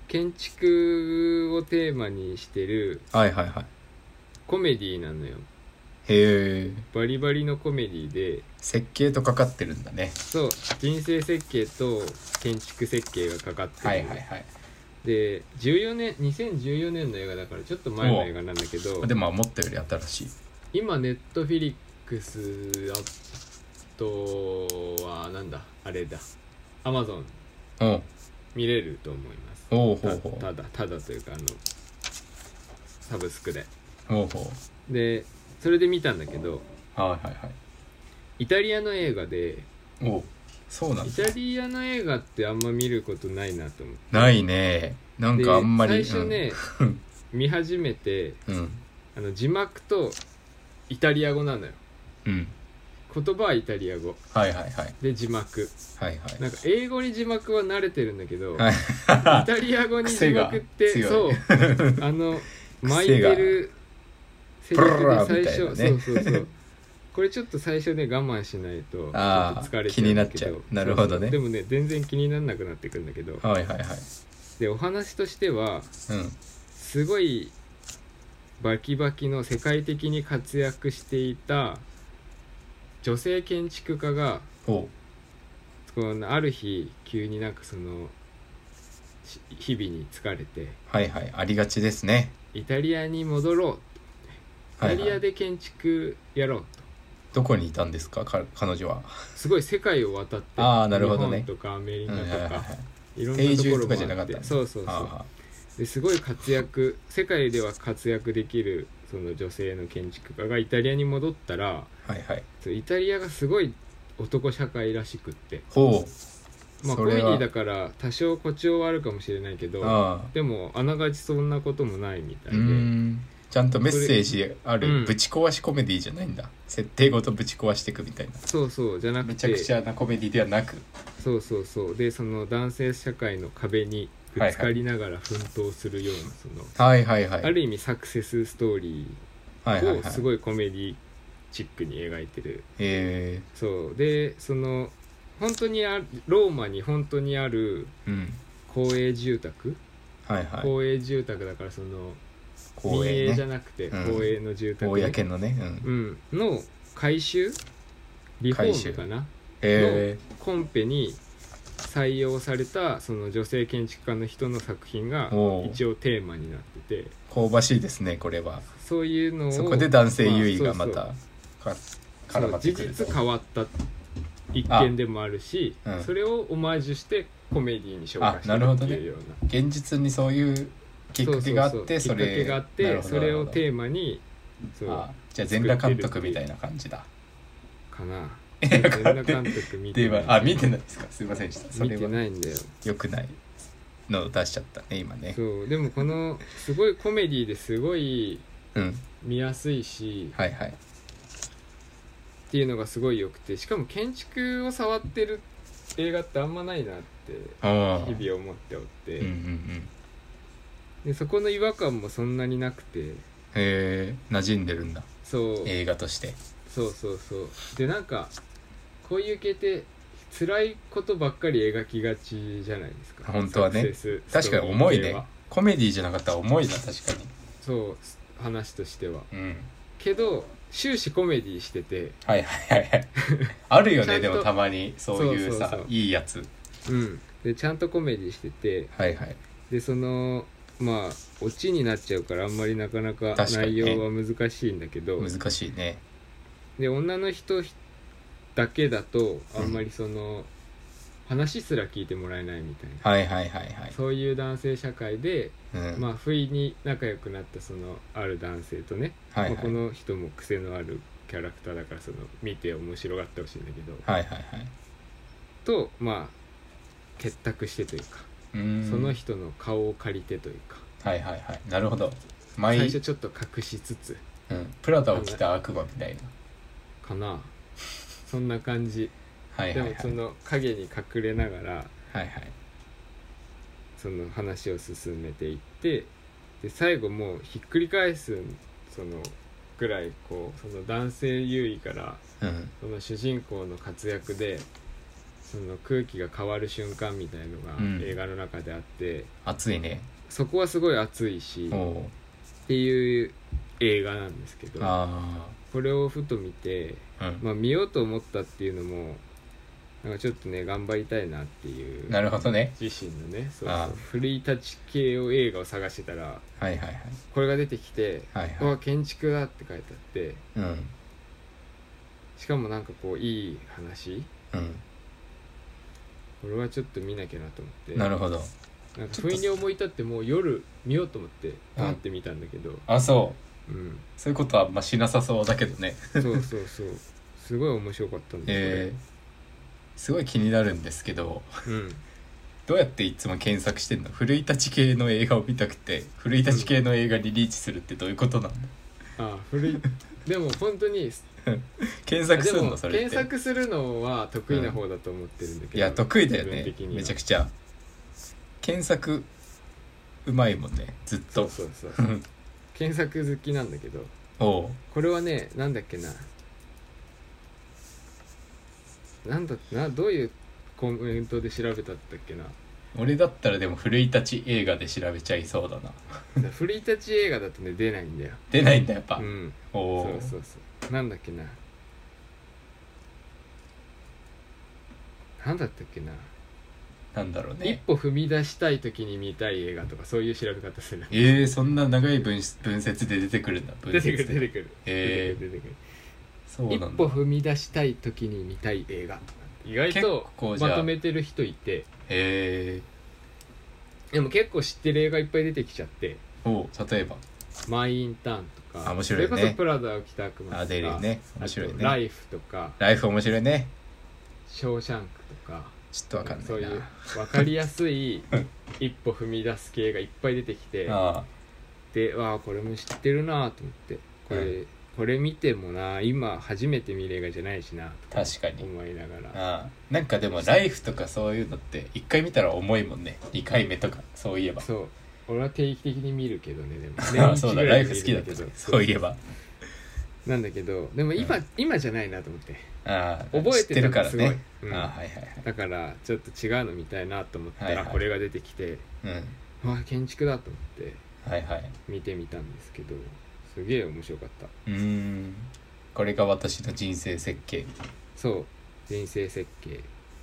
B: 建築をテーマにしてる
A: はいはいはい
B: コメディなのよ
A: へえ
B: バリバリのコメディで
A: 設計とかかってるんだね
B: そう人生設計と建築設計がかかってる、
A: はいはいはい
B: で14年2014年の映画だからちょっと前の映画なんだけど
A: でも思ったより新しい
B: 今ネットフィリックスあとはなんだあれだアマゾン
A: おう
B: 見れると思います
A: おうほ
B: た
A: うほ
B: ただただというかあのサブスクで
A: うおうほ
B: でそれで見たんだけど
A: うはいはいはい
B: イタリアの映画で
A: おうそうなん
B: イ
A: だ
B: タリアの映画ってあんま見ることないなと思って
A: ないねなん
B: で
A: かあんまり
B: 最 初ね、
A: うん
B: 見始めて
A: うんうん
B: あの字幕とイタリア語なのよ
A: うん
B: 言葉はイタリア語
A: はいはいはい
B: で字幕
A: はい
B: なんか英語に字幕は慣れてるんだけど、
A: はい
B: イタリア語に字
A: 癖が
B: 幕って
A: 強
B: そ
A: いう
B: あの巻いてるセ
A: が
B: リフ
A: プルルルみ
B: で最初、
A: たいなね
B: そうそうそうこれちょっと最初ね我慢しないとちょっと
A: あー
B: 疲れ
A: 気になっちゃうなるほどね
B: そうそうでもね全然気にならなくなってくんだけど
A: はいはいはいはい
B: でお話としては
A: うん
B: すごいバキバキの世界的に活躍していた女性建築家が
A: おう
B: このある日急になんかそのし日々に疲れて
A: はいはいありがちですね
B: イタリアに戻ろう
A: は
B: イタ
A: い、
B: リ
A: は
B: ア
A: い、
B: で建築やろうと、
A: どこにいたんですかか彼女は
B: すごい世界を渡って
A: あーなるほどね
B: 日本とかアメリカと
A: うんはいはいは
B: か、
A: い
B: いろんなところもあ
A: 定住とか
B: っ
A: じゃなかった
B: て
A: の
B: そうそうそう
A: あ
B: ですごい活躍世界では活躍できるその女性の建築家がイタリアに戻ったら
A: あはいはい
B: そうイタリアがすごい男社会らしくって
A: ほう
B: まあ
A: そ
B: コメ
A: れ
B: デ
A: は
B: ィだから多少誇張はあるかもしれないけど
A: ああ
B: でもあながちそんなこともないみたいうで、
A: んちゃんとメッセージあ
B: それう
A: る
B: ん
A: ぶち壊しコメディじゃないんだ設定ごとぶち壊していくみたいな
B: そうそうじゃなく
A: め
B: て
A: ちゃくちゃなコメディではなく
B: そうそうそうでその男性社会の壁にぶつかりながら奮闘するような、その
A: はいはいはい
B: ある意味サクセスストーリ
A: はいはい
B: ーを
A: はい
B: すごいコメディチックに描いてる、
A: え
B: そうでその本当にあローマに本当にある
A: ー、うん
B: 公営住宅、
A: はいはい
B: 公営住宅だからその
A: 公
B: 民営
A: 営
B: じゃ
A: ね
B: なくて
A: うん
B: 公営の住宅ね、
A: 公のねうん
B: うん、の改修リフォームかな
A: え
B: コンペに採用されたその女性建築家の人の作品が
A: おう
B: 一応テーマになってて
A: ー、香ばしいですねこれは
B: そういうのを
A: そこで男性優位がま
B: まあそう
A: たか
B: そう
A: 絡まってく
B: そう
A: る
B: 事
A: と
B: 実変わった一見でもあるし
A: あうん
B: それをオマージュしてコメディに紹介し
A: あ
B: て
A: なる
B: る
A: ほ
B: って
A: どね
B: いうような
A: 現実にそういうきっかけがあって
B: そ
A: そ
B: うそうそうきっかけ
A: れ
B: があっ
A: な
B: て
A: るほど
B: それ
A: な
B: を
A: るほど
B: テーマにそう
A: あじゃあ全裸監督みたいな感じだ
B: かな
A: や
B: 全裸監督見
A: で
B: て
A: はあ見てないですかすいませんでしたそ
B: 見
A: れ
B: て
A: は
B: ないんだよ
A: 良くないのを出しちゃったね今ね
B: そうでもこのすごいコメディですごい
A: うん
B: 見やすいし
A: はいはい
B: っていうのがすごい良くてしかも建築を触ってる映画ってあんまないなって
A: ああ
B: 日々思っておって、
A: うんうんうん
B: でそこの違和感もそんなになくて
A: へえ馴染んでるんだ
B: そう
A: 映画として
B: そうそうそうでなんかこういう系って辛いことばっかり描きがちじゃないですか
A: 本当はね
B: サクセス
A: 確かに重い
B: ストーリー系
A: ね
B: は
A: コメディじゃなかったら重いな確か
B: そうす話としては
A: にうん
B: けど終始コメディしてて
A: はいはいはいはい あるよ
B: ちゃ
A: ね
B: んと
A: でもたまにそういう
B: そう
A: さ
B: そうそう
A: いいやつ
B: うんでちゃんとコメディしてて
A: はいはい
B: でそのまあオチになっちゃうからあんまりなかなか
A: 確かに
B: 内
A: ね
B: 容は難しいんだけど、
A: 難しいね
B: で女の人だけだとあんまりその、話すら聞いてもらえないみたいな、
A: はいはいはいはい。
B: そういう男性社会で、
A: うん
B: まあ不意に仲良くなったそのある男性とね、
A: はい
B: ま
A: は
B: あ
A: い
B: この人も癖のあるキャラクターだからその見て面白がってほしいんだけど、
A: はいはいはい。
B: とまあ結託してというか、
A: うーん
B: その人の顔を借りてというか
A: はいはいはい。なるほど。
B: 最
A: 毎
B: 初ちょっと隠しつつ
A: うん、プラダを着た悪魔みたいな。
B: かなそんな感じ
A: はい
B: で
A: はい
B: も
A: はい。
B: その影に隠れながら
A: はいはい。
B: その話を進めていってで最後もうひっくり返すそのぐらいこうその男性優位から
A: うん。
B: その主人公の活躍でその空気が変わる瞬間みたいのが
A: うん
B: 映画の中であって、
A: 熱いね。
B: そこはすごい熱いし
A: お
B: っ
A: お。
B: ていう映画なんですけど
A: あ
B: これをふと見て、
A: あ。うん。
B: まあ、見ようと思ったっていうのもなんかちょっとね頑張りたいなっていう
A: なるほどね。
B: 自身のねそう
A: あ
B: そうフリータッチ系を映画を探してたら
A: はいはい
B: これが出てきて
A: はい。は
B: 「
A: い
B: う
A: は
B: わ
A: い。
B: 建築だ」って書いてあって
A: うん。
B: しかもなんかこういい話
A: う
B: これはちょっと見なきゃなと思って
A: ん。なるほど。
B: なんか不意に思い立ってもう夜見ようと思ってパって見たんだけど、
A: あ、そう。
B: うん、
A: そういうことはあんましなさそうだけどね。
B: そうそうそう すごい面白かったん
A: えー、
B: で
A: すごい気になるんですけど、
B: すよ、うん、
A: どうやっていつも検索してんの古い立ち系の映画を見たくて、古い立ち系の映画にリーチするってどういうことなの
B: あ古いでも本当に
A: 検
B: あ
A: 索
B: です
A: る
B: も
A: のそれ
B: 検
A: って。
B: 索するのは得意な方だと思ってるんだけど、
A: いや、得意だよね
B: 自分的。に
A: めちゃく
B: ち
A: ちゃ。検索、うまいもんね。ずっ
B: そ
A: と
B: う。そうそう検索好きなんだけど
A: おう
B: これはねなんだっけななんだなどういうコメントで調べたったっけな
A: 俺だったらでも古い立ち映画で調べちゃいそうだな。
B: フリータッチ映画だとね出ないんだよ
A: 出ないんだやっぱ。
B: うん
A: おお
B: そうそうそうなんだっけななんだったっけな、
A: なんだろう
B: 一
A: ね。
B: 歩踏み出したい時に見たい映画とかそういう調べ方 する
A: えー、そんな長い文し文節で出てくるんだ。文
B: 出
A: 節
B: て
A: で
B: くる出てくる
A: えー
B: 出てくる
A: そう
B: 出てくる
A: な
B: 一
A: んだ
B: 歩。踏み出したい時に見たい映画意外
A: 結
B: と
A: 構じゃあ
B: まとめてる人いて
A: え
B: でも結構知ってる映画いっぱい出てきちゃって
A: ー、おう例えば。
B: 「マイ・インターン」とか
A: あ面白いね
B: それこそ「プラダを着た悪魔」とか
A: あ、出るよね。面白い
B: あとラ
A: ね。
B: イフ」とか
A: ライフ面白いね。
B: 「ショーシャンク」とか
A: ちょっとわかんな
B: そう
A: い
B: いう
A: な。
B: 分かりやすい一歩踏み出す系がいっぱい出てきて
A: あ
B: でわあこれも知ってるなと思ってこれ、
A: う
B: これ見てもな今初めて見る映画じゃないしな
A: あ、確かに。
B: 思いなが
A: あ
B: ら
A: あなんかでもライフとかそういうのって一回見たら重いもんね2回目とかそういえば
B: そう俺は定期的に見るけど ねでも
A: ああそうだライ
B: 見
A: フ好きだっ
B: るん
A: た
B: けど
A: そういえば
B: なんだけどでも今、
A: う
B: 今じゃないなと思って
A: ああ
B: 覚え
A: 知ってる
B: た
A: か
B: からすごい
A: ね、
B: うん
A: ああはいはいはい
B: だからちょっと違うの見たいなと思ったら、
A: はいはい
B: これが出てきて
A: うん
B: わあ建築だと思って
A: はいはい
B: 見てみたんですけどすげえ面白かった
A: うーんこれが私の人生設計
B: そう人生設計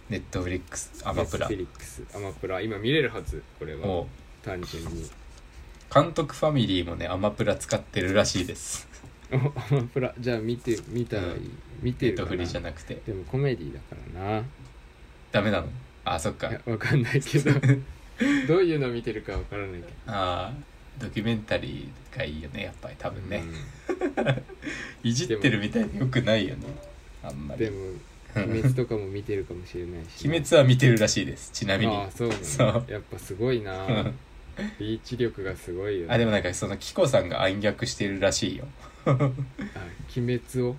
A: ネットフリックスアマプラ
B: フィリックスアマプラ今見れるはずこれは
A: もう
B: 単純に
A: 監督ファミリーもねアマプラ使ってるらしいです
B: おアマプラじゃあ見て見たらいい、
A: うん
B: 見
A: ネ
B: て
A: ッ
B: るか
A: ト
B: な
A: フリじゃなくて
B: でもコメディだからな
A: ダメなのあそっか
B: いやわかんないけ どどういうの見てるかわからないけ
A: ああドキュメンタリーがいいよねやっぱり多
B: ど
A: 分ね、いじってるみたいでよくないよねあん
B: う
A: ま
B: ん
A: り
B: でも鬼滅とかも見てるかもしれないし
A: 鬼滅は見てるらしいですちなみに
B: ああそう
A: そ
B: なん
A: う
B: だやっぱすごいな
A: うん
B: リーチ力がすごいよ、ね、
A: あでもなんかそのキコさんが暗躍してるらしいよ
B: あ鬼滅を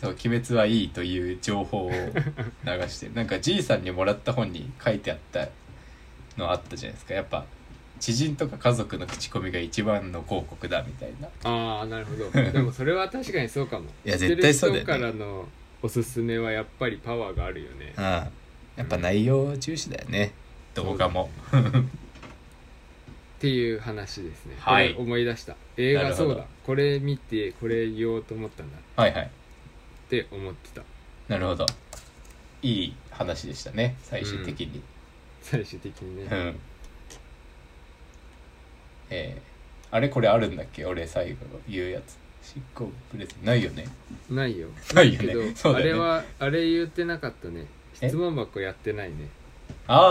A: そう「鬼滅はいい」という情報を流して るなんかじいさんにもらった本に書いてあったのあったじゃないですかやっぱ知人とか家族の口コミが一番の広告だみたいな
B: ああなるほ どでもそれは確かにそうかも
A: いや絶対そうだよね
B: 知ってる人からのおすすめはやっぱりパワーがあるよね
A: うんやっぱ内容重視だよね動画も、
B: っていう話ですね
A: はい
B: これ思い出した映
A: な
B: 画
A: るほど
B: そうだこれ見てこれ言おうと思ったんだっ
A: はいはい
B: て思ってた
A: なるほどいい話でしたね最終的に
B: 最終的に
A: う
B: ね、
A: ん、えーあれこれあるんだっけ俺最後の言うやつ執行プレゼンないよね
B: ないよ
A: ないよね
B: けど、
A: そう
B: あ
A: だよね
B: れはあれ言ってなかったね
A: え
B: 質問箱やってないね
A: あー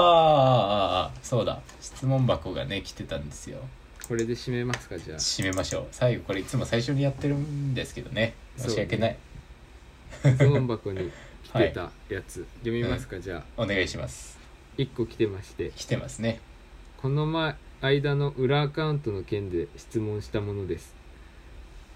A: あーあーそうだ質問箱がね来てたんですよ
B: これで締めますか じゃあ
A: 締めましょう最後これいつも最初にやってるんですけどね申し訳ない、
B: 質問箱に来てたやつ、読みますか、じゃあ
A: お願いします
B: 1個来てまして
A: 来てますね
B: この前間の裏アカウントの件で質問したものです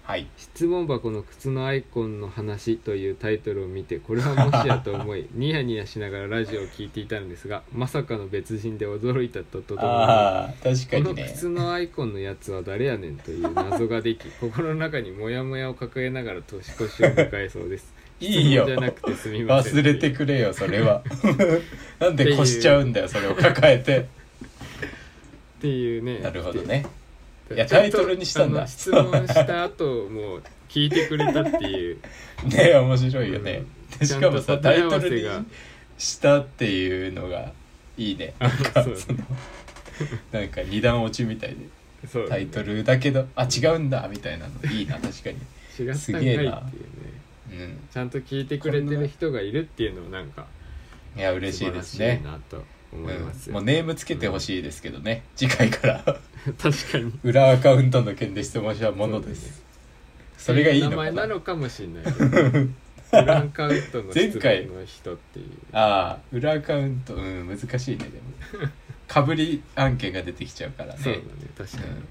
A: はい
B: 質問箱の靴のアイコンの話というタイトルを見てこれはもしやと 思いニヤニヤしながらラジオを聞いていたのですがまさかの別人で驚いたとととも
A: ああ確かに
B: にこの
A: ね
B: 靴のアイコンのやつは誰やねんという謎 ができ心の中にモヤモヤを抱えながら年越しを迎えそうです
A: いいよ
B: 質問じゃなくてすみません
A: 忘れてくれよそれは なんで越しちゃうんだよそれを抱えて
B: っていうね
A: なるほどね
B: ちょっと
A: いやタイトルにしたんだ
B: あの質問した後も聞いてくれたって いう
A: ねえ面白いよね、
B: うん
A: しかもさ
B: ちゃ
A: タ
B: ん
A: イ
B: と答え合
A: ト
B: わせが
A: ルにしたっていうのがいいね
B: あ
A: なんか
B: そ う
A: そのなんか二段落ちみたいで
B: そう
A: タイトルだけどあ違うんだみたいなのいいな確かに
B: 違ったんかいって
A: す
B: いう
A: げえ
B: ね
A: なうん
B: ちゃんと聞いてくれてる人がいるっていうのもなんか
A: いや嬉しいですね
B: 素晴らしいなと
A: うん
B: 思いますよ、
A: もうネームつけてほしいですけどね、次回から
B: 確かに
A: 裏アカウントの件で質問したものですそれがいいの
B: 名
A: か
B: 前
A: な
B: なのかもしれないけどフランカウントの
A: 前
B: 質
A: 回
B: 問の人っていう
A: ああ裏アカウントうん難しいねでもかぶり案件が出てきちゃうからね
B: そうだね確かに、
A: うん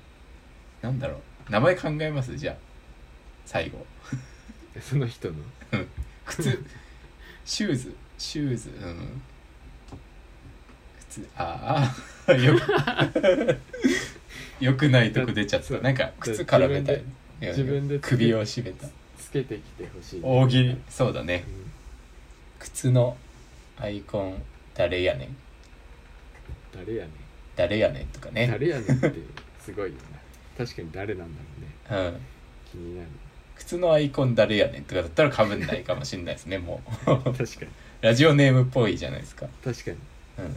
A: なんだろう名前考えますじゃあ最後
B: その人の
A: 靴シューズシューズうん靴ああよく よくないとこ出ちゃっ
B: そ
A: た
B: う
A: なんか靴絡めたいいや
B: 自分で
A: 首を絞めた
B: つけてきてほしい
A: 大喜
B: う
A: 利
B: ん
A: そうだね靴のアイコン誰やねん
B: 誰やねん
A: 誰やねんとかね
B: 誰やねんってすごいよな確かに誰なんだろうね
A: うん
B: 気になる
A: 靴のアイコン誰やねんとかだったらかぶんないかもしれないですねもう
B: 確かに
A: ラジオネームっぽいじゃないですか
B: 確か
A: うん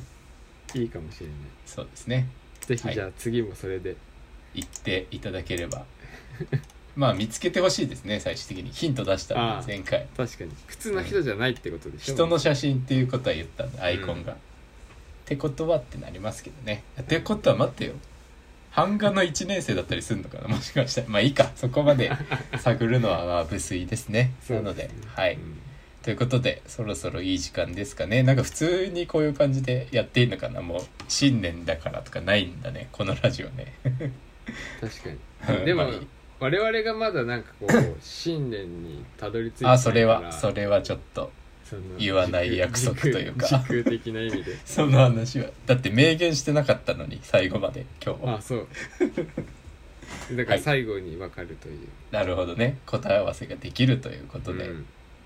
B: にいいかもしれない
A: そうですね
B: ぜひ
A: はい
B: じゃあ次もそれで、
A: 行っていただければ まあ見つけてほしいですね最終的にヒント出した
B: あ
A: ん
B: あ
A: で前回
B: 確かに靴の人じゃないってことでしょ
A: 人の写真っていうことは言ったんでアイコンが、ってことはってなりますけどねってことは待ってよ版画の1年生だったりするのかなもしかしたらまあいいかそこ まで探るのはまあ無粋ですね
B: そう
A: なので
B: ですね
A: はい、
B: うん
A: ということでそろそろいい時間ですかねなんか普通にこういう感じでやっていいのかなもう新年だからとかないんだねこのラジオね
B: 確かに
A: うん
B: でも
A: まあいい
B: 我々がまだなんかこ う信念にたどり着いてな
A: あ
B: いから
A: それはそれはちょっと
B: その
A: 言わない約束というか
B: 時空時空的な意 味で
A: その話はだって明言してなかったのに最後まで今日は
B: あ そうだから最後に分かるという、
A: なるほどね答え合わせができるということで、
B: うん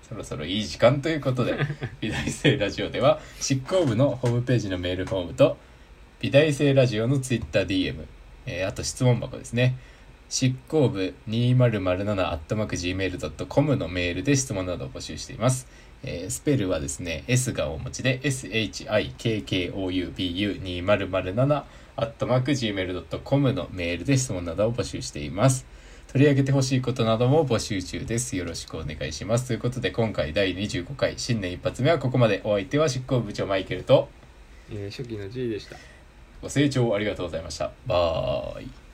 A: そろそろいい時間ということで美大生ラジオでは執行部のホームページのメールフォームと美大生ラジオの TwitterDM、えーあと質問箱ですね執行部 2007-gmail.com のメールで質問などを募集しています、えースペルはですね S が大文字で SHIKKOUBU2007-gmail.com のメールで質問などを募集しています取り上げてほしいことなども募集中です。よろしくお願いします。ということで、今回第25回新年一発目はここまで。お相手は執行部長マイケルと、
B: えー初期の G でした
A: ご清聴ありがとうございました。バーイ。